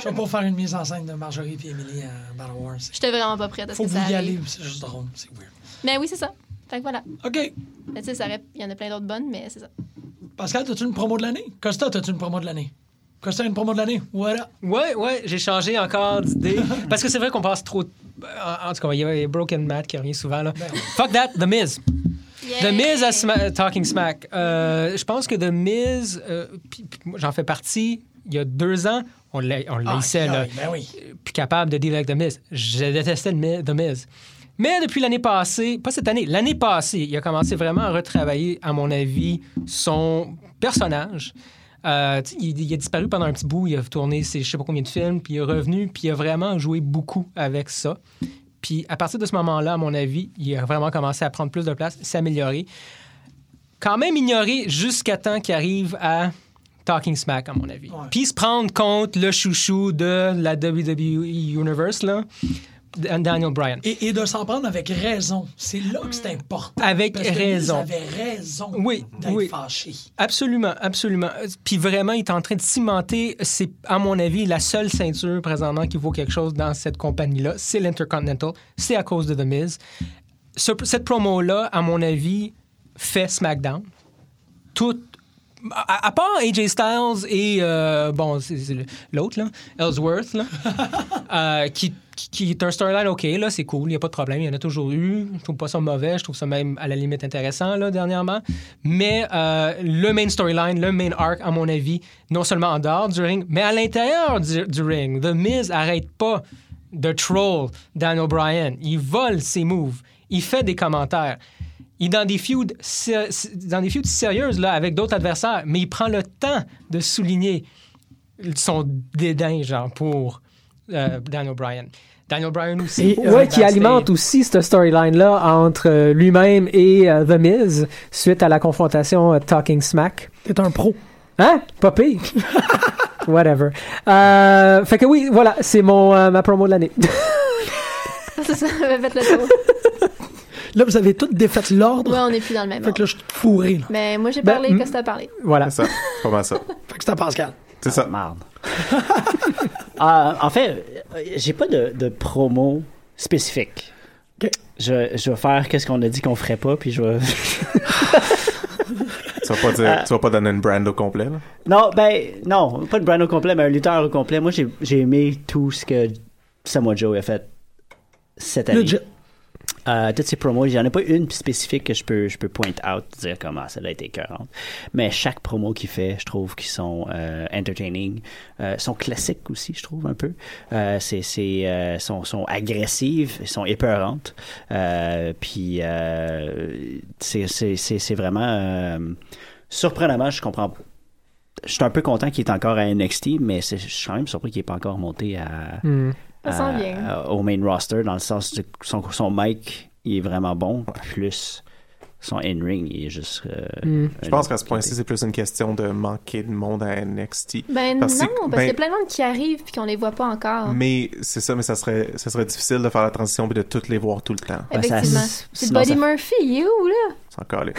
[SPEAKER 3] Je vais pas faire une mise en scène de Marjorie et Emily à Battle Wars.
[SPEAKER 6] J'étais vraiment pas prête à ce
[SPEAKER 3] Faut
[SPEAKER 6] que
[SPEAKER 3] que vous
[SPEAKER 6] ça
[SPEAKER 3] y
[SPEAKER 6] arrive.
[SPEAKER 3] allez, c'est juste drôle, c'est weird.
[SPEAKER 6] Mais oui, c'est ça. Fait que voilà.
[SPEAKER 3] OK.
[SPEAKER 6] Mais tu sais, ça aurait- il y en a plein d'autres bonnes, mais c'est ça.
[SPEAKER 3] Pascal, t'as-tu une promo de l'année? Costa, t'as-tu une promo de l'année? Costa, une promo de l'année? Voilà.
[SPEAKER 7] Ouais, ouais, j'ai changé encore d'idée. Parce que c'est vrai qu'on passe trop. de- En, en tout cas, il y a- il y a Broken Matt qui revient souvent. Là. Fuck that, The Miz. The Miz à Sma- Talking Smack. Euh, je pense que The Miz, euh, puis- puis moi, j'en fais partie, il y a deux ans, on l'a on
[SPEAKER 3] Ah,
[SPEAKER 7] laissait, là.
[SPEAKER 3] aïe, Ben oui.
[SPEAKER 7] plus capable de deal avec The Miz. Je détestais le Mi- The Miz. Mais depuis l'année passée, pas cette année, l'année passée, il a commencé vraiment à retravailler, à mon avis, son personnage. Euh, tu sais, il, il a disparu pendant un petit bout, il a tourné ses, je sais pas combien de films, puis il est revenu, puis il a vraiment joué beaucoup avec ça. Puis à partir de ce moment-là, à mon avis, il a vraiment commencé à prendre plus de place, s'améliorer. Quand même ignoré jusqu'à temps qu'il arrive à Talking Smack, à mon avis.
[SPEAKER 3] Ouais.
[SPEAKER 7] Puis se prendre compte le chouchou de la WWE Universe, là, Dan- Daniel Bryan.
[SPEAKER 3] Et, et de s'en prendre avec raison. C'est là que c'est important.
[SPEAKER 7] Avec
[SPEAKER 3] Parce que
[SPEAKER 7] raison.
[SPEAKER 3] Ils avaient raison
[SPEAKER 7] Oui,
[SPEAKER 3] d'être
[SPEAKER 7] oui.
[SPEAKER 3] fâchés.
[SPEAKER 7] Absolument, absolument. Euh, Puis vraiment, il est en train de cimenter, c'est à mon avis la seule ceinture présentement qui vaut quelque chose dans cette compagnie-là, c'est l'Intercontinental, c'est à cause de The Miz. Ce- cette promo-là, à mon avis, fait SmackDown. Tout, à, à part AJ Styles et, euh, bon, c'est- c'est le- l'autre, là, Ellsworth, là, euh, qui, qui- qui est un storyline OK, là, c'est cool, il n'y a pas de problème, il y en a toujours eu. Je trouve pas ça mauvais, je trouve ça même à la limite intéressant, là, dernièrement. Mais euh, le main storyline, le main arc, à mon avis, non seulement en dehors du ring, mais à l'intérieur du, du ring. The Miz arrête pas de troll Dan O'Brien. Il vole ses moves, il fait des commentaires
[SPEAKER 10] Il est dans des feuds, sé- sé- dans des feuds sérieuses là, avec d'autres adversaires, mais il prend le temps de souligner son dédain, genre, pour euh, Daniel Bryan. Daniel Bryan aussi.
[SPEAKER 7] Et- ouais, qui alimente aussi cette storyline-là entre euh, lui-même et euh, The Miz suite à la confrontation euh, Talking Smack.
[SPEAKER 3] T'es un pro.
[SPEAKER 7] Hein? Pas pire. Whatever. Euh, fait que oui, voilà, c'est mon euh, ma promo de l'année.
[SPEAKER 6] C'est ça, on va mettre le tour.
[SPEAKER 3] Là, vous avez toutes défait l'ordre.
[SPEAKER 6] Ouais, on n'est plus dans le même
[SPEAKER 3] Fait que
[SPEAKER 6] ordre.
[SPEAKER 3] là, je suis fourré. Là.
[SPEAKER 6] Mais moi, j'ai
[SPEAKER 7] Ben,
[SPEAKER 6] parlé,
[SPEAKER 7] hmm.
[SPEAKER 6] Costa a parlé.
[SPEAKER 7] voilà.
[SPEAKER 9] C'est ça. C'est pas mal ça.
[SPEAKER 3] Fait que c'est à Pascal.
[SPEAKER 9] C'est ça.
[SPEAKER 11] Marde.
[SPEAKER 8] Ah, en fait, euh, j'ai pas de, de promo spécifique.
[SPEAKER 3] Ok.
[SPEAKER 8] Je, je vais faire qu'est-ce qu'on a dit qu'on ferait pas, puis je vais.
[SPEAKER 9] Tu vas pas,
[SPEAKER 3] Euh,
[SPEAKER 9] dire, tu vas pas donner une brand au complet. Là.
[SPEAKER 8] non, ben, non, pas de brand au complet, mais un lutteur au complet. Moi, j'ai j'ai aimé tout ce que Samoa Joe a fait cette année.
[SPEAKER 3] Legit.
[SPEAKER 8] Euh, toutes ces promos, j'en ai pas une spécifique que je peux, je peux point out, dire comment ça a été écœurante. Mais chaque promo qu'il fait, je trouve qu'ils sont euh, entertaining. Euh, sont classiques aussi, je trouve, un peu. Euh, c'est, c'est, euh, sont, sont agressives, sont épeurantes. Euh, puis euh, c'est, c'est, c'est, c'est vraiment... euh, surprenamment, je comprends pas. Je suis un peu content qu'il est encore à NXT, mais c'est- je suis quand même surpris qu'il n'est pas encore monté à,
[SPEAKER 7] Hmm.
[SPEAKER 6] Ça
[SPEAKER 8] à-
[SPEAKER 6] sent bien.
[SPEAKER 8] à- euh, au main roster, dans le sens de son, son mic, il est vraiment bon, plus son in-ring, il est juste. euh,
[SPEAKER 7] Hmm.
[SPEAKER 9] Je pense qu'à ce point-ci, c'est plus une question de manquer de monde à NXT.
[SPEAKER 6] Ben
[SPEAKER 9] Parce que-
[SPEAKER 6] non, parce qu'il y a
[SPEAKER 9] ben-
[SPEAKER 6] plein de monde qui arrive puis qu'on les voit pas
[SPEAKER 3] Ah.
[SPEAKER 6] encore.
[SPEAKER 9] Mais c'est ça, mais ça serait, ça serait difficile de faire la transition et de toutes les voir tout le temps.
[SPEAKER 8] ben, ça-
[SPEAKER 6] Effectivement. C'est
[SPEAKER 8] sinon,
[SPEAKER 6] Buddy
[SPEAKER 8] ça-
[SPEAKER 6] Murphy, il est où, là?
[SPEAKER 9] C'est encore les...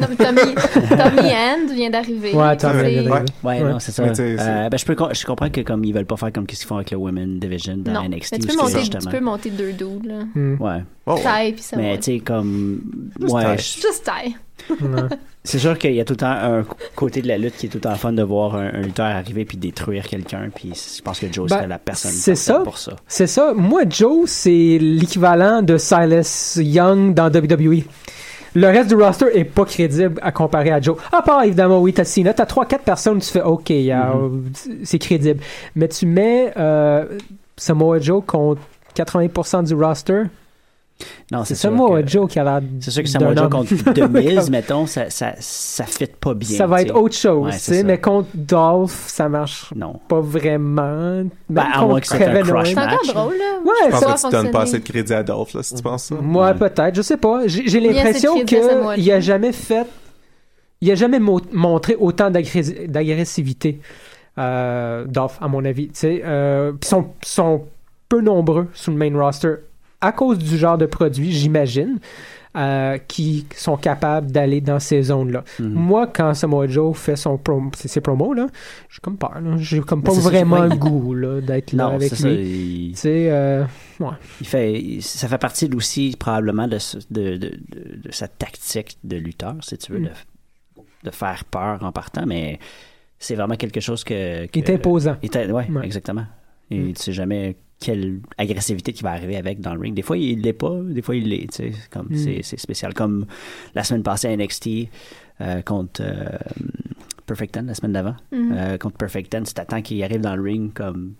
[SPEAKER 6] Non, mais Tommy, Tommy Hand vient d'arriver.
[SPEAKER 7] Ouais, t'as
[SPEAKER 6] C'est-
[SPEAKER 7] raison.
[SPEAKER 9] Ouais.
[SPEAKER 8] Ouais,
[SPEAKER 7] Ouais.
[SPEAKER 8] non, c'est ça.
[SPEAKER 9] Mais tu sais, c'est-
[SPEAKER 8] Euh, ben, je, peux, com- je comprends que comme ils veulent pas faire comme ce qu'ils font avec le Women Division dans
[SPEAKER 6] Non, mais
[SPEAKER 8] NXT.
[SPEAKER 6] tu peux,
[SPEAKER 8] où
[SPEAKER 6] monter,
[SPEAKER 8] c'est
[SPEAKER 6] tu peux monter deux doubles, là.
[SPEAKER 7] Hmm.
[SPEAKER 8] Ouais.
[SPEAKER 6] Ah
[SPEAKER 9] Oh,
[SPEAKER 6] Taille, puis ça
[SPEAKER 8] Mais
[SPEAKER 6] va.
[SPEAKER 8] tu sais, comme. Ouais,
[SPEAKER 9] taille.
[SPEAKER 8] je-
[SPEAKER 6] Juste taille.
[SPEAKER 7] Ouais.
[SPEAKER 8] C'est sûr qu'il y a tout le temps un c- côté de la lutte qui est tout le temps fun de voir un, un lutteur arriver puis détruire quelqu'un. Puis c- je pense que Joe
[SPEAKER 7] Ben,
[SPEAKER 8] serait la personne
[SPEAKER 7] c'est
[SPEAKER 8] parfaite
[SPEAKER 7] ça.
[SPEAKER 8] pour ça.
[SPEAKER 7] C'est ça. Moi, Joe, c'est l'équivalent de Silas Young dans WWE. Le reste du roster est pas crédible à comparer à Joe. À part, évidemment, oui, t'as Cena, t'as 3-4 personnes, tu fais OK, euh,
[SPEAKER 8] Mm-hmm.
[SPEAKER 7] c'est crédible. Mais tu mets euh, Samoa Joe contre 80% du roster.
[SPEAKER 8] Non,
[SPEAKER 7] C'est
[SPEAKER 8] Ah, sûr
[SPEAKER 7] Samoa
[SPEAKER 8] que-
[SPEAKER 7] Joe qui a l'air.
[SPEAKER 8] C'est sûr que
[SPEAKER 7] d'un
[SPEAKER 8] Samoa Joe
[SPEAKER 7] homme.
[SPEAKER 8] contre The Miz, mettons, ça, ça, ça fit pas bien.
[SPEAKER 7] ça va
[SPEAKER 8] tu sais.
[SPEAKER 7] être autre chose,
[SPEAKER 8] Ouais,
[SPEAKER 7] tu
[SPEAKER 8] c'est
[SPEAKER 7] sais,
[SPEAKER 8] ça.
[SPEAKER 7] mais contre Dolph, ça marche
[SPEAKER 8] Non.
[SPEAKER 7] pas vraiment. Même
[SPEAKER 8] Ben, à
[SPEAKER 7] contre
[SPEAKER 8] moins que c'est un
[SPEAKER 7] Kevin
[SPEAKER 8] crush
[SPEAKER 7] Owens.
[SPEAKER 6] C'est encore
[SPEAKER 8] Match,
[SPEAKER 6] drôle, là.
[SPEAKER 7] Ouais,
[SPEAKER 9] je pense que
[SPEAKER 7] ça-
[SPEAKER 9] tu donnes pas
[SPEAKER 6] fonctionner.
[SPEAKER 9] assez de crédit à Dolph, là, si tu penses ça.
[SPEAKER 7] Moi,
[SPEAKER 8] Ouais.
[SPEAKER 7] peut-être, je sais pas. J'ai j'ai
[SPEAKER 6] y a
[SPEAKER 7] l'impression
[SPEAKER 6] cette crise de Samoa
[SPEAKER 7] qu'il a
[SPEAKER 6] Joe.
[SPEAKER 7] jamais fait. Il a jamais mo- montré autant d'agré- d'agressivité euh, d'off, à mon avis. tu sais. Euh, Puis sont, sont peu nombreux sur le main roster à cause du genre de produit, j'imagine, euh, qui sont capables d'aller dans ces zones-là.
[SPEAKER 8] Mhm.
[SPEAKER 7] Moi, quand Samoa Joe fait son prom- ses, ses promos, là, j'ai comme peur. là. J'ai comme
[SPEAKER 8] Mais
[SPEAKER 7] pas
[SPEAKER 8] c'est ça,
[SPEAKER 7] vraiment
[SPEAKER 8] c'est
[SPEAKER 7] le
[SPEAKER 8] vrai.
[SPEAKER 7] goût là, d'être là
[SPEAKER 8] Non, c'est
[SPEAKER 7] avec
[SPEAKER 8] ça.
[SPEAKER 7] lui.
[SPEAKER 8] Il,
[SPEAKER 7] Tu sais, euh,
[SPEAKER 8] il fait, il- ça fait partie aussi probablement de, ce- de, de- de- de sa tactique de lutteur, si tu veux,
[SPEAKER 7] Mm.
[SPEAKER 8] de, de faire peur en partant, mais c'est vraiment quelque chose que.
[SPEAKER 7] il est
[SPEAKER 8] que-
[SPEAKER 7] imposant.
[SPEAKER 8] Il t'a- ouais,
[SPEAKER 7] Ouais.
[SPEAKER 8] exactement. Et
[SPEAKER 7] Mm.
[SPEAKER 8] tu sais jamais quelle agressivité qui va arriver avec dans le ring. Des fois, il l'est pas, des fois, il l'est. tu sais, c'est comme-
[SPEAKER 7] Mm.
[SPEAKER 8] C'est c'est spécial. Comme la semaine passée à NXT euh, contre euh, Perfect Ten, la semaine d'avant.
[SPEAKER 6] Mhm.
[SPEAKER 8] Euh, contre Perfect Ten, tu t'attends qu'il arrive dans le ring comme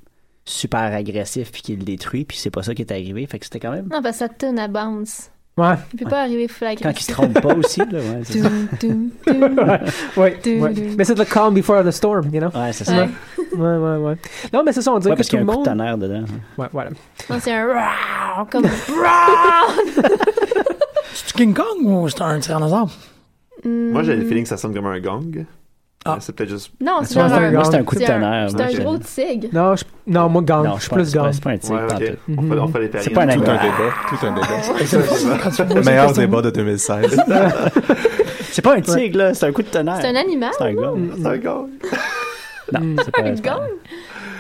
[SPEAKER 8] super agressif puis qu'il le détruit, puis c'est pas ça qui est arrivé. Fait que c'était quand même.
[SPEAKER 6] Non, parce que ça tourne à bounce.
[SPEAKER 7] Ouais,
[SPEAKER 6] Il peut pas arriver full
[SPEAKER 8] Quand il se
[SPEAKER 6] agressif.
[SPEAKER 8] trompe pas aussi, là, ouais, c'est ça.
[SPEAKER 6] Doum, doum, doum.
[SPEAKER 7] ouais,
[SPEAKER 6] Dun,
[SPEAKER 7] ouais.
[SPEAKER 6] dun.
[SPEAKER 7] Mais c'est le calm before the storm, you know?
[SPEAKER 8] Ouais, c'est ça.
[SPEAKER 6] Ouais.
[SPEAKER 8] Ouais,
[SPEAKER 7] Ouais, ouais, ouais. Non, mais c'est ça, on dirait
[SPEAKER 8] parce
[SPEAKER 7] que tout
[SPEAKER 8] qu'il y
[SPEAKER 7] le
[SPEAKER 8] a un coup de
[SPEAKER 7] monde.
[SPEAKER 8] tonnerre dedans.
[SPEAKER 7] Ouais, voilà.
[SPEAKER 6] Non, c'est un roar, comme roar.
[SPEAKER 3] C'est King Kong ou c'est un tyrannosaure?
[SPEAKER 4] Moi, j'ai le feeling que ça sonne comme un gong.
[SPEAKER 3] Ah.
[SPEAKER 4] Euh, C'est peut-être juste.
[SPEAKER 6] Non,
[SPEAKER 8] Moi,
[SPEAKER 6] c'est
[SPEAKER 8] c'est
[SPEAKER 7] vois,
[SPEAKER 6] un
[SPEAKER 7] gong.
[SPEAKER 8] un coup de
[SPEAKER 6] C'est un-
[SPEAKER 8] tonnerre.
[SPEAKER 6] C'est
[SPEAKER 8] moi,
[SPEAKER 6] un
[SPEAKER 8] je-
[SPEAKER 6] gros tigre.
[SPEAKER 7] Non, je... non moi, gang.
[SPEAKER 8] Non,
[SPEAKER 7] je
[SPEAKER 8] je
[SPEAKER 7] suis
[SPEAKER 8] pense
[SPEAKER 7] plus gang.
[SPEAKER 8] c'est pas un tigre.
[SPEAKER 4] Ouais,
[SPEAKER 8] pas en
[SPEAKER 4] ok.
[SPEAKER 8] tout.
[SPEAKER 4] On fait, on fait les
[SPEAKER 8] C'est
[SPEAKER 4] périodes.
[SPEAKER 8] pas un
[SPEAKER 9] Tout un
[SPEAKER 8] animal.
[SPEAKER 9] débat. Tout un débat.
[SPEAKER 3] Le
[SPEAKER 9] Le meilleur débat de 2016.
[SPEAKER 8] C'est pas un tigre, là, c'est un coup de tonnerre.
[SPEAKER 6] C'est un animal.
[SPEAKER 8] C'est un gong.
[SPEAKER 4] C'est un gong.
[SPEAKER 8] Non, c'est pas
[SPEAKER 6] Un
[SPEAKER 8] c'est pas-
[SPEAKER 6] gong?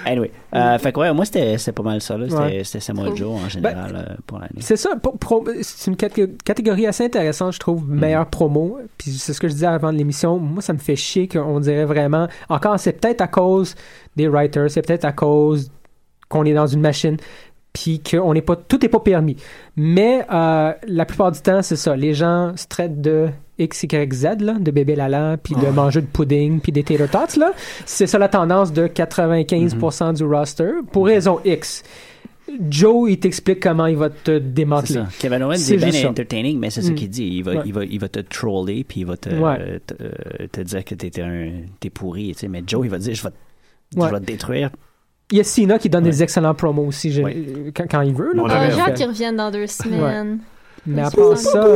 [SPEAKER 8] Anyway, euh, fait que ouais, moi, c'était c'était pas mal ça, là. C'était
[SPEAKER 7] Ouais. Ben,
[SPEAKER 8] c'était Samuel
[SPEAKER 6] Cool.
[SPEAKER 8] Joe en général euh, pour l'année.
[SPEAKER 7] C'est ça, pour- pro- c'est une catég- catégorie assez intéressante, je trouve,
[SPEAKER 8] Mm.
[SPEAKER 7] meilleure promo. Puis c'est ce que je disais avant de l'émission. Moi, ça me fait chier qu'on dirait vraiment. Encore, c'est peut-être à cause des writers, c'est peut-être à cause qu'on est dans une machine, puis qu'on n'est pas. Tout n'est pas permis. Mais euh, la plupart du temps, c'est ça. Les gens se traitent de X, Y, Z, là, de bébé Lala, puis de manger de pudding, puis des tater tots, là. C'est ça la tendance de 95% du roster, pour raison X. Joe, il t'explique comment il va te démanteler.
[SPEAKER 8] ça. Kevin Owens
[SPEAKER 7] C'est
[SPEAKER 8] c'est bien
[SPEAKER 7] juste ça.
[SPEAKER 8] entertaining, mais c'est ce
[SPEAKER 7] Mm.
[SPEAKER 8] qu'il dit. Il va,
[SPEAKER 7] Ouais.
[SPEAKER 8] il, va, il va te troller, puis il va te,
[SPEAKER 7] Ouais.
[SPEAKER 8] euh, te, euh, te dire que t'es, un, t'es pourri. Tu sais. Mais Joe, il va te dire, je vais, te-
[SPEAKER 7] Ouais.
[SPEAKER 8] je vais te détruire.
[SPEAKER 7] Il y a Cena qui donne
[SPEAKER 8] Ouais.
[SPEAKER 7] des excellents promos aussi j'ai-
[SPEAKER 8] Ouais.
[SPEAKER 7] euh, quand, quand il veut. là.
[SPEAKER 4] On
[SPEAKER 7] Quand
[SPEAKER 6] Ah,
[SPEAKER 4] avait-
[SPEAKER 7] il
[SPEAKER 6] J'ai hâte
[SPEAKER 7] fait.
[SPEAKER 6] qu'ils reviennent dans deux semaines.
[SPEAKER 7] Mais à
[SPEAKER 6] Ils sont
[SPEAKER 7] part ça,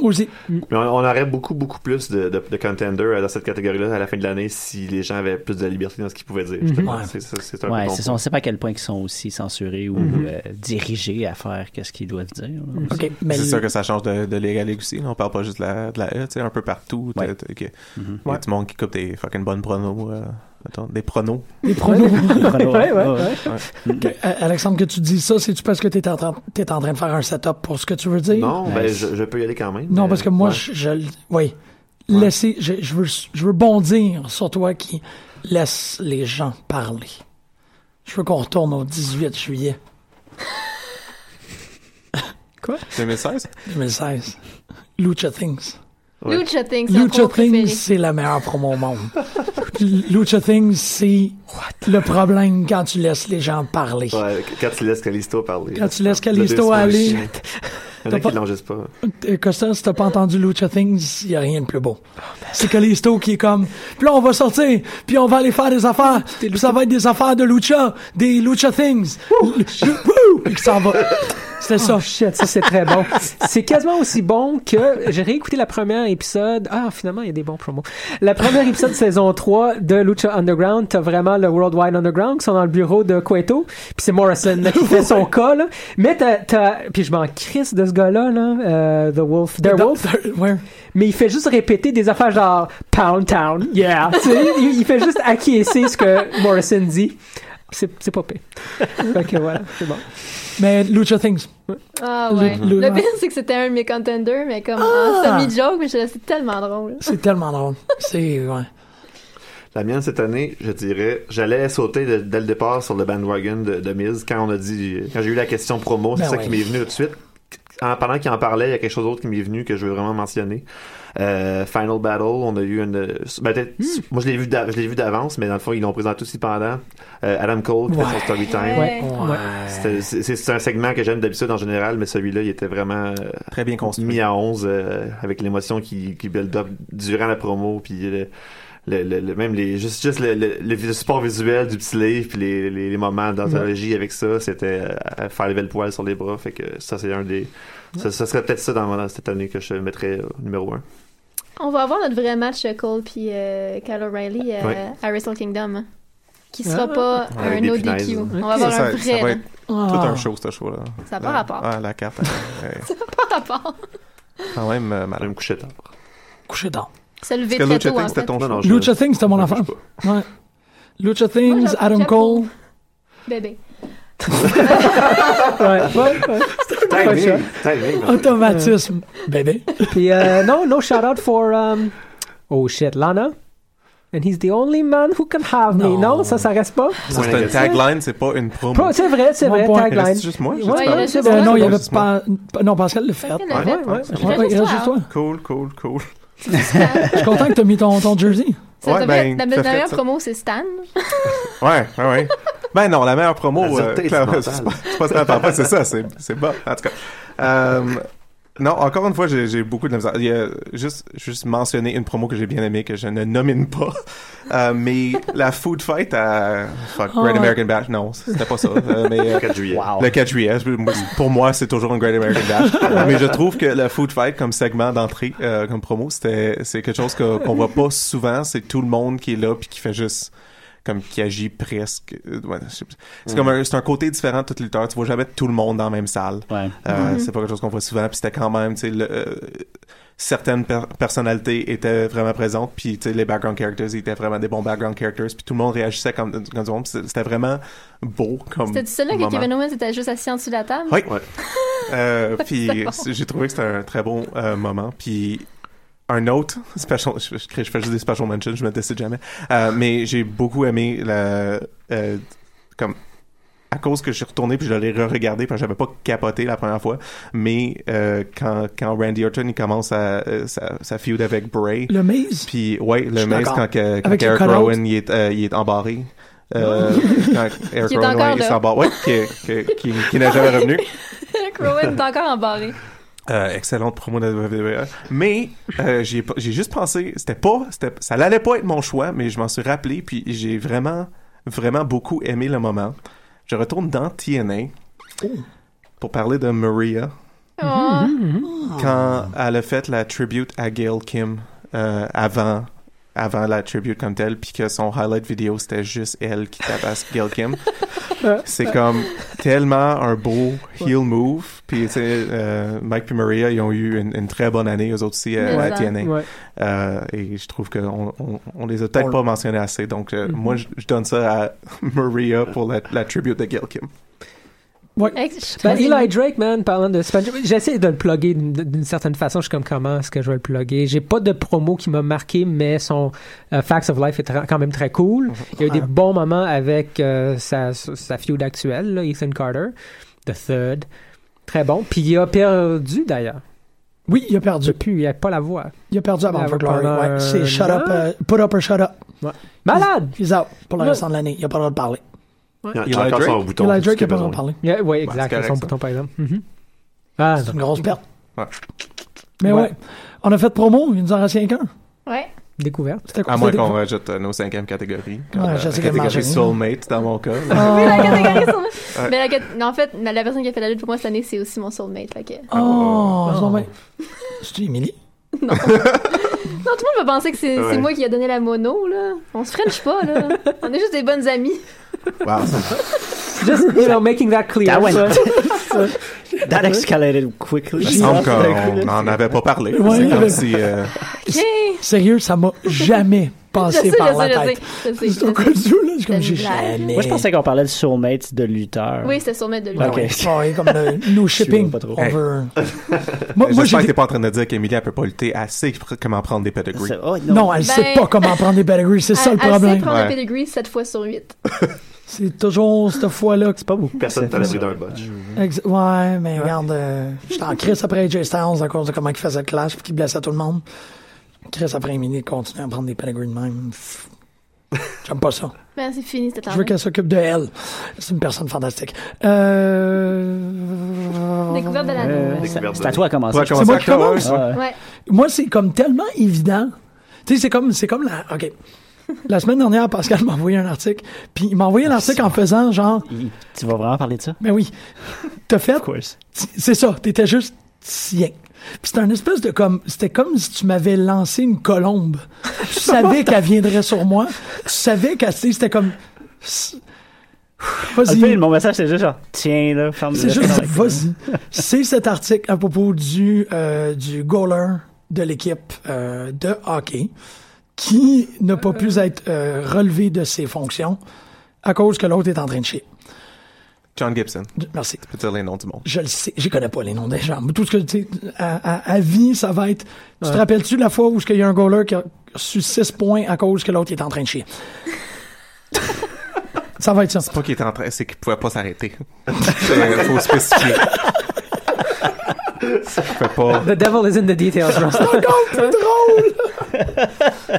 [SPEAKER 3] Moi aussi.
[SPEAKER 4] Mais on, on aurait beaucoup, beaucoup plus de, de, de contenders euh, dans cette catégorie-là à la fin de l'année si les gens avaient plus de liberté dans ce qu'ils pouvaient dire. justement.
[SPEAKER 8] Mhm.
[SPEAKER 4] C'est- C'est c'est un
[SPEAKER 8] Ouais,
[SPEAKER 4] peu
[SPEAKER 8] c'est ça. On sait pas à quel point ils sont aussi censurés ou
[SPEAKER 7] Mhm.
[SPEAKER 8] euh, dirigés à faire qu'est-ce qu'ils doivent dire. là.
[SPEAKER 7] Ok, mais
[SPEAKER 9] c'est
[SPEAKER 7] il-
[SPEAKER 9] sûr que ça change de, de ligue à ligue aussi. là. On parle pas juste de la, de la E, tu sais, un peu partout. t'as-
[SPEAKER 8] Ouais.
[SPEAKER 9] t'as- que-
[SPEAKER 8] Mhm.
[SPEAKER 9] Il y a du monde qui coupe des fucking bonnes pronos. euh, attends, des pronos.
[SPEAKER 3] Les pronos.
[SPEAKER 8] Ouais,
[SPEAKER 7] ouais, ouais, ouais.
[SPEAKER 3] Que- euh, Alexandre, que tu dis ça, c'est-tu parce que tu es, en train- t'es en train de faire un setup pour ce que tu veux dire?
[SPEAKER 4] Non, ben,
[SPEAKER 8] Nice.
[SPEAKER 4] je, je peux y aller quand même.
[SPEAKER 3] Non,
[SPEAKER 4] mais-
[SPEAKER 3] parce que moi,
[SPEAKER 4] Ouais.
[SPEAKER 3] je, je le- Oui. Laissez, je, je veux, je veux bondir sur toi qui laisse les gens parler. Je veux qu'on retourne au 18 juillet
[SPEAKER 9] 2016?
[SPEAKER 3] 2016. Lucha Things.
[SPEAKER 4] Ouais.
[SPEAKER 6] Lucha Things, c'est mon
[SPEAKER 3] Lucha
[SPEAKER 6] promo préféré.
[SPEAKER 3] Things, c'est la meilleure promo au monde. Lucha Things, c'est le problème quand tu laisses les gens parler.
[SPEAKER 4] Ouais, qu- quand tu laisses Calisto parler.
[SPEAKER 3] Quand tu laisses
[SPEAKER 4] Le deux
[SPEAKER 3] Kalisto
[SPEAKER 4] semaines,
[SPEAKER 3] aller.
[SPEAKER 4] shit. Il y en a
[SPEAKER 3] T'as
[SPEAKER 4] qui
[SPEAKER 3] pas-
[SPEAKER 4] l'ont juste pas.
[SPEAKER 3] Euh, Costa, si t'as pas entendu Lucha Things, y a rien de plus beau. C'est Calisto qui est comme, puis là on va sortir, puis on va aller faire des affaires, puis ça va être des affaires de Lucha, des Lucha Things. Wouh! Puis que ça va. Euh, C'était ça.
[SPEAKER 7] Oh shit, ça c'est très bon. c'est quasiment aussi bon que j'ai réécouté la première épisode. Ah, finalement, il y a des bons promos. La première épisode de saison 3 de Lucha Underground, t'as vraiment le World Wide Underground qui sont dans le bureau de Cueto, puis c'est Morrison là, qui fait son cas là. Mais t'as, t'as- puis je m'en crisse de ce gars-là là, euh, The Wolf, The Wolf,
[SPEAKER 3] Ouais.
[SPEAKER 7] mais il fait juste répéter des affaires genre Pound Town, yeah. Tu sais, il, il fait juste acquiescer ce que Morrison dit. C'est, c'est pas pire. Fait que voilà, c'est bon.
[SPEAKER 3] Mais Lucha Things.
[SPEAKER 6] Ah ouais.
[SPEAKER 3] Le-
[SPEAKER 6] Le pire, c'est que c'était un de mes contenders, mais comme en
[SPEAKER 7] Ah!
[SPEAKER 6] semi-joke, mais je- c'est tellement drôle.
[SPEAKER 3] C'est tellement drôle. C'est, ouais.
[SPEAKER 4] La mienne cette année, je dirais, j'allais sauter de- dès le départ sur le bandwagon de, de Miz quand on a dit, quand j'ai eu la question promo, c'est
[SPEAKER 3] Ben
[SPEAKER 4] ça
[SPEAKER 3] ouais.
[SPEAKER 4] qui m'est venu tout de suite. En, pendant qu'il en parlait, il y a quelque chose d'autre qui m'est venu que je veux vraiment mentionner. Euh, Final Battle, on a eu une. ben,
[SPEAKER 3] Hmm.
[SPEAKER 4] peut-être- Moi, je l'ai vu, d'a- je l'ai vu d'avance, mais dans le fond, ils l'ont présenté aussi pendant. Euh, Adam Cole, qui fait son story time.
[SPEAKER 6] Ouais.
[SPEAKER 9] Euh,
[SPEAKER 4] C'était- C'est c'est- c'est un segment que j'aime d'habitude en général, mais celui-là, il était vraiment euh,
[SPEAKER 9] Très bien construit.
[SPEAKER 4] mis à 11 euh, avec l'émotion qui, qui build up durant la promo, puis le, le- le- le- même les, juste, juste le, le- le support visuel du petit livre, puis les, les, les moments d'anthologie avec ça, c'était euh, à faire lever le poil sur les bras. Fait que ça, c'est un des. Ça, ça serait peut-être ça dans, dans cette année que je mettrais euh, numéro 1.
[SPEAKER 6] On va avoir notre vrai match euh, Cole puis euh, Kyle O'Reilly euh,
[SPEAKER 4] Ouais.
[SPEAKER 6] à Wrestle Kingdom. hein, Qui sera
[SPEAKER 7] Ah.
[SPEAKER 6] pas
[SPEAKER 4] Avec
[SPEAKER 6] un
[SPEAKER 4] des
[SPEAKER 6] no
[SPEAKER 4] punaises,
[SPEAKER 6] DQ.
[SPEAKER 4] là.
[SPEAKER 6] On va avoir
[SPEAKER 9] Ça,
[SPEAKER 6] un
[SPEAKER 9] ça
[SPEAKER 6] vrai.
[SPEAKER 9] va
[SPEAKER 6] là.
[SPEAKER 9] être tout
[SPEAKER 3] Ah.
[SPEAKER 9] un show, ce show-là.
[SPEAKER 6] Ça a pas
[SPEAKER 9] La-
[SPEAKER 6] rapport.
[SPEAKER 9] Ah, la carte. euh, euh,
[SPEAKER 6] Pas rapport.
[SPEAKER 9] quand même, euh, madame.
[SPEAKER 4] Madame Couchetta.
[SPEAKER 3] Couché tard.
[SPEAKER 6] Se lever
[SPEAKER 9] Parce que
[SPEAKER 6] très
[SPEAKER 9] Lucha
[SPEAKER 6] tôt,
[SPEAKER 9] Thing,
[SPEAKER 6] en
[SPEAKER 9] c'était
[SPEAKER 6] fait.
[SPEAKER 9] ton
[SPEAKER 4] Non,
[SPEAKER 9] show.
[SPEAKER 4] non, je-
[SPEAKER 3] Lucha Things, c'était mon
[SPEAKER 4] je-
[SPEAKER 3] affaire.
[SPEAKER 4] je sais pas.
[SPEAKER 3] Ouais. Lucha Things,
[SPEAKER 6] Moi, j'aime-
[SPEAKER 3] Adam
[SPEAKER 6] j'aime
[SPEAKER 3] Cole.
[SPEAKER 6] Bébé.
[SPEAKER 7] Ouais, ouais, ouais. Pas de choix.
[SPEAKER 4] Timing, timing.
[SPEAKER 3] Ah, Automatisme. Bébé.
[SPEAKER 7] Puis, euh, no, no shout out for. Um, oh shit, Lana. And he's the only man who can have me.
[SPEAKER 3] Non.
[SPEAKER 7] Non, ça, ça reste pas.
[SPEAKER 9] Ça, C'est une tagline, c'est pas une promo.
[SPEAKER 7] Pro- C'est vrai, c'est
[SPEAKER 3] Bon
[SPEAKER 7] vrai,
[SPEAKER 3] point.
[SPEAKER 7] tagline.
[SPEAKER 9] C'est juste moi. j'ai
[SPEAKER 7] Ouais,
[SPEAKER 9] dit
[SPEAKER 6] il
[SPEAKER 9] pas.
[SPEAKER 6] reste
[SPEAKER 3] Euh,
[SPEAKER 6] juste moi.
[SPEAKER 3] non, il y avait
[SPEAKER 9] Juste
[SPEAKER 3] pas.
[SPEAKER 9] moi.
[SPEAKER 3] pas- Non, Pascal le fait.
[SPEAKER 6] Il
[SPEAKER 3] Ouais,
[SPEAKER 6] l'a fait.
[SPEAKER 7] Ouais, ouais.
[SPEAKER 9] c'est
[SPEAKER 6] vrai.
[SPEAKER 3] ouais, il reste juste toi.
[SPEAKER 9] Cool, cool, cool.
[SPEAKER 3] Je suis content que t'as mis ton, ton jersey.
[SPEAKER 6] Ça,
[SPEAKER 9] Ouais,
[SPEAKER 6] ça
[SPEAKER 9] ben,
[SPEAKER 6] fait- la
[SPEAKER 9] ça fait
[SPEAKER 6] meilleure
[SPEAKER 9] ça.
[SPEAKER 6] promo, c'est Stan.
[SPEAKER 9] Ouais, ouais, ouais. Ben non, la meilleure promo,
[SPEAKER 4] La
[SPEAKER 9] euh,
[SPEAKER 4] dureté
[SPEAKER 9] clairement, c'est pas,
[SPEAKER 4] sentimentale.
[SPEAKER 9] c'est pas ce qu'on attend pas, c'est ça, c'est c'est bas. En tout cas. Euh, non, encore une fois, j'ai j'ai beaucoup de la misère. Il y a juste, juste mentionner une promo que j'ai bien aimée, que je ne nomine pas. Euh, mais la food fight à. Fuck, Great American Bash. Non, c'était pas ça. Euh, mais, euh,
[SPEAKER 4] 4 juillet.
[SPEAKER 9] Le 4 juillet, je- moi, c'est- pour moi, c'est toujours un Great American Dash. Mais je trouve que le Food Fight comme segment d'entrée, euh, comme promo, c'était, c'est quelque chose que- qu'on voit pas souvent. C'est tout le monde qui est là puis qui fait juste comme qui agit presque. euh, ouais, je sais pas. c'est comme un, c'est un côté différent de toutes les lutteurs. Tu vois jamais tout le monde dans la même salle.
[SPEAKER 8] Ouais.
[SPEAKER 9] Euh, C'est pas quelque chose qu'on voit souvent. Puis c'était quand même, tu sais, le, euh, certaines per- personnalités étaient vraiment présentes. Puis tu sais, les background characters ils étaient vraiment des bons background characters. Puis tout le monde réagissait comme, comme du monde. Puis C'était vraiment beau comme.
[SPEAKER 6] C'était du seul là que
[SPEAKER 9] Mm. moment.
[SPEAKER 6] Kevin Owens était juste assis en dessous de la table.
[SPEAKER 9] Oui.
[SPEAKER 4] Ouais.
[SPEAKER 9] Euh, puis c'est- j'ai trouvé que c'était un très bon euh, moment. Puis un autre special, je, je crée- je fais juste des special mentions, je me décide jamais. Euh, mais j'ai beaucoup aimé la, euh, comme à cause que je suis retourné puis je l'ai re-regardé parce que j'avais pas capoté la première fois. Mais euh, quand quand Randy Orton il commence à, euh, sa, sa feud avec Bray,
[SPEAKER 3] Le maze.
[SPEAKER 9] puis ouais
[SPEAKER 3] Je
[SPEAKER 9] le
[SPEAKER 3] suis
[SPEAKER 9] maze
[SPEAKER 3] d'accord.
[SPEAKER 9] quand, que- quand
[SPEAKER 3] Avec le
[SPEAKER 9] Eric
[SPEAKER 3] cutout.
[SPEAKER 9] Rowan il est euh, il est embarré. Euh, quand Eric
[SPEAKER 2] Qui est
[SPEAKER 9] Rowan
[SPEAKER 2] encore
[SPEAKER 9] est
[SPEAKER 2] là.
[SPEAKER 9] en bas. Ouais, qui, est- qui est- qui- qui n'a jamais revenu.
[SPEAKER 2] Rowan est encore embarré.
[SPEAKER 9] Euh, excellente promo de WWE. E. Mais euh, j'ai pas- j'ai juste pensé, c'était pas, c'était- ça n'allait pas être mon choix, mais je m'en suis rappelé, puis j'ai vraiment, vraiment beaucoup aimé le moment. Je retourne dans TNA pour parler de Maria
[SPEAKER 2] Oh.
[SPEAKER 9] quand elle a fait la tribute à Gail Kim euh, avant, avant la tribute comme telle, puis que son highlight vidéo c'était juste elle qui tabasse Gail Kim. C'est comme tellement un beau heel move. Puis, tu sais, euh, Mike puis Maria, ils ont eu une, une très bonne année, eux autres aussi, euh, à
[SPEAKER 2] Mais ça.
[SPEAKER 9] TNA.
[SPEAKER 7] Ouais.
[SPEAKER 9] Euh, et je trouve qu'on on, on les a peut-être
[SPEAKER 7] On-
[SPEAKER 9] pas mentionnés assez. Donc,
[SPEAKER 3] Mm-hmm.
[SPEAKER 9] euh, moi, je, je donne ça à Maria pour la, la tribute de Gail Kim.
[SPEAKER 2] Ex-
[SPEAKER 7] Ben, Eli Drake, man, parlant de Sponge, j'essaie de le plugger d'une- d'une certaine façon. Je suis comme, comment est-ce que je vais le plugger? J'ai pas de promo qui m'a marqué, mais son euh, Facts of Life est tra- quand même très cool. Il y a eu des bons moments avec euh, sa, sa feud actuelle, là, Ethan Carter, The Third. Très bon. Puis il a perdu, d'ailleurs.
[SPEAKER 3] Oui, il a perdu.
[SPEAKER 7] Depuis, il a pas la voix.
[SPEAKER 3] Il a perdu avant
[SPEAKER 7] Ah,
[SPEAKER 3] For Glory.
[SPEAKER 7] pendant
[SPEAKER 3] Ouais, c'est
[SPEAKER 7] un
[SPEAKER 3] shut up,
[SPEAKER 7] an?
[SPEAKER 3] euh, put up or shut up.
[SPEAKER 7] Malade!
[SPEAKER 3] He's out pour le
[SPEAKER 7] Ouais.
[SPEAKER 3] restant de l'année. Il a pas le droit de parler.
[SPEAKER 9] Eli
[SPEAKER 4] Il a encore son
[SPEAKER 9] Drake?
[SPEAKER 4] bouton.
[SPEAKER 3] Eli
[SPEAKER 4] c'est
[SPEAKER 3] Drake
[SPEAKER 4] ce
[SPEAKER 3] a pas le droit
[SPEAKER 4] qu'il a
[SPEAKER 3] de
[SPEAKER 4] besoin.
[SPEAKER 3] parler.
[SPEAKER 7] Oui, ouais,
[SPEAKER 9] c'est
[SPEAKER 7] exact.
[SPEAKER 9] correct,
[SPEAKER 7] son
[SPEAKER 9] ça.
[SPEAKER 7] bouton, par exemple. Mhm. Ah,
[SPEAKER 3] C'est une grosse perte.
[SPEAKER 9] Ouais.
[SPEAKER 3] Mais ouais.
[SPEAKER 7] Ouais.
[SPEAKER 3] on a fait promo, il nous en reste rien qu'un.
[SPEAKER 6] Ouais.
[SPEAKER 7] découverte.
[SPEAKER 3] C'était quoi?
[SPEAKER 9] À moins
[SPEAKER 3] C'était-
[SPEAKER 9] qu'on rajoute euh, nos cinquièmes catégories. comme,
[SPEAKER 3] Ouais,
[SPEAKER 9] euh,
[SPEAKER 3] je sais Ah,
[SPEAKER 9] la
[SPEAKER 3] qu'elle
[SPEAKER 9] catégorie
[SPEAKER 3] marche.
[SPEAKER 9] soulmate, dans mon cas.
[SPEAKER 6] Oui, la catégorie soulmate. Mais la cat- en fait, la personne qui a fait la lutte pour moi cette année, c'est aussi mon soulmate. Fait que...
[SPEAKER 3] Oh, c'est dommage. C'est-tu Émilie?
[SPEAKER 6] Non, tout le monde va penser que c'est
[SPEAKER 4] Ouais.
[SPEAKER 6] c'est moi qui a donné la mono, là. On se french pas, là. On est juste des bonnes amies.
[SPEAKER 9] Wow.
[SPEAKER 7] Just, you know, making that clear.
[SPEAKER 3] Ah
[SPEAKER 8] That went-
[SPEAKER 7] ça.
[SPEAKER 8] That escalated quickly.
[SPEAKER 9] Il me semble qu'on n'en avait pas parlé.
[SPEAKER 3] Ouais,
[SPEAKER 9] c'est comme
[SPEAKER 3] mais-
[SPEAKER 9] si. euh,
[SPEAKER 6] OK!
[SPEAKER 3] Sérieux, ça m'a jamais
[SPEAKER 6] Je
[SPEAKER 3] passé
[SPEAKER 6] sais, je
[SPEAKER 3] par
[SPEAKER 6] sais,
[SPEAKER 3] la
[SPEAKER 6] je
[SPEAKER 3] tête.
[SPEAKER 6] sais. Je sais,
[SPEAKER 3] C'est au cas
[SPEAKER 6] je sais.
[SPEAKER 3] où, là. Je suis comme,
[SPEAKER 6] une
[SPEAKER 3] j'ai
[SPEAKER 6] blague.
[SPEAKER 3] jamais. Ben
[SPEAKER 8] Moi, je pensais qu'on parlait de soulmates de lutteurs.
[SPEAKER 6] Oui, c'était soulmate de lui.
[SPEAKER 8] Ok.
[SPEAKER 3] Ouais, ouais, comme le, nos shipping.
[SPEAKER 8] pas trop.
[SPEAKER 3] On
[SPEAKER 9] Hey.
[SPEAKER 3] veut. moi, moi,
[SPEAKER 9] J'espère
[SPEAKER 3] j'ai.
[SPEAKER 9] que t'es
[SPEAKER 3] des-
[SPEAKER 9] pas en train de dire qu'Emilia peut pas lutter assez pour comment prendre des pedigrees.
[SPEAKER 8] C'est- oh, non.
[SPEAKER 3] Non, elle sait
[SPEAKER 6] Ben-
[SPEAKER 3] pas comment prendre des pedigrees, c'est ça le
[SPEAKER 6] Elle sait
[SPEAKER 3] problème.
[SPEAKER 6] prendre
[SPEAKER 9] Ouais.
[SPEAKER 6] un pedigree 7 fois sur 8.
[SPEAKER 3] C'est toujours cette fois-là que c'est pas vous.
[SPEAKER 4] Personne ne t'a l'abri d'un botch.
[SPEAKER 3] Ex- ouais, mais regarde, euh, j'étais en crise après AJ Styles à cause de comment il faisait le clash puis qu'il blessait tout le monde. Chris après Émilie continue à prendre des pedigrees de même. Pff. J'aime pas ça.
[SPEAKER 6] Ben, c'est fini cette
[SPEAKER 3] Je veux
[SPEAKER 6] année.
[SPEAKER 3] qu'elle s'occupe de elle. C'est une personne fantastique. Euh...
[SPEAKER 6] Découverte de l'année.
[SPEAKER 8] C'est à toi à commencer.
[SPEAKER 9] Ouais,
[SPEAKER 8] je
[SPEAKER 9] commence
[SPEAKER 3] moi
[SPEAKER 9] à
[SPEAKER 3] qui commence.
[SPEAKER 9] toi, ouais.
[SPEAKER 8] crois.
[SPEAKER 6] Ouais.
[SPEAKER 3] Moi, c'est comme tellement évident. Tu sais, c'est comme, c'est comme la. OK. La semaine dernière, Pascal m'a envoyé un article. Puis il m'a envoyé un article en faisant genre,
[SPEAKER 8] Il- Tu vas vraiment parler de ça?
[SPEAKER 3] ben oui, t'as fait.
[SPEAKER 8] Of course.
[SPEAKER 3] C'est ça. T'étais juste sien. Puis c'était un espèce de comme. C'était comme si tu m'avais lancé une colombe. Tu savais qu'elle viendrait sur moi. Tu savais qu'elle. tu sais, C'était comme.
[SPEAKER 8] Au
[SPEAKER 3] Vas-y.
[SPEAKER 8] fil, mon message, ben, c'est juste genre, tiens, là, ferme
[SPEAKER 3] C'est
[SPEAKER 8] le-
[SPEAKER 3] juste, vas-y. C'est cet article à propos du, euh, du goaler de l'équipe euh, de hockey qui n'a pas pu être euh, relevé de ses fonctions à cause que l'autre est en train de chier.
[SPEAKER 9] John Gibson.
[SPEAKER 3] Merci.
[SPEAKER 9] Tu peux dire les noms du monde.
[SPEAKER 3] Je le sais, j'y connais pas les noms des gens. mais Tout ce que tu sais, à, à- à vie, ça va être. Tu te rappelles-tu de la fois où il y a un goaler qui a reçu 6 points à cause que l'autre est en train de chier? ça va être ça.
[SPEAKER 9] C'est pas qu'il était en train, c'est qu'il pouvait pas s'arrêter. C'est- euh, faut spécifier. Je peux pas.
[SPEAKER 7] The devil is in the details, Ross.
[SPEAKER 3] Encore plus drôle!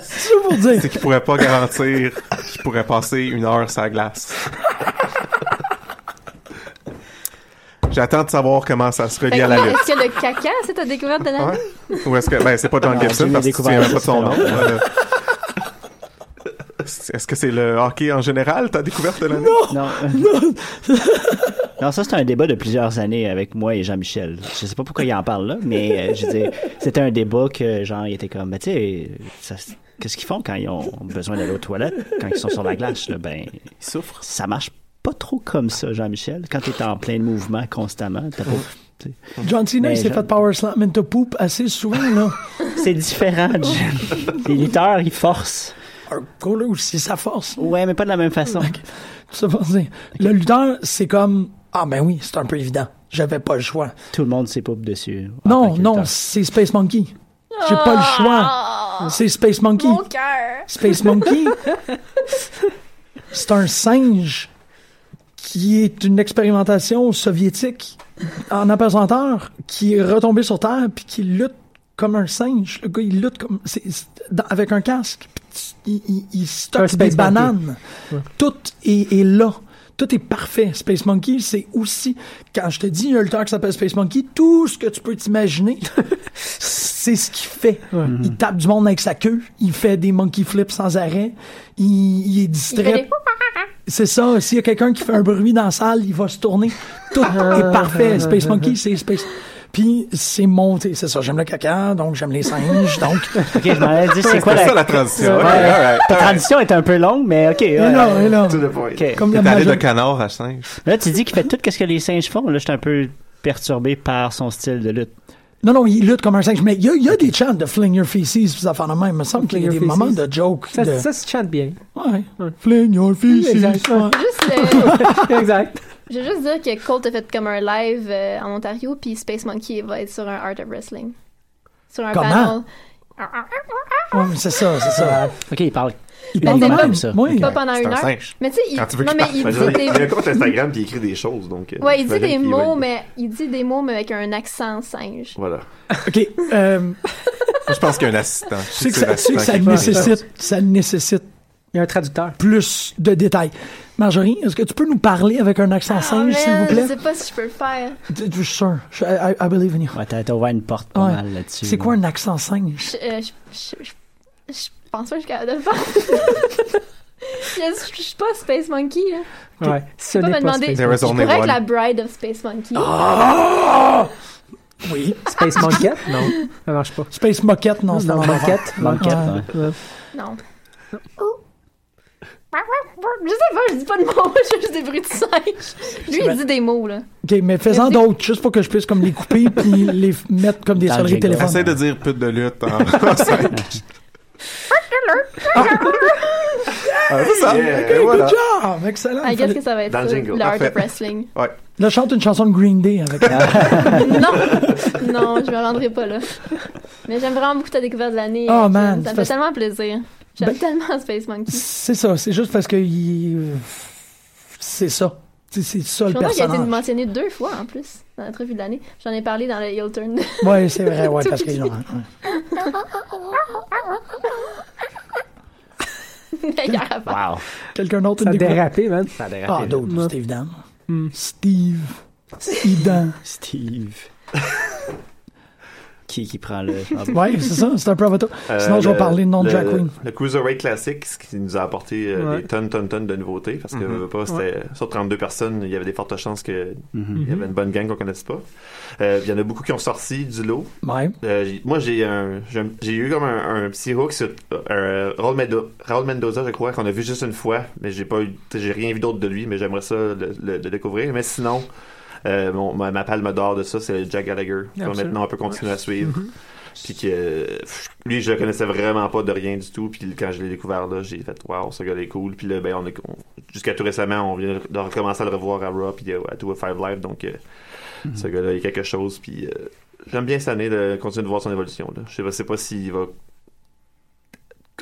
[SPEAKER 3] C'est pour dire.
[SPEAKER 9] C'est qu'il pourrait pas garantir qu'il pourrait passer une heure sur la glace. J'attends de savoir comment ça se
[SPEAKER 6] Fait
[SPEAKER 9] relie
[SPEAKER 6] que
[SPEAKER 9] à la
[SPEAKER 6] là,
[SPEAKER 9] lutte.
[SPEAKER 6] Ben, Est-ce que le caca, c'est ta découverte de l'année?
[SPEAKER 9] Ouais. Ou est-ce que. Ben, c'est pas John
[SPEAKER 8] Non,
[SPEAKER 9] Gibson
[SPEAKER 8] j'ai
[SPEAKER 9] parce que tu te souviens
[SPEAKER 8] découvert
[SPEAKER 9] même pas de son nom.
[SPEAKER 8] ça,
[SPEAKER 9] Euh, Est-ce que c'est le hockey en général, ta découverte de l'année?
[SPEAKER 8] Non. non, ça, c'est un débat de plusieurs années avec moi et Jean-Michel. Je sais pas pourquoi il en parle là, mais euh, je veux dire, c'était un débat que, genre, il était comme, mais tu sais, ça- qu'est-ce qu'ils font quand ils ont besoin d'aller aux toilettes, quand ils sont sur la glace? Là, ben,
[SPEAKER 9] Il souffre.
[SPEAKER 8] ça marche pas trop comme ça, Jean-Michel. Quand t'es en plein mouvement constamment, t'as pas- tu sais,
[SPEAKER 3] John Cena,
[SPEAKER 8] Mais
[SPEAKER 3] il s'est
[SPEAKER 8] je-
[SPEAKER 3] fait power slam into poop assez souvent, là.
[SPEAKER 8] c'est différent. Jim. Les lutteurs, ils forcent.
[SPEAKER 3] Un goaler aussi, ça force. là.
[SPEAKER 8] Ouais, mais pas de la même façon.
[SPEAKER 3] Tu sais pas dire. Le lutteur, c'est comme, ah ben oui, c'est un peu évident. J'avais pas le choix.
[SPEAKER 8] Tout le monde s'époupe dessus. en tant
[SPEAKER 3] Non,
[SPEAKER 8] que
[SPEAKER 3] non,
[SPEAKER 8] lutteur.
[SPEAKER 3] c'est Space Monkey. J'ai pas le choix. C'est Space Monkey.
[SPEAKER 6] Ah! Mon cœur!
[SPEAKER 3] Space Monkey, c'est un singe qui est une expérimentation soviétique en apesanteur qui est retombé sur Terre puis qui lutte comme un singe. Le gars, il lutte comme, c'est- c'est- dans- avec un casque. Puis tu- Il, il- il stocke
[SPEAKER 7] Un
[SPEAKER 3] des
[SPEAKER 7] Space
[SPEAKER 3] bananes.
[SPEAKER 7] Monkey. Ouais.
[SPEAKER 3] Tout est, est là. Tout est parfait. Space Monkey, c'est aussi, quand je te dis, il y a un lutteur qui s'appelle Space Monkey, tout ce que tu peux t'imaginer, c'est ce qu'il fait. Il tape du monde avec sa queue, il fait des monkey flips sans arrêt, il, il est
[SPEAKER 6] Il
[SPEAKER 3] distrait
[SPEAKER 6] fait des-
[SPEAKER 3] c'est ça. S'il y a quelqu'un qui fait un bruit dans la salle, il va se tourner. Tout est parfait. Space Monkey, c'est Space. Puis c'est monté. C'est ça. J'aime le caca, donc j'aime les singes. Donc.
[SPEAKER 8] Ok, je m'en allais dire, c'est quoi
[SPEAKER 9] C'est
[SPEAKER 8] la...
[SPEAKER 9] ça la transition.
[SPEAKER 8] Ouais.
[SPEAKER 9] Ok, alright.
[SPEAKER 8] Ta transition est un peu longue, mais ok.
[SPEAKER 3] Mais
[SPEAKER 8] ouais.
[SPEAKER 3] non, mais non.
[SPEAKER 4] To the point.
[SPEAKER 8] Ok.
[SPEAKER 3] Comme
[SPEAKER 9] T'es
[SPEAKER 3] la
[SPEAKER 9] allé de
[SPEAKER 3] majorité.
[SPEAKER 9] canard à singe.
[SPEAKER 8] Là, tu dis qu'il fait tout ce que les singes font. Là, je suis un peu perturbé par son style de lutte.
[SPEAKER 3] Non, non, il lutte comme un singe. Mais il y a, il y a des chants de fling your feces, puis ça fait de même. Il me semble qu'il y a des
[SPEAKER 7] Fling your
[SPEAKER 3] moments de
[SPEAKER 7] feces.
[SPEAKER 3] joke.
[SPEAKER 7] Ça,
[SPEAKER 3] de-
[SPEAKER 7] ça se chante bien.
[SPEAKER 3] Ouais.
[SPEAKER 7] Ouais.
[SPEAKER 3] Fling your feces.
[SPEAKER 7] Exact.
[SPEAKER 3] Ouais.
[SPEAKER 6] Juste le-
[SPEAKER 7] exact.
[SPEAKER 6] Je veux juste dire que Colt a fait comme un live euh, en Ontario, puis Space Monkey va être sur un Art of Wrestling. Sur un
[SPEAKER 3] Comment?
[SPEAKER 6] panel.
[SPEAKER 3] Ouais, mais c'est ça, c'est ça.
[SPEAKER 8] Ok, il parle.
[SPEAKER 3] Il
[SPEAKER 6] Ben,
[SPEAKER 3] parle de
[SPEAKER 6] c'est
[SPEAKER 3] même,
[SPEAKER 8] pas- ça.
[SPEAKER 3] oui.
[SPEAKER 6] Pas pendant
[SPEAKER 9] C'est
[SPEAKER 6] une
[SPEAKER 9] un
[SPEAKER 6] heure.
[SPEAKER 9] singe.
[SPEAKER 6] Mais tu sais, il...
[SPEAKER 9] Quand tu veux
[SPEAKER 6] non,
[SPEAKER 9] qu'il
[SPEAKER 6] mais
[SPEAKER 9] parle,
[SPEAKER 6] il
[SPEAKER 4] Ben, je
[SPEAKER 6] dit
[SPEAKER 4] veux dire,
[SPEAKER 6] des...
[SPEAKER 4] Il a un compte Instagram puis il écrit des choses. Donc, euh,
[SPEAKER 6] Ouais, il dit
[SPEAKER 4] j'imagine
[SPEAKER 6] des
[SPEAKER 4] qu'il
[SPEAKER 6] mots,
[SPEAKER 4] va-
[SPEAKER 6] mais il dit des mots, mais avec un accent singe.
[SPEAKER 4] Voilà.
[SPEAKER 3] OK. euh,
[SPEAKER 9] Moi, je pense qu'il y a un assistant.
[SPEAKER 3] tu sais que ça, tu sais que ça
[SPEAKER 9] qui parle.
[SPEAKER 3] nécessite, ça nécessite
[SPEAKER 7] Il y a un traducteur.
[SPEAKER 3] plus de détails. Marjorie, est-ce que tu peux nous parler avec un accent singe, s'il vous
[SPEAKER 6] Ah, Oh, man,
[SPEAKER 3] plaît?
[SPEAKER 6] Je sais pas si je peux le faire.
[SPEAKER 3] Je suis sûr. Je- I, I believe in you.
[SPEAKER 8] Ouais, t'as t'as ouvert une porte pas
[SPEAKER 3] Ouais.
[SPEAKER 8] mal là-dessus.
[SPEAKER 3] C'est quoi un accent singe?
[SPEAKER 6] Je, euh, je- je- je- je pense pas que je suis capable de le faire. je, je suis pas Space Monkey, là.
[SPEAKER 7] Ouais. Ce
[SPEAKER 6] peux pas
[SPEAKER 7] n'est
[SPEAKER 6] me demander-
[SPEAKER 7] Space,
[SPEAKER 9] There is
[SPEAKER 6] Je
[SPEAKER 9] only
[SPEAKER 6] pourrais être
[SPEAKER 9] one.
[SPEAKER 6] la bride of Space Monkey.
[SPEAKER 3] Oh, Ah! Oui.
[SPEAKER 7] Space Monkette? Non, ça marche pas.
[SPEAKER 3] Space moquette, non, c'est
[SPEAKER 7] Non,
[SPEAKER 3] dans
[SPEAKER 7] Monkette.
[SPEAKER 8] Banquette,
[SPEAKER 3] Ouais.
[SPEAKER 8] ouais.
[SPEAKER 6] Non. Oh. Je sais pas, je dis pas de mots, je fais juste des bruits de singe. Lui, il dit des mots, là.
[SPEAKER 3] OK, mais fais-en
[SPEAKER 6] Merci.
[SPEAKER 3] d'autres, juste pour que je puisse comme les couper puis les f- mettre comme des
[SPEAKER 8] Dans le
[SPEAKER 3] sonneries de
[SPEAKER 8] jingle.
[SPEAKER 3] téléphone.
[SPEAKER 9] Essaye de dire pute de lutte hein. en en singe. Ah, c'est ça.
[SPEAKER 4] Yeah,
[SPEAKER 3] Hey,
[SPEAKER 4] voilà.
[SPEAKER 3] Good job! Excellent!
[SPEAKER 6] I
[SPEAKER 3] Ah, Il fallait-
[SPEAKER 6] guess que ça va être
[SPEAKER 4] Dans le
[SPEAKER 6] ça,
[SPEAKER 4] jingle,
[SPEAKER 6] l'art
[SPEAKER 9] parfait.
[SPEAKER 6] of wrestling.
[SPEAKER 3] Là, chante une chanson de Green Day avec
[SPEAKER 6] non, non, je me rendrai pas là. Mais j'aime vraiment beaucoup ta découverte de l'année.
[SPEAKER 3] Oh,
[SPEAKER 6] Kim.
[SPEAKER 3] man,
[SPEAKER 6] Ça me fait
[SPEAKER 3] parce-
[SPEAKER 6] tellement plaisir. J'aime
[SPEAKER 3] Ben-
[SPEAKER 6] tellement Space Monkey.
[SPEAKER 3] C'est ça, c'est juste parce que il- c'est ça. C'est c'est ça
[SPEAKER 6] Je
[SPEAKER 3] le
[SPEAKER 6] suis contente qu'il a été
[SPEAKER 3] personnage.
[SPEAKER 6] mentionné deux fois en plus dans l'entrevue de l'année. J'en ai parlé dans le Heel Turn.
[SPEAKER 3] Ouais, c'est vrai, ouais, parce que. ouais.
[SPEAKER 6] Meilleure affaire.
[SPEAKER 8] Wow.
[SPEAKER 3] Quelqu'un d'autre,
[SPEAKER 7] Ça
[SPEAKER 3] une
[SPEAKER 7] a
[SPEAKER 3] découverte?
[SPEAKER 7] dérapé, man.
[SPEAKER 8] Ça a
[SPEAKER 3] Ah,
[SPEAKER 8] dérapé.
[SPEAKER 3] d'autres, Steve Dan.
[SPEAKER 7] Hmm.
[SPEAKER 3] Steve. Steve Dan.
[SPEAKER 8] Steve. qui qui prend le. Ah, bon.
[SPEAKER 3] Ouais, c'est ça, c'est un peu avatar.
[SPEAKER 4] Euh,
[SPEAKER 3] Sinon, je vais
[SPEAKER 4] le-
[SPEAKER 3] parler de nom de
[SPEAKER 4] le-
[SPEAKER 3] Jack Queen.
[SPEAKER 4] Le Cruiserweight Classic, ce qui nous a apporté euh,
[SPEAKER 7] Ouais.
[SPEAKER 4] des tonnes, tonnes, tonnes de nouveautés. Parce que
[SPEAKER 3] Mhm.
[SPEAKER 4] veux pas, c'était- sur 32 personnes, il y avait des fortes chances qu'il
[SPEAKER 3] Mhm.
[SPEAKER 4] y avait une bonne gang qu'on connaisse pas. Euh, Il y en a beaucoup qui ont sorti du lot.
[SPEAKER 3] Ouais.
[SPEAKER 4] Euh, j'ai- moi, j'ai un- j'ai un- j'ai eu comme un, un petit hook sur euh, Raul, Mendo- Raul Mendoza, je crois, qu'on a vu juste une fois, mais j'ai pas eu- t'sais, j'ai rien vu d'autre de lui, mais j'aimerais ça le, le- le découvrir. Mais sinon, euh, mon- ma, ma palme d'or de ça, c'est Jack Gallagher. qu'on
[SPEAKER 7] Absolument.
[SPEAKER 4] maintenant, on peut continuer à suivre. Puis que pff, lui, je le connaissais vraiment pas de rien du tout. Puis quand je l'ai découvert là, j'ai fait waouh, ce gars est cool. Puis là, ben, on est on- jusqu'à tout récemment, on vient de recommencer à le revoir à Raw puis à 205 Live. Donc euh, ce gars-là, il est quelque chose. Puis euh, j'aime bien cette année de continuer de voir son évolution. Là. Je sais pas, sais pas s'il va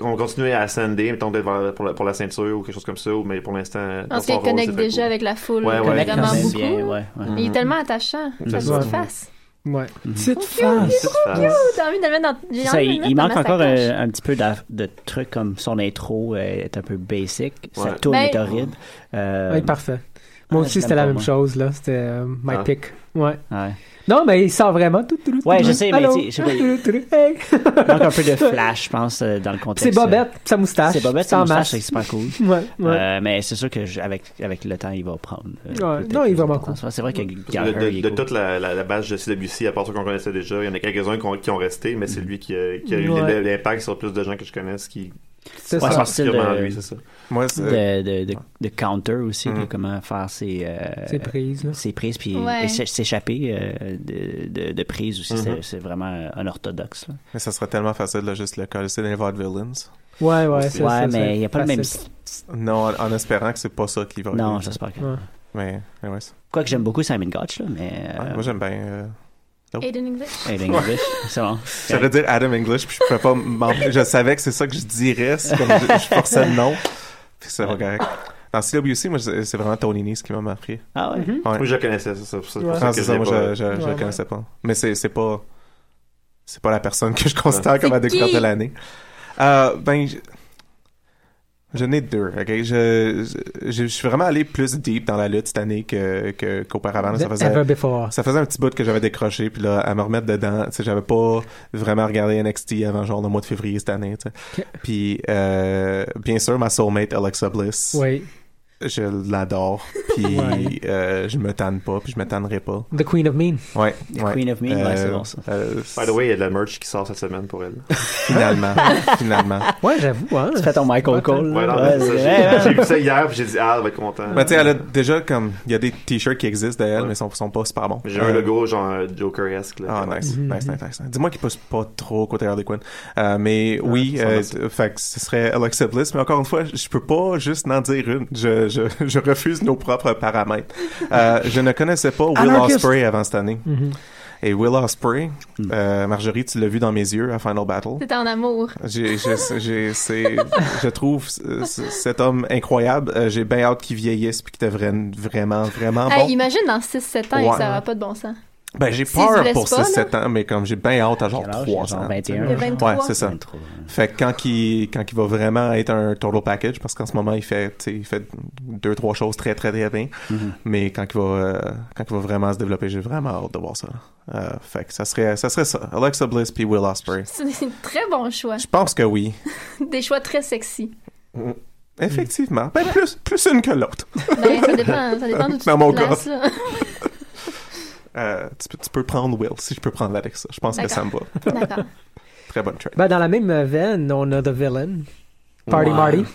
[SPEAKER 4] on va continuer à ascender, mettons peut-être vers- pour la, pour la ceinture ou quelque chose comme ça, ou- mais pour l'instant, dans
[SPEAKER 6] En
[SPEAKER 4] son
[SPEAKER 6] tout cas, il
[SPEAKER 4] rôle,
[SPEAKER 6] connecte
[SPEAKER 4] c'est très
[SPEAKER 6] déjà
[SPEAKER 4] cool.
[SPEAKER 6] avec la foule.
[SPEAKER 4] Ouais, ouais.
[SPEAKER 8] Connecte
[SPEAKER 6] Vraiment
[SPEAKER 8] quand même
[SPEAKER 6] beaucoup.
[SPEAKER 8] bien, ouais, ouais.
[SPEAKER 6] Il est tellement attachant. Sa
[SPEAKER 4] ça.
[SPEAKER 6] petite face.
[SPEAKER 7] Ouais.
[SPEAKER 3] Petite face.
[SPEAKER 6] Oh, T'as envie de le mettre dans. j'ai envie
[SPEAKER 8] C'est Ça,
[SPEAKER 6] de le
[SPEAKER 8] il,
[SPEAKER 6] mettre
[SPEAKER 8] il
[SPEAKER 6] dans
[SPEAKER 8] manque
[SPEAKER 6] ma
[SPEAKER 8] encore
[SPEAKER 6] sacoche.
[SPEAKER 8] euh, un, petit peu d'aff- de trucs comme son intro euh, est un peu basic, sa
[SPEAKER 4] Ouais.
[SPEAKER 8] tourne
[SPEAKER 6] Ben-
[SPEAKER 8] est horrible. Euh,
[SPEAKER 7] Ouais, parfait. Moi
[SPEAKER 8] ah, je
[SPEAKER 7] aussi, c'était la
[SPEAKER 8] l'aime
[SPEAKER 7] même
[SPEAKER 8] pas,
[SPEAKER 7] chose, là. C'était euh, My
[SPEAKER 4] Ah.
[SPEAKER 7] Pick. Ouais.
[SPEAKER 8] ouais.
[SPEAKER 7] Non, mais il sort vraiment.
[SPEAKER 8] Ouais, je sais, mais tu sais, je sais pas, il-
[SPEAKER 7] sais pas.
[SPEAKER 8] Il manque un peu de flash, je pense, euh, dans le contexte.
[SPEAKER 7] C'est Bobette, sa moustache.
[SPEAKER 8] C'est Bobette,
[SPEAKER 7] sans
[SPEAKER 8] sa moustache, c'est
[SPEAKER 7] masque.
[SPEAKER 8] super cool.
[SPEAKER 7] Ouais, ouais.
[SPEAKER 8] Euh, mais c'est sûr que je- avec, avec le temps, il va prendre. euh,
[SPEAKER 7] Ouais,
[SPEAKER 8] peut-être
[SPEAKER 7] non, il est
[SPEAKER 8] plus
[SPEAKER 7] vraiment
[SPEAKER 8] d'importance. Ouais, C'est vrai que
[SPEAKER 4] Parce que
[SPEAKER 8] Gallagher,
[SPEAKER 4] de,
[SPEAKER 8] il
[SPEAKER 4] de-
[SPEAKER 8] est
[SPEAKER 4] de
[SPEAKER 8] cool.
[SPEAKER 4] toute la, la, la base de CWC, à part ceux qu'on connaissait déjà, il y en a quelques-uns qui ont, qui ont resté, mais c'est lui qui a, qui a eu
[SPEAKER 7] Ouais.
[SPEAKER 4] l'impact sur plus de gens que je connaisse qui
[SPEAKER 7] C'est
[SPEAKER 8] Ouais,
[SPEAKER 7] ça.
[SPEAKER 8] son style
[SPEAKER 4] purement
[SPEAKER 8] de-
[SPEAKER 4] lui, c'est ça.
[SPEAKER 9] Moi, c'est-
[SPEAKER 8] de, de, de, de counter aussi, là, comment faire ses, euh,
[SPEAKER 7] C'est prise, là.
[SPEAKER 8] ses prises, puis
[SPEAKER 6] Ouais.
[SPEAKER 8] essa- s'échapper euh, de, de, de prises aussi. C'est- C'est vraiment euh, unorthodoxe. là.
[SPEAKER 9] mais ça serait tellement facile de juste le coller dans les Vaudevillains.
[SPEAKER 7] Ouais, ouais, c'est
[SPEAKER 8] ouais,
[SPEAKER 7] ça,
[SPEAKER 8] mais
[SPEAKER 7] c'est
[SPEAKER 8] il n'y a pas le même.
[SPEAKER 7] facile.
[SPEAKER 9] Non, en, en espérant que c'est pas ça qui va
[SPEAKER 8] Non,
[SPEAKER 9] arriver.
[SPEAKER 8] j'espère que.
[SPEAKER 7] Ouais.
[SPEAKER 9] Ah, Mais, mais ouais. c'est-
[SPEAKER 8] Quoi que j'aime beaucoup Simon Gotch, là, mais.
[SPEAKER 9] Ah,
[SPEAKER 8] euh,
[SPEAKER 9] moi, j'aime bien. euh,
[SPEAKER 6] Aiden English.
[SPEAKER 8] Aiden English, c'est bon.
[SPEAKER 9] J'allais dire Adam English, puis je pouvais pas m'en- Je savais que c'est ça que je dirais, c'est comme je, je forçais le nom. Puis c'est pas correct. Dans CWC, moi, c'est c'est vraiment Tony Nese qui m'a marqué.
[SPEAKER 8] Ah
[SPEAKER 7] Mm-hmm.
[SPEAKER 8] ouais.
[SPEAKER 4] Hmm?
[SPEAKER 9] Ouais.
[SPEAKER 4] Moi, je le connaissais, c'est ça, c'est pour ça
[SPEAKER 7] Ouais.
[SPEAKER 4] que
[SPEAKER 9] Ah,
[SPEAKER 4] je
[SPEAKER 9] c'est ça, moi,
[SPEAKER 4] l'ai pas-
[SPEAKER 9] je, je, je le
[SPEAKER 7] Ouais,
[SPEAKER 9] connaissais pas. Mais c'est c'est pas. c'est pas la personne que je considère comme ma
[SPEAKER 12] C'est
[SPEAKER 9] découverte
[SPEAKER 12] qui?
[SPEAKER 9] de l'année. Euh, ben, je- j'en ai deux, ok? Je, je, je suis vraiment allé plus deep dans la lutte cette année que, que- qu'auparavant. là, Ça
[SPEAKER 7] Than
[SPEAKER 9] faisait,
[SPEAKER 7] ever before.
[SPEAKER 9] ça faisait un petit bout que j'avais décroché, puis là, à me remettre dedans, tu sais, j'avais pas vraiment regardé NXT avant genre le mois de février cette année, tu sais. Puis, euh, bien sûr, ma soulmate Alexa Bliss.
[SPEAKER 7] Oui.
[SPEAKER 9] Je l'adore, puis
[SPEAKER 7] Ouais.
[SPEAKER 9] euh, je me tanne pas, puis je me tannerai pas.
[SPEAKER 7] The Queen of Mean.
[SPEAKER 9] Ouais.
[SPEAKER 8] The
[SPEAKER 9] ouais.
[SPEAKER 8] Queen of Mean, ouais, c'est bon, ça.
[SPEAKER 9] euh,
[SPEAKER 4] By the way, il y a de la merch qui sort cette semaine pour elle.
[SPEAKER 9] Finalement. finalement.
[SPEAKER 7] Ouais, j'avoue. Hein,
[SPEAKER 8] Tu fais ton Michael Cole.
[SPEAKER 4] Ouais,
[SPEAKER 8] là.
[SPEAKER 4] non,
[SPEAKER 8] Mm. Ouais, hein.
[SPEAKER 4] mais ça,
[SPEAKER 8] ouais,
[SPEAKER 4] j'ai-
[SPEAKER 8] ouais.
[SPEAKER 4] j'ai vu ça hier, puis j'ai dit, ah, elle va être contente.
[SPEAKER 9] Mais tu sais, elle a déjà comme. Il y a des t-shirts qui existent d'elle, mais ils sont, sont pas super bons.
[SPEAKER 4] J'ai
[SPEAKER 9] Euh,
[SPEAKER 4] un logo, genre euh, Joker-esque. là,
[SPEAKER 9] Ah,
[SPEAKER 4] quand même.
[SPEAKER 9] nice,
[SPEAKER 7] Mhm.
[SPEAKER 9] nice, nice, nice. Dis-moi qu'il pousse pas trop côté Harley Quinn. Euh, mais oui,
[SPEAKER 4] ça
[SPEAKER 9] euh,
[SPEAKER 4] va, ça.
[SPEAKER 9] euh, fait que ce serait Alexa Bliss, mais encore une fois, je peux pas juste en dire une. Je, je, je refuse nos propres paramètres. Euh, je ne connaissais pas Will
[SPEAKER 7] Anarchist.
[SPEAKER 9] Ospreay avant cette année.
[SPEAKER 7] Mhm.
[SPEAKER 9] Et Will Ospreay, euh, Marjorie, tu l'as vu dans mes yeux à Final Battle.
[SPEAKER 6] T'es en amour.
[SPEAKER 9] J'ai, je, j'ai- c'est- je trouve ce- ce- cet homme incroyable. Euh, j'ai bien hâte qu'il vieillisse puis qu'il devienne vraiment, vraiment
[SPEAKER 6] Hey,
[SPEAKER 9] Ah, bon.
[SPEAKER 6] imagine dans 6-7 ans,
[SPEAKER 9] Ouais.
[SPEAKER 6] ça va pas de bon sens.
[SPEAKER 9] Ben, j'ai
[SPEAKER 6] s'il se
[SPEAKER 9] peur
[SPEAKER 6] blesse
[SPEAKER 9] pour
[SPEAKER 6] pas,
[SPEAKER 9] 6-7 ans, mais comme j'ai bien hâte à genre
[SPEAKER 8] Quel âge?
[SPEAKER 9] 3
[SPEAKER 8] Genre
[SPEAKER 9] ans.
[SPEAKER 8] 21.
[SPEAKER 6] Le 23.
[SPEAKER 9] Ouais, c'est ça.
[SPEAKER 8] 23, ouais.
[SPEAKER 9] Fait que quand il, quand il va vraiment être un total package, parce qu'en ce moment, il fait, tu sais, il fait deux, trois choses très, très, très bien.
[SPEAKER 8] Mhm.
[SPEAKER 9] Mais quand il va, euh, quand il va vraiment se développer, j'ai vraiment hâte de voir ça. Euh, fait que ça serait, ça serait ça. Alexa Bliss puis Will Ospreay.
[SPEAKER 6] C'est un très bon choix.
[SPEAKER 9] Je pense que oui.
[SPEAKER 6] Des choix très sexy.
[SPEAKER 9] Effectivement. Ben, plus, plus une que l'autre.
[SPEAKER 6] Ben, ça dépend, ça dépend d'où tu
[SPEAKER 9] Dans mon
[SPEAKER 6] te places, là.
[SPEAKER 9] Euh, tu, peux, tu peux prendre Will si je peux prendre Alexa. Je pense que ça me va.
[SPEAKER 6] D'accord.
[SPEAKER 9] Très bonne track.
[SPEAKER 7] Ben, dans la même veine, on a The Villain. Party
[SPEAKER 9] Ouais.
[SPEAKER 7] Marty.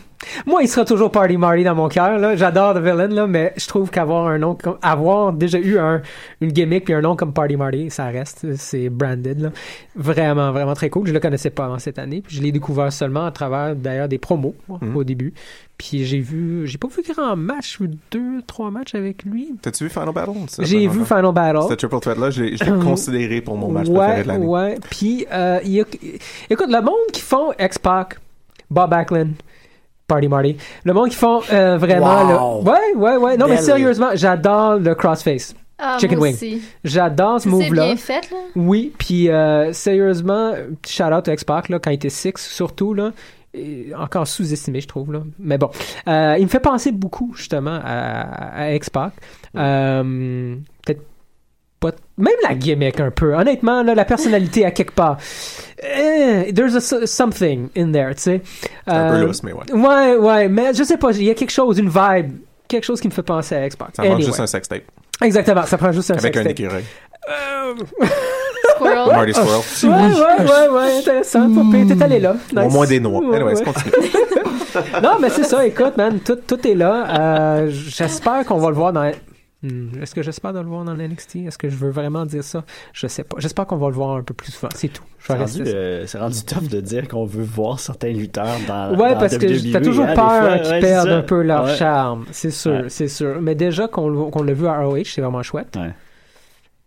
[SPEAKER 7] Moi, il sera toujours Party Marty dans mon cœur. là. J'adore The Villain, là, mais je trouve qu'avoir un nom, comme- avoir déjà eu un, une gimmick puis un nom comme Party Marty, ça reste, c'est branded. Là. Vraiment, vraiment très cool. Je le connaissais pas avant cette année. Puis je l'ai découvert seulement à travers d'ailleurs des promos moi,
[SPEAKER 9] Mhm.
[SPEAKER 7] au début. Puis j'ai vu, j'ai pas vu grand match, j'ai vu deux, trois matchs avec lui.
[SPEAKER 9] T'as-tu vu Final Battle? ça,
[SPEAKER 7] J'ai
[SPEAKER 9] vraiment?
[SPEAKER 7] vu Final Battle.
[SPEAKER 9] Ce triple threat-là, je l'ai je l'ai considéré pour mon match
[SPEAKER 7] ouais,
[SPEAKER 9] préféré de l'année.
[SPEAKER 7] Ouais, Puis, euh, il y a- écoute, le monde qui font X-Pac, Bob Backlund, Party Marty, le monde qui font euh, vraiment.
[SPEAKER 8] Wow.
[SPEAKER 7] le- Ouais, ouais, ouais. Non, mais
[SPEAKER 8] Belle.
[SPEAKER 7] sérieusement, j'adore le crossface.
[SPEAKER 6] Ah,
[SPEAKER 7] Chicken
[SPEAKER 6] moi
[SPEAKER 7] wing.
[SPEAKER 6] aussi.
[SPEAKER 7] J'adore ce
[SPEAKER 6] Si C'est
[SPEAKER 7] move-là.
[SPEAKER 6] bien fait, là.
[SPEAKER 7] Oui, puis euh, sérieusement, petit shout-out à X-Pac, là, quand il était six, surtout, là, et encore sous-estimé, je trouve. Là. Mais bon, Euh, il me fait penser beaucoup, justement, à, à X-Pac. Euh, Peut-être pas... Même la gimmick, un peu. Honnêtement, là, la personnalité, à quelque part. Eh, there's a so- something in there, tu sais.
[SPEAKER 9] C'est un
[SPEAKER 7] Euh,
[SPEAKER 9] peu lousse, mais ouais.
[SPEAKER 7] Ouais, ouais, mais je sais pas, il y a quelque chose, une vibe, quelque chose qui me fait penser à X-Pac.
[SPEAKER 9] Ça me manque
[SPEAKER 7] Anyway.
[SPEAKER 9] juste un sextape.
[SPEAKER 7] Exactement, ça prend juste un Euh,
[SPEAKER 9] Avec un
[SPEAKER 7] sextape. Oh.
[SPEAKER 9] écureuil.
[SPEAKER 6] Squirrel.
[SPEAKER 9] Marty Squirrel.
[SPEAKER 7] Ouais, ouais, ouais, Hmm. ouais, intéressant. Pas pire. T'es allé là.
[SPEAKER 9] Au
[SPEAKER 7] Nice.
[SPEAKER 9] moins des noix.
[SPEAKER 7] Ouais,
[SPEAKER 9] Anyways,
[SPEAKER 7] ouais.
[SPEAKER 9] continue.
[SPEAKER 7] Non, mais c'est ça, écoute, man, tout, tout est là. Euh, J'espère qu'on va le voir dans. Hmm, Est-ce que j'espère de le voir dans NXT? Est-ce que je veux vraiment dire ça? Je sais pas. J'espère qu'on va le voir un peu plus souvent. C'est tout. Je
[SPEAKER 8] C'est
[SPEAKER 7] vais
[SPEAKER 8] rendu,
[SPEAKER 7] rester. ça.
[SPEAKER 8] euh, c'est rendu tough de dire qu'on veut voir certains lutteurs dans
[SPEAKER 7] Ouais,
[SPEAKER 8] dans
[SPEAKER 7] parce que
[SPEAKER 8] WWE,
[SPEAKER 7] t'as toujours
[SPEAKER 8] hein, des fois,
[SPEAKER 7] peur qu'ils
[SPEAKER 8] ouais, c'est
[SPEAKER 7] perdent
[SPEAKER 8] ça.
[SPEAKER 7] un peu leur
[SPEAKER 8] Ouais.
[SPEAKER 7] charme. C'est sûr,
[SPEAKER 8] Ouais.
[SPEAKER 7] c'est sûr. Mais déjà qu'on le- qu'on l'a vu à ROH, c'est vraiment chouette.
[SPEAKER 8] Ouais.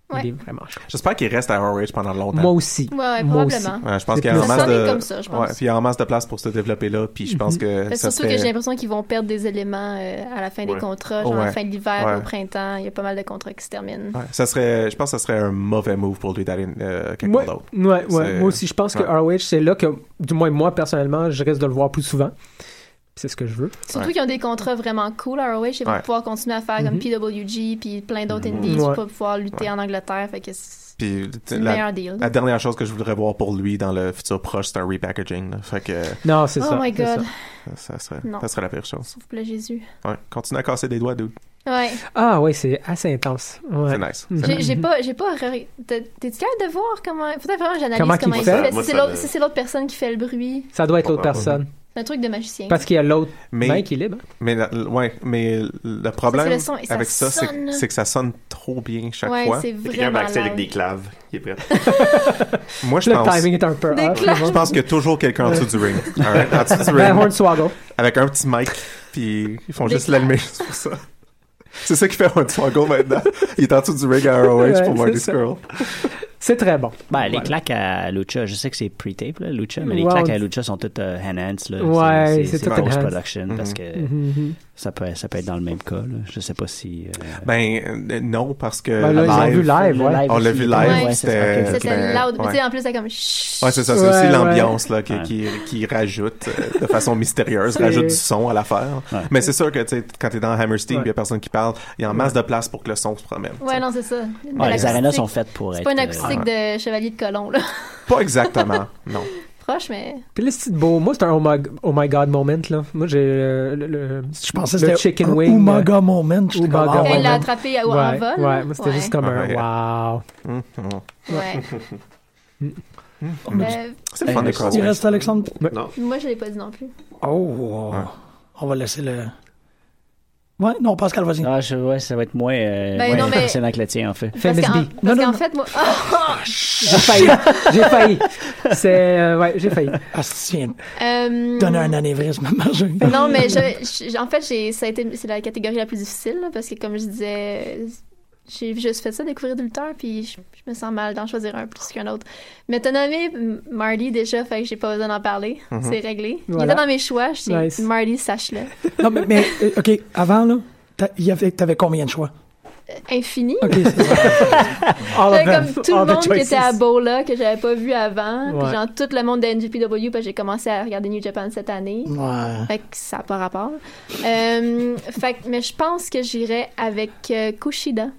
[SPEAKER 7] Il
[SPEAKER 6] Ouais.
[SPEAKER 7] est vraiment chouette.
[SPEAKER 9] J'espère qu'il reste à ROH pendant longtemps.
[SPEAKER 7] Moi aussi.
[SPEAKER 6] Ouais, ouais,
[SPEAKER 7] Moi aussi.
[SPEAKER 6] probablement.
[SPEAKER 9] Ouais, je pense
[SPEAKER 7] C'est
[SPEAKER 9] qu'il y a
[SPEAKER 7] plus-
[SPEAKER 9] en
[SPEAKER 6] Ça
[SPEAKER 9] masse
[SPEAKER 6] sonne
[SPEAKER 9] de...
[SPEAKER 6] comme ça, je pense.
[SPEAKER 9] Ouais, puis il y a en masse de place pour se développer là, puis je
[SPEAKER 7] Mm-hmm.
[SPEAKER 9] pense que
[SPEAKER 6] Mais
[SPEAKER 9] ça
[SPEAKER 6] surtout que j'ai
[SPEAKER 9] serait...
[SPEAKER 6] l'impression qu'ils vont perdre des éléments euh, à la fin des
[SPEAKER 4] Ouais.
[SPEAKER 6] contrats, genre à
[SPEAKER 9] Ouais.
[SPEAKER 6] la fin de l'hiver,
[SPEAKER 9] Ouais.
[SPEAKER 6] au printemps. Il y a pas mal de contrats qui se terminent.
[SPEAKER 9] Ouais, ça serait... Je pense que ça serait un mauvais move pour lui d'aller euh, quelque
[SPEAKER 7] Ouais,
[SPEAKER 9] part d'autre.
[SPEAKER 7] ouais, ouais.
[SPEAKER 9] C'est-
[SPEAKER 7] Moi aussi, je pense que
[SPEAKER 9] ouais.
[SPEAKER 7] ROH, c'est là que, du moins moi, personnellement, je risque de le voir plus souvent. C'est ce que je veux.
[SPEAKER 6] Surtout
[SPEAKER 9] Ah, Ouais.
[SPEAKER 6] qu'ils ont des contrats vraiment cool à ROH. Ils vont
[SPEAKER 9] Ouais. Mhm.
[SPEAKER 6] pouvoir continuer à faire comme PWG puis plein d'autres indies.
[SPEAKER 7] Mhm. Ouais.
[SPEAKER 6] Ils vont pouvoir lutter en Angleterre. Fait que c'est
[SPEAKER 9] Puis
[SPEAKER 6] c'est le
[SPEAKER 9] la,
[SPEAKER 6] meilleur deal.
[SPEAKER 9] la dernière chose que je voudrais voir pour lui dans le futur proche, c'est un repackaging. là. Fait que
[SPEAKER 7] Non, c'est
[SPEAKER 6] Oh
[SPEAKER 7] ça.
[SPEAKER 6] my
[SPEAKER 7] c'est ça.
[SPEAKER 6] god,
[SPEAKER 9] ça serait,
[SPEAKER 6] Non.
[SPEAKER 9] ça serait la pire chose.
[SPEAKER 6] s'il vous plaît, Jésus.
[SPEAKER 9] Ouais. Continue à casser des doigts, dude.
[SPEAKER 6] Ouais.
[SPEAKER 7] Ah ouais, c'est assez intense. Ouais.
[SPEAKER 9] C'est nice.
[SPEAKER 7] Mhm.
[SPEAKER 9] C'est
[SPEAKER 6] J'ai
[SPEAKER 9] nice.
[SPEAKER 6] j'ai pas. J'ai pas re- T'es- T'es-tu capable de voir comment. Faudrait vraiment que j'analyse
[SPEAKER 7] Comment
[SPEAKER 6] comment,
[SPEAKER 7] qu'il
[SPEAKER 6] il
[SPEAKER 7] fait?
[SPEAKER 6] fait.
[SPEAKER 4] Moi,
[SPEAKER 6] Si c'est
[SPEAKER 4] ça
[SPEAKER 6] l'autre-
[SPEAKER 4] me-
[SPEAKER 6] si c'est l'autre personne qui fait le bruit,
[SPEAKER 7] Ça doit être l'autre
[SPEAKER 4] Comprends pas.
[SPEAKER 7] personne.
[SPEAKER 6] c'est un truc de magicien.
[SPEAKER 7] Parce qu'il y a l'autre
[SPEAKER 9] Mais,
[SPEAKER 7] main qui est libre.
[SPEAKER 9] mais, la- l- ouais, mais le
[SPEAKER 6] c'est
[SPEAKER 9] problème
[SPEAKER 6] le son et ça
[SPEAKER 9] avec ça, c'est
[SPEAKER 6] sonne.
[SPEAKER 9] que- c'est que ça sonne trop bien chaque
[SPEAKER 6] ouais,
[SPEAKER 9] fois.
[SPEAKER 6] c'est
[SPEAKER 4] Il y a quelqu'un
[SPEAKER 6] vraiment.
[SPEAKER 4] backstage avec
[SPEAKER 6] loud.
[SPEAKER 4] des claves qui est prêt.
[SPEAKER 9] Moi, je
[SPEAKER 7] Le
[SPEAKER 9] pense...
[SPEAKER 7] timing est un peu
[SPEAKER 6] Des
[SPEAKER 7] off.
[SPEAKER 6] clashs.
[SPEAKER 9] Je pense qu'il y a toujours quelqu'un en dessous du ring. All right? En dessous du
[SPEAKER 7] Ben,
[SPEAKER 9] ring,
[SPEAKER 7] Hornswoggle.
[SPEAKER 9] avec un petit mic, puis ils font
[SPEAKER 6] Des
[SPEAKER 9] juste l'allumer juste pour ça. C'est ça qui fait Hornswoggle maintenant. Il est en dessous du ring à ROH
[SPEAKER 7] Ouais,
[SPEAKER 9] pour Marty
[SPEAKER 7] c'est ça.
[SPEAKER 9] Squirrel.
[SPEAKER 7] C'est très bon.
[SPEAKER 8] Ben, les
[SPEAKER 7] Ouais.
[SPEAKER 8] claques à Lucha, je sais que c'est pre-tape, là, Lucha, mais les
[SPEAKER 7] Ouais,
[SPEAKER 8] claques
[SPEAKER 7] on-
[SPEAKER 8] à Lucha sont toutes euh, enhanced, là.
[SPEAKER 7] Ouais, c'est tout
[SPEAKER 8] post
[SPEAKER 7] enhanced.
[SPEAKER 8] production parce que
[SPEAKER 7] Mhm.
[SPEAKER 8] Ça peut, ça peut être dans le même cas. Là. Je sais pas si. euh,
[SPEAKER 9] Ben euh, non, parce que.
[SPEAKER 8] Ben là, ils ont vu live, ouais.
[SPEAKER 9] On l'a
[SPEAKER 8] aussi.
[SPEAKER 9] vu live.
[SPEAKER 8] Ouais, c'est
[SPEAKER 9] C'était
[SPEAKER 8] ça.
[SPEAKER 6] C'était
[SPEAKER 9] ben,
[SPEAKER 6] loud. Mais tu
[SPEAKER 9] ouais.
[SPEAKER 6] sais, en plus, c'est comme. chut.
[SPEAKER 9] Ouais, c'est ça, c'est
[SPEAKER 7] Ouais,
[SPEAKER 9] aussi
[SPEAKER 7] ouais.
[SPEAKER 9] l'ambiance là, qui, qui, qui rajoute euh, de façon mystérieuse, rajoute du son à l'affaire. Mais c'est sûr que tu sais, quand t'es dans Hammerstein, il y a personne qui parle, il y a en masse de place pour que le son se promène.
[SPEAKER 6] Ouais, non, c'est ça. Une
[SPEAKER 8] Ouais, les
[SPEAKER 6] acoustique.
[SPEAKER 8] arénas sont faites pour
[SPEAKER 6] C'est
[SPEAKER 8] être.
[SPEAKER 6] pas une
[SPEAKER 8] euh,
[SPEAKER 6] acoustique de chevalier de colon, là.
[SPEAKER 9] Pas exactement, non.
[SPEAKER 6] Proche, mais.
[SPEAKER 7] Puis là, c'est beau. Moi, c'est un oh my, oh my god moment, là. Moi, j'ai euh, le, le,
[SPEAKER 3] Je pensais que
[SPEAKER 7] le
[SPEAKER 3] c'était
[SPEAKER 7] chicken
[SPEAKER 3] un
[SPEAKER 7] wing. euh,
[SPEAKER 3] Umaga moment. J'étais
[SPEAKER 7] Umaga
[SPEAKER 3] comme, ah,
[SPEAKER 6] Quand
[SPEAKER 7] moment.
[SPEAKER 6] il l'a attrapé à- en
[SPEAKER 7] ouais,
[SPEAKER 6] vol.
[SPEAKER 7] Ouais, moi, c'était
[SPEAKER 6] ouais.
[SPEAKER 7] juste comme un
[SPEAKER 9] Ouais.
[SPEAKER 7] wow.
[SPEAKER 9] Hum, hum.
[SPEAKER 6] Ouais. Euh,
[SPEAKER 9] C'est le fun des
[SPEAKER 3] Il
[SPEAKER 9] crossways.
[SPEAKER 3] reste Alexandre.
[SPEAKER 6] moi, je l'ai pas dit non plus.
[SPEAKER 3] Oh, on va laisser le. Ouais, non, Pascal, vas-y.
[SPEAKER 7] Mm.
[SPEAKER 8] Ah, je, ouais, ça va être moins euh,
[SPEAKER 6] Ben
[SPEAKER 8] ouais,
[SPEAKER 6] non, mais-
[SPEAKER 8] fascinant que le tien, en fait.
[SPEAKER 6] Parce
[SPEAKER 7] FMSB.
[SPEAKER 6] qu'en
[SPEAKER 7] Non,
[SPEAKER 6] parce
[SPEAKER 3] non,
[SPEAKER 6] qu'en
[SPEAKER 3] non.
[SPEAKER 6] fait, moi. Ah!
[SPEAKER 7] J'ai failli. j'ai failli. C'est. euh, ouais, j'ai failli.
[SPEAKER 3] Ah, si, viens de
[SPEAKER 6] Euh,
[SPEAKER 3] donner un anévrisme à Marjorie.
[SPEAKER 7] Ben
[SPEAKER 6] Non, mais je- je- en fait, j'ai- ça a été- c'est la catégorie la plus difficile là, parce que, comme je disais, euh, j'ai juste fait ça, découvrir des lutteurs, puis je, je me sens mal d'en choisir un plus qu'un autre. Mais t'as nommé M- Marty déjà, fait que j'ai pas besoin d'en parler. C'est réglé. Il
[SPEAKER 7] Mhm. Voilà.
[SPEAKER 6] était dans mes choix. Je sais,
[SPEAKER 7] Nice.
[SPEAKER 6] Marty, sache-le.
[SPEAKER 3] Non, mais, mais, euh, OK, avant, là, t'a- il y avait- t'avais combien de choix?
[SPEAKER 6] Infini.
[SPEAKER 3] OK, c'est ça.
[SPEAKER 7] All of
[SPEAKER 6] J'avais
[SPEAKER 7] them.
[SPEAKER 6] comme tout
[SPEAKER 7] All
[SPEAKER 6] le
[SPEAKER 7] the
[SPEAKER 6] monde qui
[SPEAKER 7] choices.
[SPEAKER 6] était à Bola que j'avais pas vu avant,
[SPEAKER 7] Ouais.
[SPEAKER 6] puis genre tout le monde de NJPW, parce que j'ai commencé à regarder New Japan cette année.
[SPEAKER 3] Ouais.
[SPEAKER 6] Fait que ça n'a pas rapport. Euh, fait que- mais je pense que j'irai avec euh, Kushida.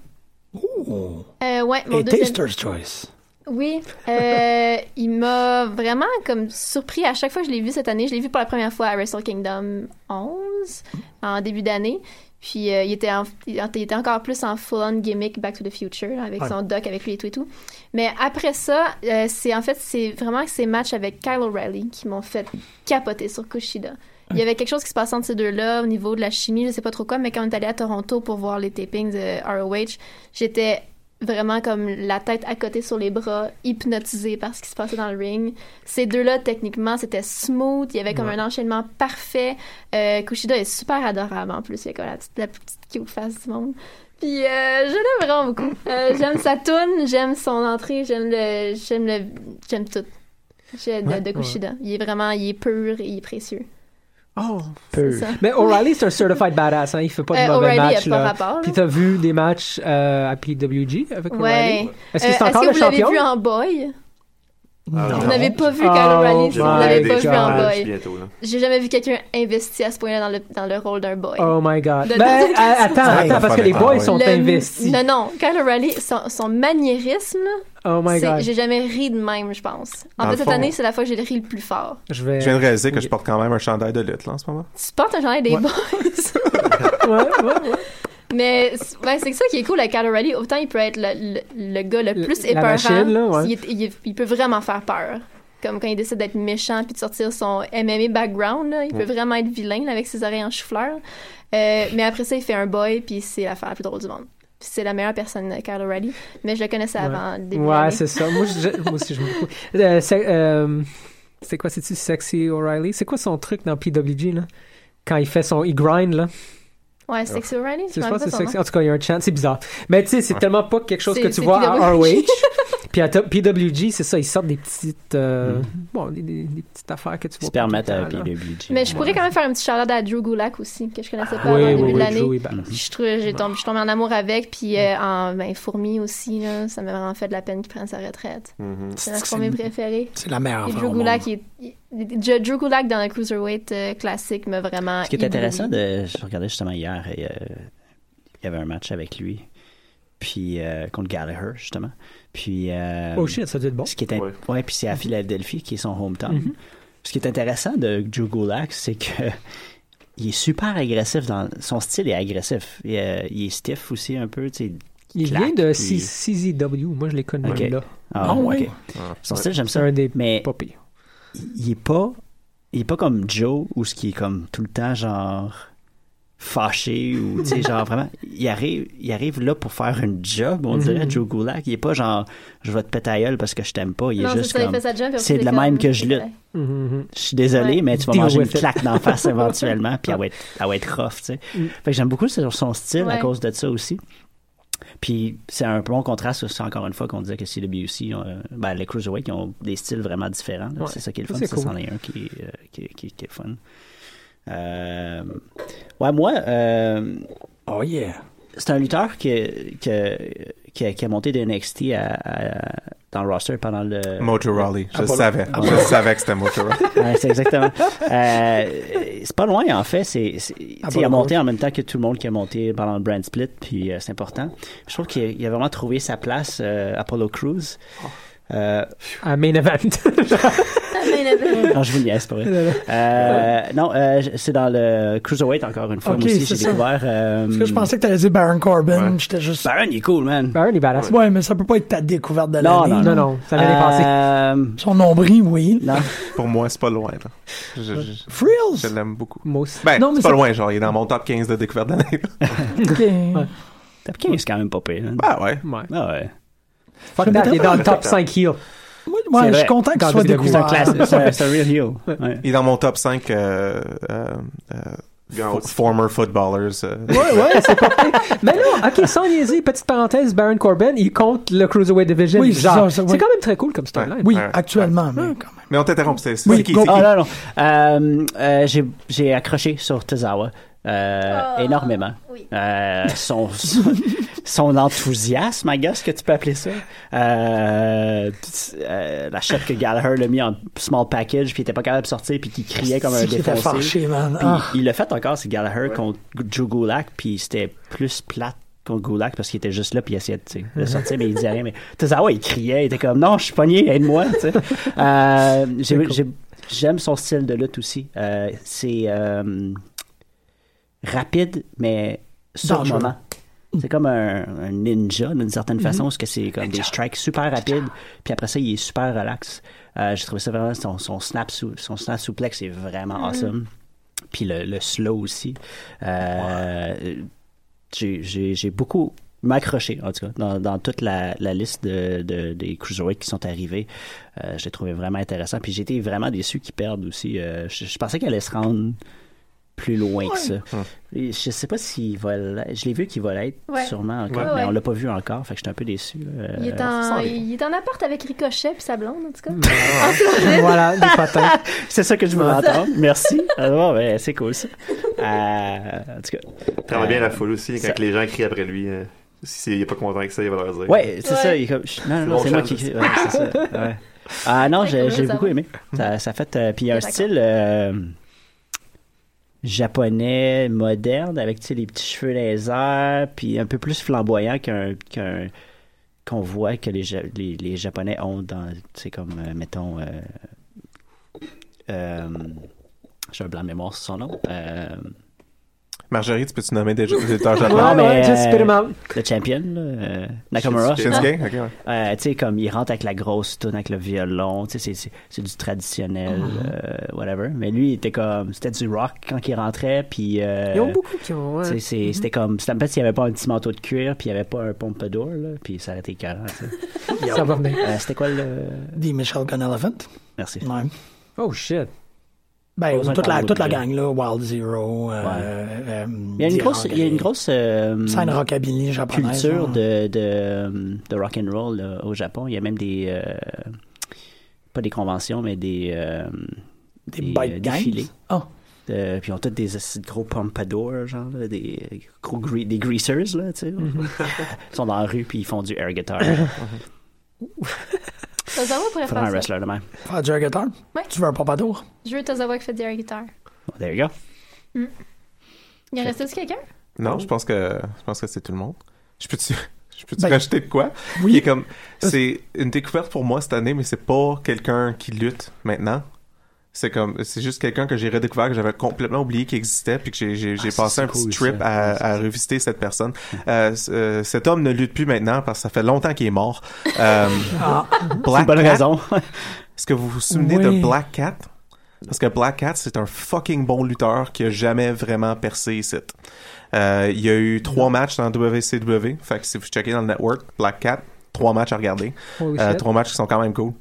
[SPEAKER 3] Oh.
[SPEAKER 6] Euh, ouais, mon
[SPEAKER 3] Et
[SPEAKER 6] deuxième.
[SPEAKER 3] Taster's Choice.
[SPEAKER 6] Oui, euh, il m'a vraiment comme surpris à chaque fois que je l'ai vu cette année. Je l'ai vu pour la première fois à Wrestle Kingdom 11 en début d'année. Puis euh, il, était en- il en- il était encore plus en full-on gimmick Back to the Future avec son doc avec lui et tout et tout. Mais après ça, euh, c'est en fait c'est vraiment ces matchs avec Kyle O'Reilly qui m'ont fait capoter sur Kushida. Il y avait quelque chose qui se passait entre ces deux-là au niveau de la chimie, je sais pas trop quoi, mais quand on est allé à Toronto pour voir les tapings de ROH, j'étais vraiment comme la tête à côté sur les bras, hypnotisée par ce qui se passait dans le ring. Ces deux-là, techniquement, c'était smooth. Il y avait comme un enchaînement parfait. Euh, Kushida est super adorable en plus. Il y a comme la, petite, la plus petite cute face du monde. Puis euh, je l'aime vraiment beaucoup. Euh, j'aime sa toune, j'aime son entrée, j'aime le, j'aime le, j'aime tout. J'ai- De, de Kushida. Il est vraiment, il est pur et il est précieux.
[SPEAKER 7] Oh,
[SPEAKER 6] C'est ça.
[SPEAKER 7] Mais O'Reilly, c'est un certified badass. Hein. Il fait pas de
[SPEAKER 6] Euh,
[SPEAKER 7] mauvais
[SPEAKER 6] O'Reilly,
[SPEAKER 7] match.
[SPEAKER 6] il a pas
[SPEAKER 7] là.
[SPEAKER 6] rapport,
[SPEAKER 7] Puis
[SPEAKER 6] là.
[SPEAKER 7] t'as vu des matchs euh, à PWG avec O'Reilly?
[SPEAKER 6] Ouais.
[SPEAKER 7] Est-ce
[SPEAKER 6] Euh,
[SPEAKER 7] que c'est encore le
[SPEAKER 6] vous l'avez
[SPEAKER 7] champion?
[SPEAKER 6] vu en boy?
[SPEAKER 4] Non.
[SPEAKER 6] Vous n'avez pas vu
[SPEAKER 7] Oh
[SPEAKER 6] Kyle O'Reilly, vous
[SPEAKER 7] my
[SPEAKER 6] l'avez pas vu en
[SPEAKER 7] God.
[SPEAKER 6] boy.
[SPEAKER 4] bientôt, là.
[SPEAKER 6] J'ai jamais vu quelqu'un investi à ce point-là dans le, dans le rôle d'un boy.
[SPEAKER 7] Oh my god.
[SPEAKER 6] De-
[SPEAKER 7] Ben, a- attends,
[SPEAKER 9] Ouais,
[SPEAKER 7] attends, parce que les
[SPEAKER 9] ouais.
[SPEAKER 7] boys sont
[SPEAKER 6] Le-
[SPEAKER 7] investis.
[SPEAKER 6] Non, non, Kyle O'Reilly, son, son maniérisme,
[SPEAKER 7] Oh my
[SPEAKER 6] c'est-
[SPEAKER 7] god.
[SPEAKER 6] j'ai jamais ri de même, je pense. En
[SPEAKER 9] Dans
[SPEAKER 6] fait,
[SPEAKER 9] le
[SPEAKER 6] cette
[SPEAKER 9] fond-
[SPEAKER 6] année, c'est la fois que j'ai ri le plus fort.
[SPEAKER 7] Je vais.
[SPEAKER 9] Je viens de réaliser que
[SPEAKER 7] Ok.
[SPEAKER 9] je porte quand même un chandail de lutte là, en ce moment.
[SPEAKER 6] Tu portes un chandail des
[SPEAKER 7] Ouais.
[SPEAKER 6] boys.
[SPEAKER 7] Ouais, ouais, ouais.
[SPEAKER 6] Mais c'est- ouais, c'est ça qui est cool avec Kyle O'Reilly. Autant il peut être le, le- le gars le
[SPEAKER 7] Le-
[SPEAKER 6] plus
[SPEAKER 7] la
[SPEAKER 6] épeurant.
[SPEAKER 7] machine, là, ouais.
[SPEAKER 6] il, est- il est- il peut vraiment faire peur. Comme quand il décide d'être méchant puis de sortir son MMA background, là, il peut vraiment être vilain là, avec ses oreilles en chou-fleur. Euh, mais après ça, il fait un boy puis c'est l'affaire la plus drôle du monde. Puis c'est la meilleure personne, Kyle O'Reilly. Mais je le connaissais avant. le début de
[SPEAKER 7] Ouais,
[SPEAKER 6] l'année.
[SPEAKER 7] c'est ça. Moi, je- moi aussi, je me fous. Euh, c'est, euh, c'est quoi, c'est-tu Sexy O'Reilly? C'est quoi son truc dans PWG, là? Quand il fait son. Il grind, là.
[SPEAKER 6] Ouais, Sexy O'Reilly.
[SPEAKER 7] Je
[SPEAKER 6] me
[SPEAKER 7] pense
[SPEAKER 6] rappelle
[SPEAKER 7] que
[SPEAKER 6] pas
[SPEAKER 7] Ah. c'est
[SPEAKER 6] son
[SPEAKER 7] sexy. En tout cas, il y a un chant. C'est bizarre. Mais tu sais, c'est tellement pas quelque chose
[SPEAKER 6] C'est-
[SPEAKER 7] que tu
[SPEAKER 6] c'est
[SPEAKER 7] vois à
[SPEAKER 6] PWG.
[SPEAKER 7] ROH. Puis à top- PWG, c'est ça. Ils sortent des petites. euh, Bon, des, des- des petites affaires que tu
[SPEAKER 8] Ils
[SPEAKER 7] vois.
[SPEAKER 8] se permettent euh, à
[SPEAKER 7] pas tout le temps, là.
[SPEAKER 8] PWG.
[SPEAKER 6] Mais je pourrais quand même faire un petit shout-out à Drew Gulak aussi, que je connaissais pas
[SPEAKER 7] Oui,
[SPEAKER 6] avant le Ah,
[SPEAKER 7] oui,
[SPEAKER 6] début
[SPEAKER 7] oui,
[SPEAKER 6] de l'année.
[SPEAKER 7] Joe est bad.
[SPEAKER 6] Je, trouve, j'ai tombé, je suis tombée en amour avec, puis
[SPEAKER 8] Mm.
[SPEAKER 6] euh, en ben, fourmi aussi, là, ça m'a vraiment fait de la peine qu'il prenne sa retraite. C'est la fourmi préférée.
[SPEAKER 3] C'est la
[SPEAKER 8] Ah,
[SPEAKER 3] meilleure
[SPEAKER 6] Et
[SPEAKER 3] affaire
[SPEAKER 6] Drew
[SPEAKER 3] au monde.
[SPEAKER 6] Gulak, il- il- Drew Drew Gulak dans le Cruiserweight euh, classique m'a vraiment.
[SPEAKER 8] Ce qui est
[SPEAKER 6] ébloui.
[SPEAKER 8] intéressant, de, je regardais justement hier, et, euh, il y avait un match avec lui, puis euh, contre Gallagher, justement. Puis, euh,
[SPEAKER 7] Oh shit, ça doit être bon.
[SPEAKER 8] Ce qui est in- ouais, puis
[SPEAKER 6] Mhm.
[SPEAKER 8] c'est à Philadelphie, qui est son hometown. Ce qui est intéressant de Drew Gulak, c'est que il est super agressif. Dans, son style est agressif. Il, euh, il est stiff aussi un peu. tu sais,
[SPEAKER 7] Il
[SPEAKER 8] claque,
[SPEAKER 7] vient de
[SPEAKER 8] puis-
[SPEAKER 7] C- CZW. Moi, je les connais
[SPEAKER 8] Ok.
[SPEAKER 7] là.
[SPEAKER 8] Ah,
[SPEAKER 3] Ah, ouais.
[SPEAKER 8] ok. Son style, j'aime
[SPEAKER 7] C'est
[SPEAKER 8] ça.
[SPEAKER 7] un des
[SPEAKER 3] Eh.
[SPEAKER 8] Mais
[SPEAKER 7] pas pires.
[SPEAKER 8] il est pas il est pas comme Joe ou ce qui est comme tout le temps genre fâché ou tu sais genre vraiment il arrive il arrive là pour faire une job on
[SPEAKER 6] Mhm.
[SPEAKER 8] dirait Joe Gulak il est pas genre je vais te péter la gueule parce que je t'aime pas il est
[SPEAKER 6] Non, c'est
[SPEAKER 8] juste
[SPEAKER 6] ça, il
[SPEAKER 8] comme
[SPEAKER 6] fait sa job, puis
[SPEAKER 8] c'est
[SPEAKER 6] après,
[SPEAKER 8] de la
[SPEAKER 6] c'est
[SPEAKER 8] même
[SPEAKER 6] comme-
[SPEAKER 8] que je lutte je suis désolé
[SPEAKER 6] Ouais.
[SPEAKER 8] mais tu vas
[SPEAKER 7] Deal
[SPEAKER 8] manger une
[SPEAKER 7] with it.
[SPEAKER 8] claque d'en face éventuellement puis elle va être elle va être rough tu sais fait que j'aime beaucoup sur son style à
[SPEAKER 6] Ouais.
[SPEAKER 8] cause de ça aussi puis c'est un bon contraste aussi, encore une fois, qu'on disait que CWC, euh, ben, les Cruiserweight, ils ont des styles vraiment différents. là.
[SPEAKER 7] Ouais.
[SPEAKER 8] C'est ça qui est le
[SPEAKER 7] Ça,
[SPEAKER 8] fun.
[SPEAKER 7] c'est
[SPEAKER 8] Ça,
[SPEAKER 7] cool.
[SPEAKER 8] c'en est un qui, est, euh, qui, qui- qui est fun. Euh, ouais, moi, euh, oh yeah. c'est un lutteur qui, que- qui, a, qui a monté de NXT à- à- dans le roster pendant le.
[SPEAKER 9] Mojo Rawley. Je
[SPEAKER 8] Apollo-
[SPEAKER 9] savais.
[SPEAKER 8] Euh, Ah,
[SPEAKER 9] Je
[SPEAKER 8] ouais.
[SPEAKER 9] savais que c'était Mojo Rawley.
[SPEAKER 8] Ouais, c'est exactement. Euh, c'est pas loin, en fait. C'est, c'est- tu sais, il a
[SPEAKER 9] Apollo
[SPEAKER 8] monté en même temps que tout le monde qui a monté pendant le brand split, puis euh, c'est important. Je trouve qu'il a- il a vraiment trouvé sa place, euh, Apollo Crews.
[SPEAKER 3] Ah.
[SPEAKER 8] Euh,
[SPEAKER 7] À main event.
[SPEAKER 8] non, je vous niaise, c'est pas vrai. Euh, non, euh, je- c'est dans le Cruiserweight, encore une fois.
[SPEAKER 3] Ok,
[SPEAKER 8] Moi aussi,
[SPEAKER 3] c'est
[SPEAKER 8] j'ai
[SPEAKER 3] ça.
[SPEAKER 8] découvert. euh,
[SPEAKER 3] Parce que je pensais que t'allais dire Baron Corbin. J'étais juste.
[SPEAKER 8] Baron, il est cool, man.
[SPEAKER 7] Baron, il est badass.
[SPEAKER 3] Ouais, mais ça peut pas être ta découverte de
[SPEAKER 8] Non,
[SPEAKER 3] l'année.
[SPEAKER 8] non,
[SPEAKER 3] là.
[SPEAKER 7] non, non, ça
[SPEAKER 8] Euh,
[SPEAKER 7] l'année passée.
[SPEAKER 3] Son nombril, oui.
[SPEAKER 8] Non.
[SPEAKER 9] Pour moi, c'est pas loin. Là. Je, je-
[SPEAKER 3] Frills!
[SPEAKER 9] je l'aime beaucoup.
[SPEAKER 7] Moi aussi.
[SPEAKER 9] Ben,
[SPEAKER 3] Non, mais
[SPEAKER 9] c'est pas
[SPEAKER 3] ça-
[SPEAKER 9] loin. Genre, il est dans mon top 15 de découverte d'année.
[SPEAKER 3] Ok.
[SPEAKER 8] Top 15, c'est quand même pas pire. hein.
[SPEAKER 9] bah ouais.
[SPEAKER 7] Ouais.
[SPEAKER 8] Ah ouais.
[SPEAKER 7] Fuck that, il est dans le top
[SPEAKER 9] Respectable.
[SPEAKER 7] 5 heel.
[SPEAKER 3] Moi, moi,
[SPEAKER 8] C'est
[SPEAKER 3] je suis
[SPEAKER 8] vrai.
[SPEAKER 3] content qu'il
[SPEAKER 7] Dans
[SPEAKER 3] soit
[SPEAKER 7] WWE.
[SPEAKER 8] C'est un
[SPEAKER 3] découvert.
[SPEAKER 8] classique, c'est un- c'est un real heel. Ouais.
[SPEAKER 9] Il est dans mon top 5 euh, euh, euh, fo- former footballers. euh.
[SPEAKER 7] Ouais, ouais, c'est pas pire. Mais non, ok, sans niaiser, petite parenthèse, Baron Corbin, il compte le Cruiserweight Division.
[SPEAKER 3] Oui, c'est
[SPEAKER 7] genre,
[SPEAKER 3] ça, ça,
[SPEAKER 7] c'est
[SPEAKER 3] oui.
[SPEAKER 7] quand même très cool comme storyline.
[SPEAKER 3] Oui,
[SPEAKER 9] Ouais, ouais.
[SPEAKER 3] actuellement, mais quand même.
[SPEAKER 9] Mais on t'interrompt. C'est c'est
[SPEAKER 3] Oui,
[SPEAKER 9] qui?
[SPEAKER 3] go.
[SPEAKER 9] c'est qui?
[SPEAKER 8] Ah non, non. Euh, euh, j'ai- J'ai accroché sur Tozawa euh,
[SPEAKER 2] Ah.
[SPEAKER 8] énormément.
[SPEAKER 2] Oui.
[SPEAKER 8] Euh, son, son, son enthousiasme, I guess, que tu peux appeler ça. Euh, pis, euh, la shot que Gallagher l'a mis en small package, puis il était pas capable de sortir, puis qui criait comme un
[SPEAKER 3] Ah, C'est qu'il était
[SPEAKER 8] défoncé.
[SPEAKER 3] fâché, man.
[SPEAKER 8] Puis
[SPEAKER 3] Ah.
[SPEAKER 8] il l'a fait encore, c'est Gallagher contre Joe Gulak, puis c'était plus plate contre Gulak parce qu'il était juste là, puis il essayait de, tu sais, de sortir, mais il disait rien. Mais Tozawa, il criait, il était comme non, je suis pogné, aide-moi. tu sais. Euh, j'ai- j'ai- J'aime son style de lutte aussi. Euh, c'est euh, rapide, mais sur le
[SPEAKER 3] Dangereux.
[SPEAKER 8] moment. C'est comme un, un ninja d'une certaine façon, parce que c'est comme des strikes super rapides, puis après ça, il est super relax. Euh, J'ai trouvé ça vraiment, son, son, snap, sou- son snap souplex est vraiment awesome. Puis le, le slow aussi. Euh, j'ai- J'ai j'ai beaucoup m'accroché, en tout cas, dans, dans toute la, la liste de, de- des cruiserweights qui sont arrivés. Euh, je l'ai trouvé vraiment intéressant. Puis j'étais vraiment déçu qu'ils perdent aussi. Euh, je, je pensais qu'elle allait se rendre plus loin que ça. Et Je sais pas s'il va l'être. Je l'ai vu qu'il va l'être,
[SPEAKER 6] Ouais.
[SPEAKER 8] sûrement encore,
[SPEAKER 6] Ouais,
[SPEAKER 8] mais on
[SPEAKER 6] ouais.
[SPEAKER 8] l'a pas vu encore, fait que j'étais un peu déçu. euh, Mm.
[SPEAKER 6] Il est, en, il est en appart avec Ricochet puis sa blonde, en tout cas.
[SPEAKER 7] voilà, des patins.
[SPEAKER 8] C'est ça que je voulais entendre. Merci. Ah, bon, ben, c'est cool ça. Euh, en tout cas.
[SPEAKER 4] Travaille bien
[SPEAKER 8] euh,
[SPEAKER 4] la foule aussi,
[SPEAKER 8] ça-
[SPEAKER 4] quand les gens crient après lui. euh, S'il n'est pas content avec ça, il va leur dire.
[SPEAKER 8] Ouais, c'est
[SPEAKER 2] Ouais.
[SPEAKER 8] ça. il est comme- Non, non, non,
[SPEAKER 4] mon
[SPEAKER 8] c'est moi
[SPEAKER 4] chance.
[SPEAKER 8] qui. ouais, c'est ça. ouais. Ah non,
[SPEAKER 2] C'est
[SPEAKER 8] j'ai
[SPEAKER 2] cool,
[SPEAKER 8] j'ai
[SPEAKER 2] ça.
[SPEAKER 8] beaucoup aimé. Ça, ça fait. euh, puis il y a un
[SPEAKER 2] D'accord.
[SPEAKER 8] style euh, japonais moderne avec tu sais, les petits cheveux laser, puis un peu plus flamboyant qu'un qu'un- qu'on voit que les, Ja- les, les japonais ont dans tu sais comme euh, mettons. Euh, euh, j'ai un blanc de mémoire sur son nom. Euh,
[SPEAKER 9] Marjorie, tu peux-tu nommer des lutteurs
[SPEAKER 8] Non,
[SPEAKER 9] japonais?
[SPEAKER 8] mais,
[SPEAKER 7] ouais, just spit him out.
[SPEAKER 8] le champion, là, euh, Nakamura.
[SPEAKER 9] Shinsuke? Ok, ouais.
[SPEAKER 8] Euh, tu sais, comme il rentre avec la grosse toune, avec le violon, tu sais, c'est- c'est- c'est du traditionnel,
[SPEAKER 7] Ah.
[SPEAKER 8] euh, whatever. Mais lui, il était comme, c'était du rock quand il rentrait, puis. euh,
[SPEAKER 7] Ils ont beaucoup qui ont. ouais. Mm-hmm.
[SPEAKER 8] tu sais, c'est- C'était comme, c'était- en fait, il n'y avait pas un petit manteau de cuir, puis il n'y avait pas un pompadour, là, puis ça aurait été écœurant, tu sais.
[SPEAKER 7] Ça va venir.
[SPEAKER 8] Euh, C'était quoi le.
[SPEAKER 3] Des Michel Gun Elephant.
[SPEAKER 8] Merci.
[SPEAKER 3] Ouais.
[SPEAKER 7] Oh shit.
[SPEAKER 3] Ben,
[SPEAKER 8] besoin de
[SPEAKER 3] toute la,
[SPEAKER 8] parler
[SPEAKER 3] toute la
[SPEAKER 8] de-
[SPEAKER 3] gang, là, Wild Zero. euh, euh,
[SPEAKER 8] Il y a une
[SPEAKER 3] Diran,
[SPEAKER 8] grosse, il y a une grosse euh,
[SPEAKER 3] Scène rockabilly japonaise.
[SPEAKER 8] culture
[SPEAKER 3] là.
[SPEAKER 8] de, de, euh, de rock and roll là, au Japon. Il y a même des. euh, pas des conventions, mais des. euh,
[SPEAKER 3] Des
[SPEAKER 8] des, euh,
[SPEAKER 3] bike gangs.
[SPEAKER 8] défilés.
[SPEAKER 3] Ah.
[SPEAKER 8] Euh, puis ils ont tous des assis de gros pompadours, genre, là, des gros gre- des greasers, là, tu sais. ils sont dans la rue, puis ils font du air guitar.
[SPEAKER 2] Tozawa pourrait
[SPEAKER 8] Faire un
[SPEAKER 2] faire ça.
[SPEAKER 8] wrestler de même.
[SPEAKER 3] Faire du air guitar.
[SPEAKER 2] Ouais.
[SPEAKER 3] Tu veux un pompadour?
[SPEAKER 2] Je veux Tozawa qui fait de la guitare.
[SPEAKER 8] Bon, there you go.
[SPEAKER 2] Il en restait-tu quelqu'un?
[SPEAKER 9] Non, je pense que je pense que c'est tout le monde. Je peux-tu je peux
[SPEAKER 3] Ben,
[SPEAKER 9] rajouter de quoi?
[SPEAKER 3] oui.
[SPEAKER 9] Qui est comme c'est une découverte pour moi cette année, mais c'est pas quelqu'un qui lutte maintenant. C'est comme c'est juste quelqu'un que j'ai redécouvert que j'avais complètement oublié qu'il existait puis que j'ai j'ai- j'ai
[SPEAKER 8] Ah, ça,
[SPEAKER 9] passé
[SPEAKER 8] c'est
[SPEAKER 9] un
[SPEAKER 8] cool,
[SPEAKER 9] petit trip
[SPEAKER 8] ça.
[SPEAKER 9] à, à revisiter cette personne. Euh, c- euh, cet homme ne lutte plus maintenant parce que ça fait longtemps qu'il est mort. Euh,
[SPEAKER 3] Ah,
[SPEAKER 8] C'est
[SPEAKER 9] Black
[SPEAKER 8] une bonne
[SPEAKER 9] Cat.
[SPEAKER 8] raison.
[SPEAKER 9] Est-ce que vous vous souvenez
[SPEAKER 3] Oui.
[SPEAKER 9] de Black Cat? Parce que Black Cat, c'est un fucking bon lutteur qui a jamais vraiment percé ici. Euh, il y a eu trois matchs dans WCW. Fait que si vous checkez dans le network, Black Cat, trois matchs à regarder.
[SPEAKER 7] Holy
[SPEAKER 9] Euh,
[SPEAKER 7] shit.
[SPEAKER 9] trois matchs qui sont quand même cool.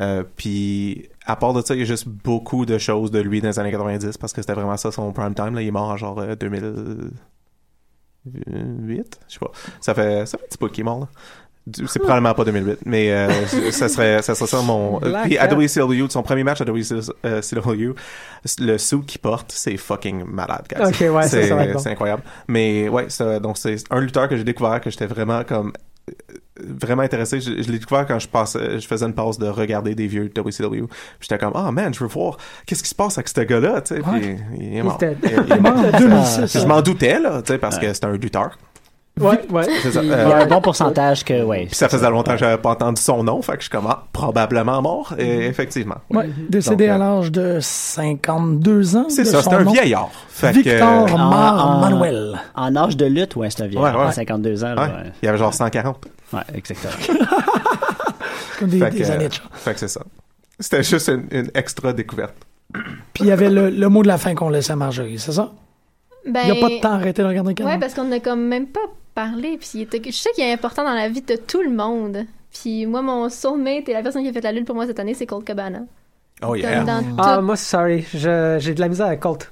[SPEAKER 9] Euh, Puis, à part de ça, il y a juste beaucoup de choses de lui dans les années 90 parce que c'était vraiment ça son prime time. Là. Il est mort en genre euh, 2008, je sais pas. Ça fait, ça fait un petit peu qu'il est mort. Là. C'est probablement pas 2008, mais euh, ça, serait, ça serait ça mon. euh,
[SPEAKER 7] Black
[SPEAKER 9] Puis à
[SPEAKER 7] Cat.
[SPEAKER 9] WCW, de son premier match à euh, WCW, le suit qu'il porte, c'est fucking malade, guys.
[SPEAKER 7] Ok, ouais, ça, ça va être bon.
[SPEAKER 9] C'est incroyable. Mais ouais, ça, donc c'est un lutteur que j'ai découvert, que j'étais vraiment comme. euh, Vraiment intéressé. Je, je l'ai découvert quand je, passais, je faisais une pause de regarder des vieux WCW. Puis j'étais comme, ah man, je veux voir qu'est-ce qui se passe avec ce gars-là, tu sais. Puis il est mort.
[SPEAKER 7] Il était-
[SPEAKER 9] Il est- il est mort.
[SPEAKER 3] En 2006.
[SPEAKER 9] Je m'en doutais, là, tu sais, parce que c'était un lutteur.
[SPEAKER 7] Ouais, ouais.
[SPEAKER 9] C'est ça.
[SPEAKER 7] Il-
[SPEAKER 9] Euh,
[SPEAKER 8] Il y a un bon pourcentage que, ouais.
[SPEAKER 9] Puis ça faisait longtemps que j'avais pas entendu son nom, fait que je suis comme ah, probablement mort, et effectivement.
[SPEAKER 3] Mm. Ouais, décédé à
[SPEAKER 9] Donc, euh,
[SPEAKER 3] l'âge de 52 ans.
[SPEAKER 9] C'est
[SPEAKER 3] de
[SPEAKER 9] ça,
[SPEAKER 3] son
[SPEAKER 9] c'est un
[SPEAKER 3] nom.
[SPEAKER 9] vieillard. Fait que,
[SPEAKER 3] Victor
[SPEAKER 9] euh,
[SPEAKER 3] Mar
[SPEAKER 6] Ah.
[SPEAKER 8] En- en-
[SPEAKER 3] Manuel.
[SPEAKER 8] En âge de lutte, ouais, c'est un vieil.
[SPEAKER 9] Ouais, ouais.
[SPEAKER 8] 52 ans,
[SPEAKER 9] ouais,
[SPEAKER 8] là, ouais.
[SPEAKER 9] il y avait genre 140.
[SPEAKER 8] Ouais, exactement.
[SPEAKER 6] Euh.
[SPEAKER 3] Comme des,
[SPEAKER 9] Fait que,
[SPEAKER 3] des
[SPEAKER 9] euh,
[SPEAKER 3] années de chat.
[SPEAKER 9] fait que c'est ça. C'était juste une, une extra découverte.
[SPEAKER 3] Puis il y avait le, le mot de la fin qu'on laissait à Marjorie, c'est ça?
[SPEAKER 6] Ben,
[SPEAKER 3] Il n'y a pas de temps arrêté de regarder le
[SPEAKER 6] Ouais, ben,
[SPEAKER 3] calendrier.
[SPEAKER 6] parce qu'on a comme même pas parlé. Puis il était- je sais qu'il est important dans la vie de tout le monde. Puis moi, mon soulmate et la personne qui a fait la lutte pour moi cette année, c'est Colt Cabana.
[SPEAKER 9] Oh
[SPEAKER 6] Comme
[SPEAKER 9] yeah.
[SPEAKER 6] dans
[SPEAKER 7] Ah,
[SPEAKER 6] tout-
[SPEAKER 7] moi, sorry. Je- J'ai de la misère avec Colt.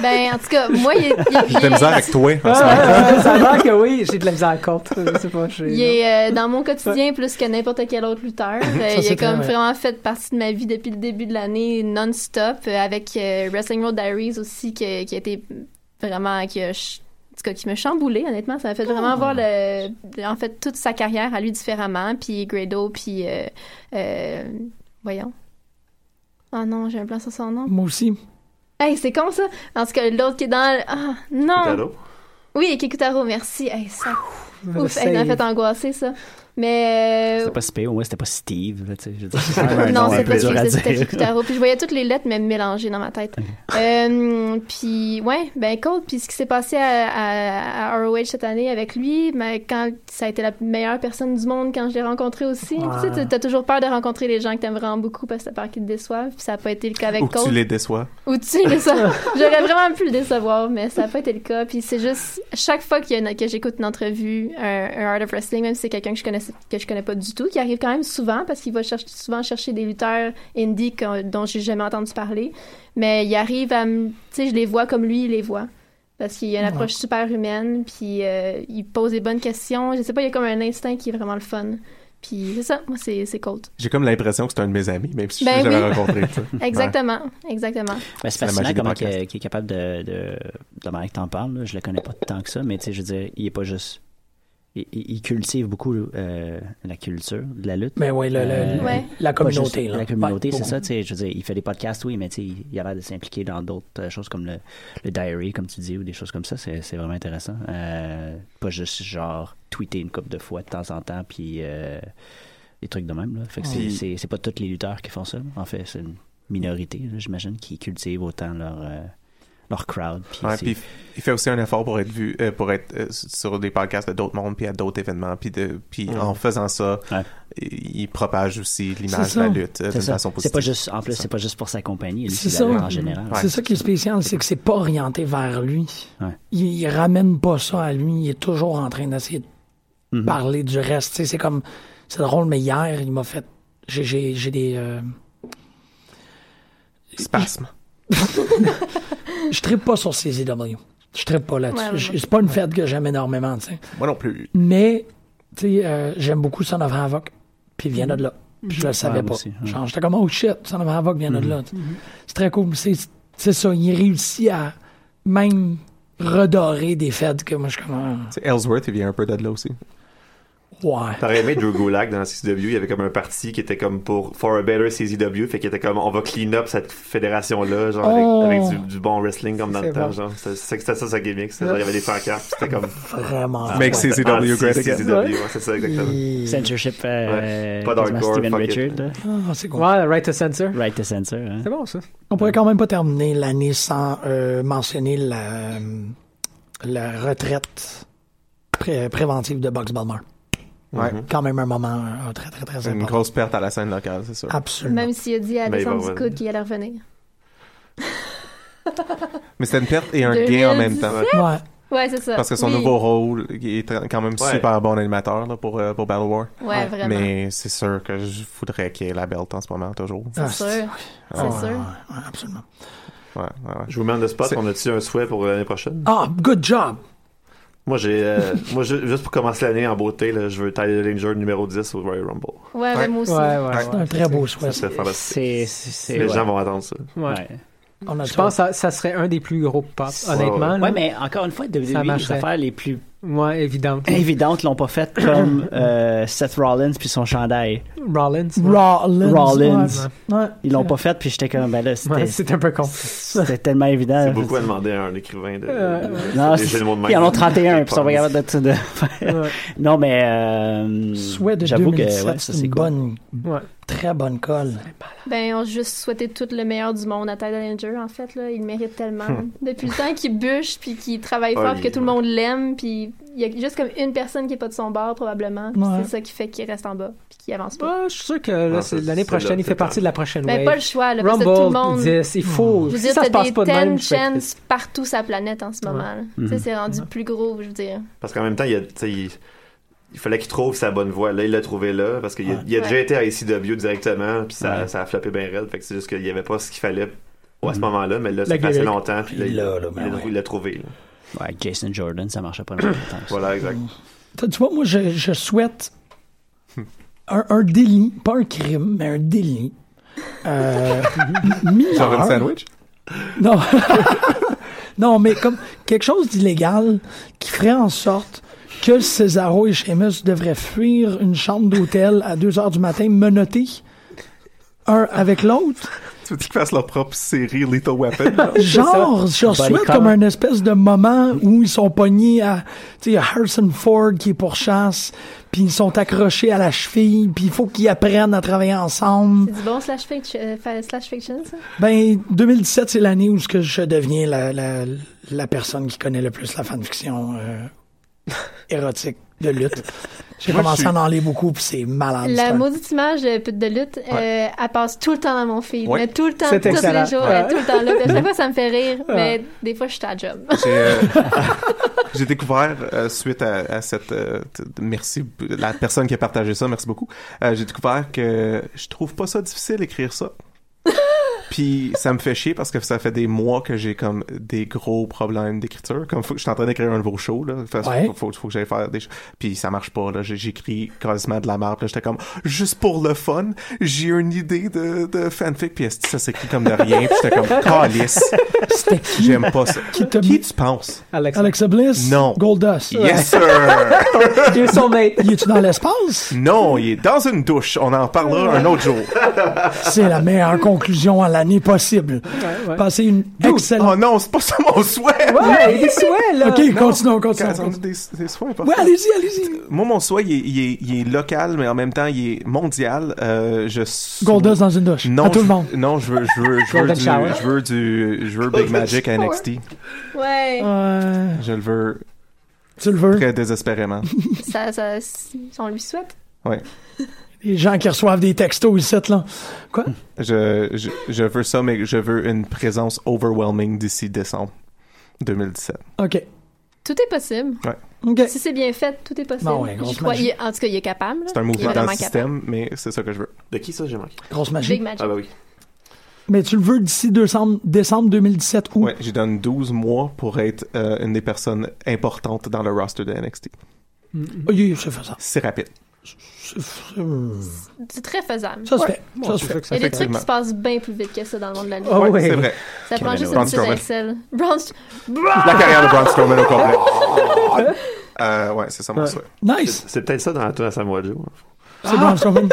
[SPEAKER 6] Ben, en tout cas, moi, il est. il-
[SPEAKER 9] J'ai de la
[SPEAKER 6] il-
[SPEAKER 9] misère avec toi.
[SPEAKER 7] Ouais,
[SPEAKER 3] Ah,
[SPEAKER 9] en ce
[SPEAKER 7] ouais,
[SPEAKER 9] moment.
[SPEAKER 7] ouais, ça a l'air que oui, j'ai de la misère avec Colt. Je sais pas. je-
[SPEAKER 6] Il est euh, dans mon quotidien plus que n'importe quel autre lutteur. Euh, il
[SPEAKER 3] c'est
[SPEAKER 6] a
[SPEAKER 3] clair,
[SPEAKER 6] comme
[SPEAKER 3] ouais.
[SPEAKER 6] vraiment fait partie de ma vie depuis le début de l'année non-stop euh, avec euh, Wrestling Road Diaries aussi que- qui a été vraiment qui a ch- en tout cas, qui m'a chamboulé, honnêtement. Ça m'a fait
[SPEAKER 3] Oh.
[SPEAKER 6] vraiment voir le, en fait toute sa carrière à lui différemment. Puis Grado, puis. euh, euh, voyons. Ah non, j'ai un plan sur son nom.
[SPEAKER 3] Moi aussi.
[SPEAKER 6] Hey, c'est con ça! En tout cas, l'autre qui est dans. le- Ah, non!
[SPEAKER 4] Kitaro?
[SPEAKER 6] Oui, Kikutaro, merci. Hey, ça.
[SPEAKER 7] je
[SPEAKER 6] Ouf, elle m'a
[SPEAKER 7] save.
[SPEAKER 6] fait angoisser ça. Mais. euh,
[SPEAKER 8] C'était pas si pire, au moins c'était pas Steve, là, tu sais. je veux dire, c'est un
[SPEAKER 6] Non,
[SPEAKER 8] nom un
[SPEAKER 6] c'est
[SPEAKER 8] peu
[SPEAKER 6] pas
[SPEAKER 8] dur à
[SPEAKER 6] Steve, c'était
[SPEAKER 8] dire.
[SPEAKER 6] Kikutaro. Puis je voyais toutes les lettres même mélangées dans ma tête. Euh, puis, ouais, ben Colt, puis ce qui s'est passé à, à- à ROH cette année avec lui, mais quand ça a été la meilleure personne du monde quand je l'ai rencontré aussi. Tu sais, t'as- t'as toujours peur de rencontrer les gens que t'aimes vraiment beaucoup parce que t'as peur qu'ils te déçoivent. Puis ça n'a pas été le cas avec
[SPEAKER 9] Ou que
[SPEAKER 6] Colt.
[SPEAKER 9] tu les déçois.
[SPEAKER 6] Ou tu sais, mais ça, j'aurais vraiment pu le décevoir, mais ça n'a pas été le cas. Puis c'est juste, chaque fois qu'il y a une- que j'écoute une entrevue, un, un Art of Wrestling, même si c'est quelqu'un que je connais que je connais pas du tout, qui arrive quand même souvent, parce qu'il va chercher, souvent chercher des lutteurs indie qu'on- dont j'ai jamais entendu parler, mais il arrive à me, tu sais, je les vois comme lui, il les voit. Parce qu'il a une approche super humaine, puis euh, il pose des bonnes questions. Je sais pas, il y a comme un instinct qui est vraiment le fun. Puis c'est ça, moi, c'est c'est Colt.
[SPEAKER 9] J'ai comme l'impression que c'est un de mes amis, même si je
[SPEAKER 6] Ben
[SPEAKER 9] l'ai jamais
[SPEAKER 6] oui.
[SPEAKER 9] rencontré. tu sais.
[SPEAKER 6] Exactement, exactement.
[SPEAKER 8] Ben, c'est
[SPEAKER 9] C'est la
[SPEAKER 8] fascinant
[SPEAKER 9] magie des
[SPEAKER 8] comment
[SPEAKER 9] podcasts.
[SPEAKER 8] qu'il qu'il est capable de. de la manière que t'en parles, là, je le connais pas tant que ça, mais tu sais, je veux dire, il est pas juste. Il, il- il cultive beaucoup euh, la culture de la lutte.
[SPEAKER 3] Mais oui, le- le-
[SPEAKER 8] Euh,
[SPEAKER 3] le-
[SPEAKER 6] Ouais.
[SPEAKER 3] la
[SPEAKER 8] Pas juste
[SPEAKER 3] communauté. là.
[SPEAKER 8] La communauté,
[SPEAKER 3] Ouais,
[SPEAKER 8] c'est
[SPEAKER 3] beaucoup.
[SPEAKER 8] ça, tu sais. Je veux dire, il fait des podcasts, oui, mais tu sais, il il a l'air de s'impliquer dans d'autres euh, choses comme le, le diary, comme tu dis, ou des choses comme ça. C'est c'est vraiment intéressant. Euh, pas juste, genre, tweeter une couple de fois de temps en temps, puis euh, des trucs de même, là. Fait que c'est-
[SPEAKER 9] Puis-
[SPEAKER 8] c'est c'est pas tous les lutteurs qui font ça. En fait, c'est une minorité, là, j'imagine, qui cultivent autant leur, euh, leur crowd. Puis
[SPEAKER 9] Ouais,
[SPEAKER 8] c'est-
[SPEAKER 9] puis il fait aussi un effort pour être vu, euh, pour être euh, sur des podcasts de d'autres mondes, puis à d'autres événements, puis de, puis en faisant ça,
[SPEAKER 8] Ouais.
[SPEAKER 9] il, il propage aussi l'image
[SPEAKER 3] C'est
[SPEAKER 9] de la
[SPEAKER 3] ça.
[SPEAKER 9] lutte euh,
[SPEAKER 8] c'est
[SPEAKER 9] d'une
[SPEAKER 8] ça.
[SPEAKER 9] façon positive.
[SPEAKER 8] C'est pas juste, en plus,
[SPEAKER 9] C'est ça.
[SPEAKER 8] c'est pas juste pour sa compagnie, lui,
[SPEAKER 3] C'est
[SPEAKER 8] c'est
[SPEAKER 3] ça.
[SPEAKER 8] la lutte en général.
[SPEAKER 9] Ouais.
[SPEAKER 3] C'est ça qui est spécial, c'est que c'est pas orienté vers lui.
[SPEAKER 8] Ouais.
[SPEAKER 3] Il, il ramène pas ça à lui, il est toujours en train d'essayer de
[SPEAKER 8] Mhm.
[SPEAKER 3] parler du reste. Tu sais, C'est comme, c'est drôle, mais hier, il m'a fait, j'ai- j'ai j'ai des, euh,
[SPEAKER 9] Spasme.
[SPEAKER 3] je trippe pas sur CZW. Je trippe pas là-dessus.
[SPEAKER 6] Ouais, ouais,
[SPEAKER 3] Je-
[SPEAKER 6] ouais.
[SPEAKER 3] C'est pas une fête que j'aime énormément, tu sais.
[SPEAKER 9] Moi non plus.
[SPEAKER 3] Mais, tu sais, euh, j'aime beaucoup Son of Havoc, puis il vient de là.
[SPEAKER 9] Mhm.
[SPEAKER 3] Puis je le savais
[SPEAKER 8] Ouais, Mhm. Ah, moi
[SPEAKER 3] pas.
[SPEAKER 8] aussi, hein. Mhm. ouais.
[SPEAKER 3] Genre, j'étais comme, oh shit, Son of Havoc vient de là. tu sais.
[SPEAKER 9] Mhm.
[SPEAKER 3] C'est très cool. C'est c'est ça, il réussit à même redorer des fêtes que moi, je suis comme,
[SPEAKER 9] C'est Ellsworth, il vient un peu de là aussi.
[SPEAKER 3] ah, ouais.
[SPEAKER 4] T'aurais aimé Drew Gulak dans la CCW, il y avait comme un parti qui était comme pour For a Better CCW, fait qu'il était comme on va clean up cette fédération-là, genre avec-
[SPEAKER 3] Oh.
[SPEAKER 4] avec, du, du bon wrestling comme dans le
[SPEAKER 7] C'est
[SPEAKER 4] temps,
[SPEAKER 7] bon.
[SPEAKER 4] genre. C'est- c'est- C'était ça sa gimmick, c'était genre, il y avait des pancartes, puis c'était comme. Ah,
[SPEAKER 3] Vraiment.
[SPEAKER 9] Make CCW great
[SPEAKER 4] anti-
[SPEAKER 9] again.
[SPEAKER 4] CCW, ouais, c'est ça, exactement.
[SPEAKER 8] Censorship, euh,
[SPEAKER 4] Ouais. Pas
[SPEAKER 8] quasiment
[SPEAKER 4] d'hardcore,
[SPEAKER 8] Steven
[SPEAKER 4] fuck it.
[SPEAKER 8] Richard, là.
[SPEAKER 3] Ah, c'est cool.
[SPEAKER 7] Ouais, Right to Censor.
[SPEAKER 8] Right to Censor, hein.
[SPEAKER 7] C'est bon, ça.
[SPEAKER 3] On pourrait quand même pas terminer l'année sans euh, mentionner la, la retraite pré- préventive de Bugs Balmer.
[SPEAKER 9] Ouais.
[SPEAKER 3] Quand même un moment euh, très, très, très
[SPEAKER 9] C'est une
[SPEAKER 3] important.
[SPEAKER 9] grosse perte à la scène locale, c'est sûr.
[SPEAKER 6] Ah.
[SPEAKER 3] Absolument.
[SPEAKER 6] Même s'il a dit à
[SPEAKER 4] Ben, il va
[SPEAKER 6] descendre du
[SPEAKER 4] revenir.
[SPEAKER 6] coude qu'il allait revenir.
[SPEAKER 9] Mais c'était une perte et un gain en même temps.
[SPEAKER 3] Ouais.
[SPEAKER 6] Ouais, c'est ça.
[SPEAKER 9] Parce que son
[SPEAKER 6] Oui.
[SPEAKER 9] nouveau rôle, il est tra- quand même
[SPEAKER 4] Ouais.
[SPEAKER 9] super bon animateur là, pour, euh, pour Battle War.
[SPEAKER 6] Ouais, vraiment.
[SPEAKER 9] Mais c'est sûr que je voudrais qu'il y ait la belt en ce moment, toujours.
[SPEAKER 3] Ah,
[SPEAKER 6] C'est sûr.
[SPEAKER 3] ouais,
[SPEAKER 6] C'est
[SPEAKER 3] ouais,
[SPEAKER 6] sûr.
[SPEAKER 3] ouais, absolument.
[SPEAKER 9] Ouais, ouais, ouais.
[SPEAKER 4] Je vous mets en spot,
[SPEAKER 9] C'est-
[SPEAKER 4] on a-tu un souhait pour l'année prochaine?
[SPEAKER 3] Ah, good job.
[SPEAKER 4] Moi, j'ai, euh, moi, ju- juste pour commencer l'année en beauté, là, je veux Tyler Danger numéro 10 au Royal Rumble.
[SPEAKER 6] Ouais, ben, moi aussi.
[SPEAKER 3] C'est un très beau
[SPEAKER 4] Ça
[SPEAKER 3] souhait.
[SPEAKER 4] serait
[SPEAKER 8] C'est-
[SPEAKER 4] fantastique.
[SPEAKER 8] c'est- c'est-
[SPEAKER 4] Les
[SPEAKER 8] ouais.
[SPEAKER 4] gens vont attendre ça.
[SPEAKER 8] Ouais.
[SPEAKER 3] On a
[SPEAKER 7] Je
[SPEAKER 3] ça.
[SPEAKER 7] pense que ça, ça serait un des plus gros pop, honnêtement.
[SPEAKER 8] Ouais,
[SPEAKER 7] là.
[SPEAKER 8] mais encore une fois,
[SPEAKER 7] Ça
[SPEAKER 8] WWE, les
[SPEAKER 7] marcherait.
[SPEAKER 8] affaires les plus
[SPEAKER 7] Ouais, évidemment.
[SPEAKER 8] évidentes l'ont pas faites comme euh, Seth Rollins puis son chandail.
[SPEAKER 7] Rollins.
[SPEAKER 3] Rollins.
[SPEAKER 8] Rollins.
[SPEAKER 3] ouais. Ouais.
[SPEAKER 8] Ils l'ont pas fait, puis j'étais comme, ben là, c'était
[SPEAKER 7] Ouais, c'est un peu con.
[SPEAKER 8] c'était tellement évident.
[SPEAKER 4] C'est beaucoup à demander à un écrivain de.
[SPEAKER 7] Euh,
[SPEAKER 4] de-
[SPEAKER 8] Non,
[SPEAKER 4] des
[SPEAKER 8] c'est-
[SPEAKER 4] jeux de mots de même.
[SPEAKER 8] ils en ont 31, puis ils sont pas
[SPEAKER 4] Des
[SPEAKER 8] capables de... de- non, mais... euh,
[SPEAKER 3] Souhait de
[SPEAKER 8] J'avoue que,
[SPEAKER 3] 2017,
[SPEAKER 8] ouais, ça,
[SPEAKER 3] c'est
[SPEAKER 8] c'est
[SPEAKER 3] une
[SPEAKER 8] cool.
[SPEAKER 3] bonne,
[SPEAKER 7] Ouais.
[SPEAKER 3] très bonne colle.
[SPEAKER 6] Ben, on juste souhaitait tout le meilleur du monde à Tyler Danger, en fait. Là. Il le mérite tellement. Depuis le temps qu'il bûche, puis qu'il travaille
[SPEAKER 4] Ah,
[SPEAKER 6] fort,
[SPEAKER 4] il-
[SPEAKER 6] puis que tout le monde l'aime, puis il y a juste comme une personne qui est pas de son bord, probablement. puis
[SPEAKER 3] Ouais.
[SPEAKER 6] C'est ça qui fait qu'il reste en bas, puis qu'il avance pas.
[SPEAKER 7] Ah, je suis sûr que là,
[SPEAKER 4] Ah,
[SPEAKER 7] c'est-
[SPEAKER 4] ça,
[SPEAKER 7] l'année
[SPEAKER 4] c'est là,
[SPEAKER 7] prochaine, il
[SPEAKER 4] c'est Hmm.
[SPEAKER 7] fait partie
[SPEAKER 4] clair.
[SPEAKER 7] de la prochaine
[SPEAKER 6] Ben,
[SPEAKER 7] wave.
[SPEAKER 6] pas le choix, là, parce que
[SPEAKER 7] Rumble,
[SPEAKER 6] tout le monde...
[SPEAKER 7] 10, il faut.
[SPEAKER 6] Je veux
[SPEAKER 7] si
[SPEAKER 6] dire,
[SPEAKER 7] ça
[SPEAKER 6] t'as
[SPEAKER 7] se passe
[SPEAKER 6] des
[SPEAKER 7] pas de même, je vais être
[SPEAKER 6] tensions
[SPEAKER 7] triste.
[SPEAKER 6] partout sa planète en ce moment. là. Tu sais,
[SPEAKER 8] Mhm.
[SPEAKER 6] c'est rendu plus gros, je veux dire.
[SPEAKER 4] Parce qu'en même temps, il, y a, tu sais, il, il fallait qu'il trouve sa bonne voie. Là, il l'a trouvé là, parce qu'il a-
[SPEAKER 8] Ouais.
[SPEAKER 4] il a déjà
[SPEAKER 6] Ouais.
[SPEAKER 4] été à ICW directement, puis ça,
[SPEAKER 8] Ouais. Mm.
[SPEAKER 4] ça a flappé bien raide. Fait que c'est juste qu'il n'y avait pas ce qu'il fallait à ce moment-là, mais là,
[SPEAKER 7] La
[SPEAKER 4] ça passait
[SPEAKER 7] gimmick.
[SPEAKER 4] longtemps, puis là, il
[SPEAKER 8] Il l'a, là,
[SPEAKER 4] il
[SPEAKER 8] ben
[SPEAKER 4] l'a-
[SPEAKER 8] ouais.
[SPEAKER 4] il l'a trouvé. là.
[SPEAKER 8] Ouais, avec Jason Jordan, ça marchait pas longtemps. ça.
[SPEAKER 4] Voilà, exact.
[SPEAKER 3] Tu tu vois, moi, je, je souhaite un, un délit, pas un crime, mais un délit. Euh,
[SPEAKER 9] Genre un
[SPEAKER 3] mineur.
[SPEAKER 9] sandwich?
[SPEAKER 3] Non. non, mais comme quelque chose d'illégal qui ferait en sorte que Cesaro et Sheamus devraient fuir une chambre d'hôtel à 2 heures du matin, menottés, un avec l'autre.
[SPEAKER 9] Tu veux qu'ils fassent leur propre série Lethal Weapon?
[SPEAKER 3] Genre,
[SPEAKER 9] genre?
[SPEAKER 3] je leur
[SPEAKER 8] Body
[SPEAKER 3] souhaite
[SPEAKER 8] count.
[SPEAKER 3] comme un espèce de moment où ils sont pognés à. Tu sais, il y a Harrison Ford qui est pour chasse, puis ils sont accrochés à la cheville, puis il faut qu'ils apprennent à travailler ensemble.
[SPEAKER 6] C'est du bon slash, fic- euh, fa- slash fiction, ça?
[SPEAKER 3] Ben, 2017, c'est l'année où ce que je deviens la, la, la personne qui connaît le plus la fanfiction euh, érotique de lutte. J'ai
[SPEAKER 9] Moi, je
[SPEAKER 3] commencé
[SPEAKER 9] suis-
[SPEAKER 3] à en lire beaucoup, puis c'est malade. c'est
[SPEAKER 6] La
[SPEAKER 3] un-
[SPEAKER 6] maudite image de pute de lutte, euh, elle passe tout le temps dans mon feed.
[SPEAKER 9] Ouais.
[SPEAKER 6] Mais tout le temps,
[SPEAKER 7] C'est
[SPEAKER 6] tous
[SPEAKER 7] excellent.
[SPEAKER 6] les jours,
[SPEAKER 7] Ouais.
[SPEAKER 6] elle est tout le temps là. Puis À chaque fois, ça me fait rire, mais des fois, je suis à la job.
[SPEAKER 9] J'ai, euh, j'ai découvert, euh, suite à, à cette... euh, t- merci, la personne qui a partagé ça, merci beaucoup. Euh, j'ai découvert que je trouve pas ça difficile écrire ça. Puis ça me fait chier parce que ça fait des mois que j'ai comme des gros problèmes d'écriture. Comme faut que je suis en train d'écrire un nouveau show, là. Fait-
[SPEAKER 3] Ouais.
[SPEAKER 9] faut, faut, faut que j'aille faire des choses. Puis ça marche pas, là. J'ai- J'écris quasiment de la merde. Là, j'étais comme, juste pour le fun, j'ai une idée de, de fanfic. Puis esti, ça s'écrit comme de rien. Puis j'étais comme, calice.
[SPEAKER 3] C'était qui?
[SPEAKER 9] J'aime pas ça. Qui,
[SPEAKER 3] t'a mis-
[SPEAKER 9] tu penses?
[SPEAKER 7] Alex.
[SPEAKER 3] Alexa Bliss?
[SPEAKER 9] Non.
[SPEAKER 3] Goldust?
[SPEAKER 9] Yes, sir!
[SPEAKER 7] Il est son mate.
[SPEAKER 3] Il est-tu dans l'espace?
[SPEAKER 9] non, il est dans une douche. On en parlera un autre jour.
[SPEAKER 3] C'est la meilleure conclusion à l'année possible.
[SPEAKER 7] ouais.
[SPEAKER 3] Passez une excellente...
[SPEAKER 9] Oh non, c'est pas ça mon souhait!
[SPEAKER 7] Ouais, il est souhait, là.
[SPEAKER 3] OK, continuons, continuons.
[SPEAKER 9] Quand on a des, des souhaits, pas
[SPEAKER 3] Ouais, allez-y, allez-y.
[SPEAKER 9] Moi, mon souhait, il est, il est- il est local, mais en même temps, il est mondial. Euh, je sou-
[SPEAKER 3] Goldust dans une douche.
[SPEAKER 9] non,
[SPEAKER 3] à tout
[SPEAKER 9] je-
[SPEAKER 3] le monde.
[SPEAKER 9] Non, je veux, je veux, je veux
[SPEAKER 7] Golden
[SPEAKER 9] du,
[SPEAKER 7] shower.
[SPEAKER 9] je veux du, je veux Big Magic à NXT.
[SPEAKER 3] Ouais,
[SPEAKER 6] Ouais.
[SPEAKER 9] Je le veux
[SPEAKER 3] tu le veux.
[SPEAKER 9] très désespérément.
[SPEAKER 6] Ça, ça, on lui souhaite.
[SPEAKER 3] Les gens qui reçoivent des textos ici, là. Quoi?
[SPEAKER 9] Je, je, je veux ça, mais je veux une présence overwhelming d'ici décembre 2017.
[SPEAKER 3] OK.
[SPEAKER 6] Tout est possible.
[SPEAKER 3] OK.
[SPEAKER 6] Si c'est bien fait, tout est possible.
[SPEAKER 3] Non, ouais, grosse
[SPEAKER 6] Je crois-
[SPEAKER 3] magie.
[SPEAKER 6] il est- en tout cas, il est capable. là.
[SPEAKER 9] C'est un
[SPEAKER 6] Il est
[SPEAKER 9] mouvement dans
[SPEAKER 6] vraiment
[SPEAKER 9] le système, mais c'est ça que je veux.
[SPEAKER 4] De qui ça, j'ai manqué
[SPEAKER 3] Grosse
[SPEAKER 6] capable.
[SPEAKER 3] magie.
[SPEAKER 6] Big Magic.
[SPEAKER 4] Ah, bah oui.
[SPEAKER 3] Mais tu le veux d'ici décembre, décembre 2017 ou?
[SPEAKER 9] Ouais, j'ai donné 12 mois pour être euh, une des personnes importantes dans le roster de NXT.
[SPEAKER 3] Oui, je fais ça.
[SPEAKER 9] C'est rapide.
[SPEAKER 3] C'est- Ça
[SPEAKER 6] C'est très faisable.
[SPEAKER 3] se fait. Ça se fait.
[SPEAKER 6] Il y a des trucs
[SPEAKER 9] bah. Effectivement.
[SPEAKER 6] qui se passent bien plus vite que ça dans le monde de la lutte.
[SPEAKER 3] Ah,
[SPEAKER 7] Oh, oui.
[SPEAKER 9] C'est vrai.
[SPEAKER 6] Ça prend juste
[SPEAKER 9] Braun
[SPEAKER 6] une petite
[SPEAKER 9] Strowman.
[SPEAKER 6] étincelle. Braun Str-
[SPEAKER 9] La carrière de Braun Strowman au complet. Euh, ouais, c'est ça mon
[SPEAKER 7] Ouais.
[SPEAKER 9] souhait.
[SPEAKER 3] Nice.
[SPEAKER 4] C'est c'est peut-être ça dans la tour à Samoa Joe. hein.
[SPEAKER 3] C'est bon, c'est bon.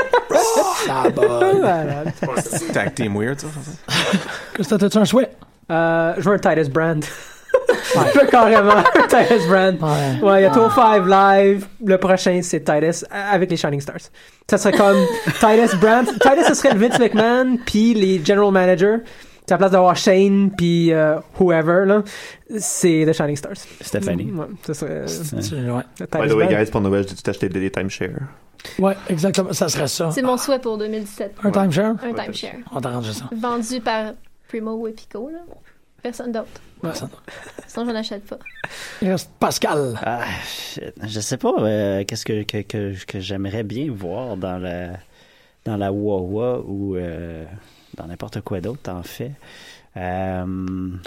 [SPEAKER 3] Ça va.
[SPEAKER 7] Malade.
[SPEAKER 9] Tag team weird, ça.
[SPEAKER 3] Qu'est-ce que t'as-tu un souhait?
[SPEAKER 7] Euh, je veux un Titus Brand. je veux carrément un Titus Brand.
[SPEAKER 3] Ouais.
[SPEAKER 7] Ouais, il y a Tour 5 Live. Le prochain, c'est Titus euh, avec les Shining Stars. Ça serait comme Titus Brand. Titus, ce serait le Vince McMahon, puis les General Manager. C'est à la place d'avoir Shane, puis euh, whoever, là. C'est The Shining Stars.
[SPEAKER 8] Stéphanie.
[SPEAKER 7] Ouais, ça serait euh,
[SPEAKER 3] Tu- Ouais.
[SPEAKER 7] le
[SPEAKER 4] By
[SPEAKER 7] Titus
[SPEAKER 4] the way,
[SPEAKER 7] Brand.
[SPEAKER 4] guys, pour Noël, j'ai dû t'acheter des des timeshare.
[SPEAKER 3] Ouais, exactement. Ça serait ça.
[SPEAKER 6] C'est mon souhait pour 2017.
[SPEAKER 3] Un timeshare?
[SPEAKER 6] Un timeshare.
[SPEAKER 3] On t'arrange ça.
[SPEAKER 6] Vendu par Primo et Pico, là. Personne d'autre.
[SPEAKER 3] Ouais, ça-
[SPEAKER 6] Sinon, je n'achète pas.
[SPEAKER 3] Il reste Pascal.
[SPEAKER 8] Ah, shit. je sais pas euh, qu'est-ce que, que, que, que j'aimerais bien voir dans la, dans la Wawa ou euh, dans n'importe quoi d'autre, en fait. Euh,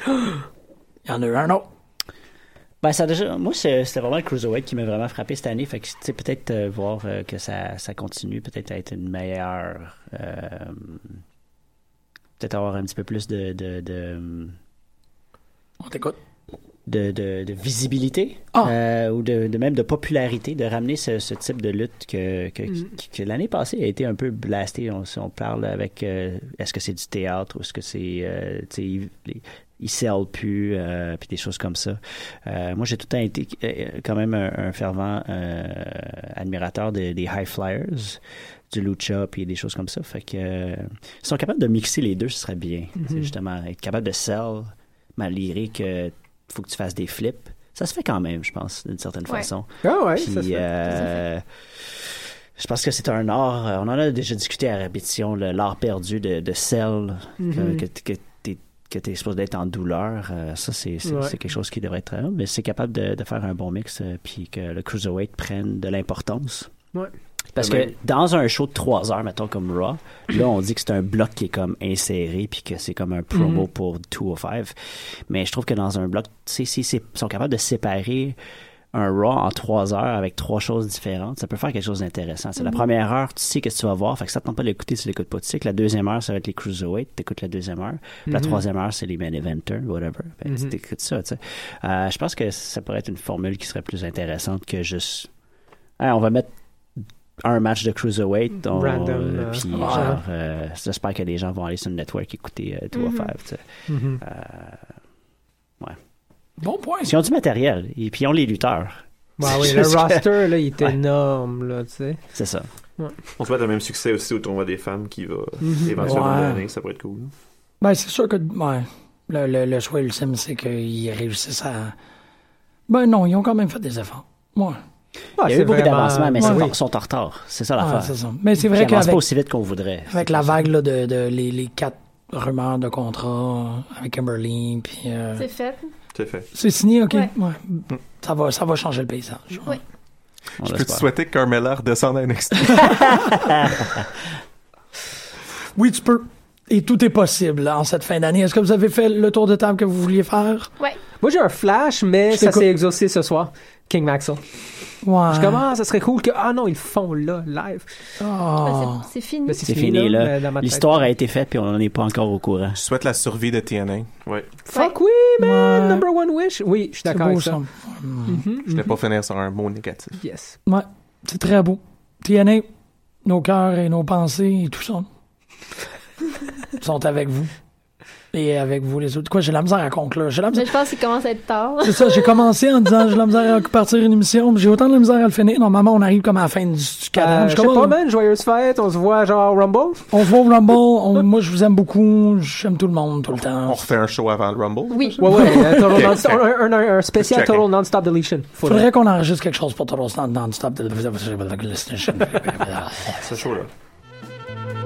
[SPEAKER 3] Il y en a eu un autre.
[SPEAKER 8] Ben, ça a déjà, moi, c'est- c'était vraiment le Cruiserweight qui m'a vraiment frappé cette année. Fait que, tu sais, peut-être euh, voir euh, que ça, ça continue, peut-être à être une meilleure. euh, peut-être avoir un petit peu plus de. de, de
[SPEAKER 3] On t'écoute.
[SPEAKER 8] de, de- de visibilité
[SPEAKER 3] Ah.
[SPEAKER 8] euh, ou de, de même de popularité, de ramener ce, ce type de lutte que, que,
[SPEAKER 7] Mm.
[SPEAKER 3] Mm-hmm.
[SPEAKER 8] qui- que l'année passée a été un peu blastée. On, si on parle avec euh, est-ce que c'est du théâtre ou est-ce que c'est. euh, tu sais, ils- les- ils sellent plus, euh, puis des choses comme ça. Euh, moi, j'ai tout le temps été euh, quand même un, un fervent euh, admirateur des- des High Flyers, du Lucha, puis des choses comme ça. Fait que, euh, s'ils sont capables de mixer les deux, ce serait bien.
[SPEAKER 7] Mhm.
[SPEAKER 8] C'est justement, être capable de sell, malgré que faut que tu fasses des flips. Ça se fait quand même, je pense, d'une certaine
[SPEAKER 7] Ouais.
[SPEAKER 8] façon.
[SPEAKER 7] Ah ouais,
[SPEAKER 8] Puis,
[SPEAKER 7] ça se fait.
[SPEAKER 8] euh, je pense que c'est un art, euh, on en a déjà discuté à répétition, le- l'art perdu de, de sell,
[SPEAKER 7] Mhm.
[SPEAKER 8] que, que, que t'es- que t'es supposé d'être en douleur. euh, ça, c'est c'est-
[SPEAKER 7] Ouais.
[SPEAKER 8] c'est quelque chose qui devrait être... euh, Mais c'est capable de, de faire un bon mix, euh, puis que le Cruiserweight prenne de l'importance.
[SPEAKER 7] Ouais.
[SPEAKER 8] Parce
[SPEAKER 7] Ben,
[SPEAKER 8] que dans un show de 3 heures, mettons comme Raw, là on dit que c'est un bloc qui est comme inséré puis que c'est comme un promo
[SPEAKER 7] Mhm.
[SPEAKER 8] pour 205. Mais je trouve que dans un bloc, tu sais, si c'est- ils sont capables de séparer un Raw en 3 heures avec trois choses différentes, ça peut faire quelque chose d'intéressant. C'est la
[SPEAKER 7] Mhm.
[SPEAKER 8] première heure, tu sais qu'est-ce que tu vas voir, fait que ça te tente pas de l'écouter, tu l'écoutes pas. Tu sais que la deuxième heure, ça va être les Cruiserweight, t'écoutes la deuxième heure. Puis La
[SPEAKER 7] Mhm.
[SPEAKER 8] troisième heure, c'est les main eventers, whatever. Fait que tu
[SPEAKER 7] Mhm.
[SPEAKER 8] t'écoutes ça, tu sais. Euh, je pense que ça pourrait être une formule qui serait plus intéressante que juste Hey, on va mettre un match de Cruiserweight. On,
[SPEAKER 7] Random,
[SPEAKER 8] euh,
[SPEAKER 7] euh,
[SPEAKER 8] puis
[SPEAKER 7] ouais.
[SPEAKER 8] genre, euh, j'espère que les gens vont aller sur le network écouter euh, 205,
[SPEAKER 7] Mhm.
[SPEAKER 8] tu sais.
[SPEAKER 7] Mhm.
[SPEAKER 8] Euh, ouais.
[SPEAKER 3] Bon point.
[SPEAKER 8] Ils ont du matériel, et puis ils ont les lutteurs.
[SPEAKER 7] Ouais, oui,
[SPEAKER 8] C'est
[SPEAKER 7] le
[SPEAKER 8] juste que-
[SPEAKER 7] roster, là, il est
[SPEAKER 8] Ouais.
[SPEAKER 7] énorme, là, tu sais.
[SPEAKER 8] C'est ça.
[SPEAKER 7] Ouais.
[SPEAKER 4] On se bat le même succès aussi au tournoi des femmes qui va
[SPEAKER 3] Mhm.
[SPEAKER 4] éventuellement
[SPEAKER 3] Ouais.
[SPEAKER 4] donner, ça pourrait être cool.
[SPEAKER 3] Ben, c'est sûr que ouais, le, le- le choix ultime, c'est qu'ils réussissent à. Ben non, ils ont quand même fait des efforts. Ouais.
[SPEAKER 8] Il y a eu beaucoup d'avancements, mais
[SPEAKER 3] Ouais.
[SPEAKER 8] ils sont-
[SPEAKER 3] Oui.
[SPEAKER 8] sont en retard. C'est ça
[SPEAKER 3] Ouais,
[SPEAKER 8] l'affaire.
[SPEAKER 3] c'est ça. Mais c'est vrai
[SPEAKER 8] Ils avancent
[SPEAKER 3] qu'avec-
[SPEAKER 8] pas aussi vite qu'on voudrait.
[SPEAKER 3] Avec la vague là, de, de- les, les quatre rumeurs de contrat avec Kimberly, puis. euh,
[SPEAKER 6] C'est fait.
[SPEAKER 4] Tout à fait.
[SPEAKER 3] C'est signé, ok.
[SPEAKER 6] Ouais.
[SPEAKER 3] Ouais.
[SPEAKER 7] Mm.
[SPEAKER 3] Ça, va, ça va changer le paysage.
[SPEAKER 6] Oui.
[SPEAKER 9] Je peux te souhaiter que Carmella redescende à NXT.
[SPEAKER 3] Oui, tu peux. Et tout est possible là, en cette fin d'année. Est-ce que vous avez fait le tour de table que vous vouliez faire?
[SPEAKER 6] Ouais.
[SPEAKER 7] Moi, j'ai un flash, mais
[SPEAKER 3] Je
[SPEAKER 7] ça
[SPEAKER 3] t'écoute.
[SPEAKER 7] s'est exaucé ce soir. King Maxwell.
[SPEAKER 3] Ouais.
[SPEAKER 7] Je commence, ça serait cool que. Ah non, ils le font là, live.
[SPEAKER 3] Ah.
[SPEAKER 6] Ben, c'est- c'est fini.
[SPEAKER 7] Ben,
[SPEAKER 8] C'est fini, là.
[SPEAKER 7] mais dans ma tête.
[SPEAKER 8] L'histoire a été faite, puis on n'est pas encore au courant.
[SPEAKER 9] Je souhaite la survie de TNA.
[SPEAKER 4] Ouais.
[SPEAKER 7] Fuck oui, man! Number one wish. Oui, je suis d'accord
[SPEAKER 3] beau,
[SPEAKER 7] avec ça.
[SPEAKER 3] ça.
[SPEAKER 7] Mhm,
[SPEAKER 9] Je ne vais pas finir sur un mot négatif.
[SPEAKER 7] Yes.
[SPEAKER 3] Ouais. C'est très beau. TNA, nos cœurs et nos pensées et tout ça sont avec vous. Et avec vous les autres. Quoi, j'ai la misère à conclure. J'ai la misère-
[SPEAKER 6] Mais je pense qu'il commence à être tard.
[SPEAKER 3] C'est ça, j'ai commencé en disant j'ai de la misère à partir une émission, mais j'ai autant de la misère à le finir. Normalement, on arrive comme à la fin du, du cadran.
[SPEAKER 7] Euh,
[SPEAKER 3] Je
[SPEAKER 7] je sais
[SPEAKER 3] commence-
[SPEAKER 7] pas, man, joyeuse fête, on se voit genre au Rumble.
[SPEAKER 3] On va au Rumble, on- moi je vous aime beaucoup, j'aime tout le monde tout le temps.
[SPEAKER 9] On refait un show avant le Rumble?
[SPEAKER 6] Oui.
[SPEAKER 7] Ouais, ouais, euh, Total
[SPEAKER 9] Ok,
[SPEAKER 7] Non-
[SPEAKER 9] ok.
[SPEAKER 7] un, un- un- un spécial
[SPEAKER 9] Just checking.
[SPEAKER 7] Total Non-Stop Deletion.
[SPEAKER 3] Faudrait qu'on enregistre quelque chose pour Total Stand non-stop. de-
[SPEAKER 4] Ce show-là.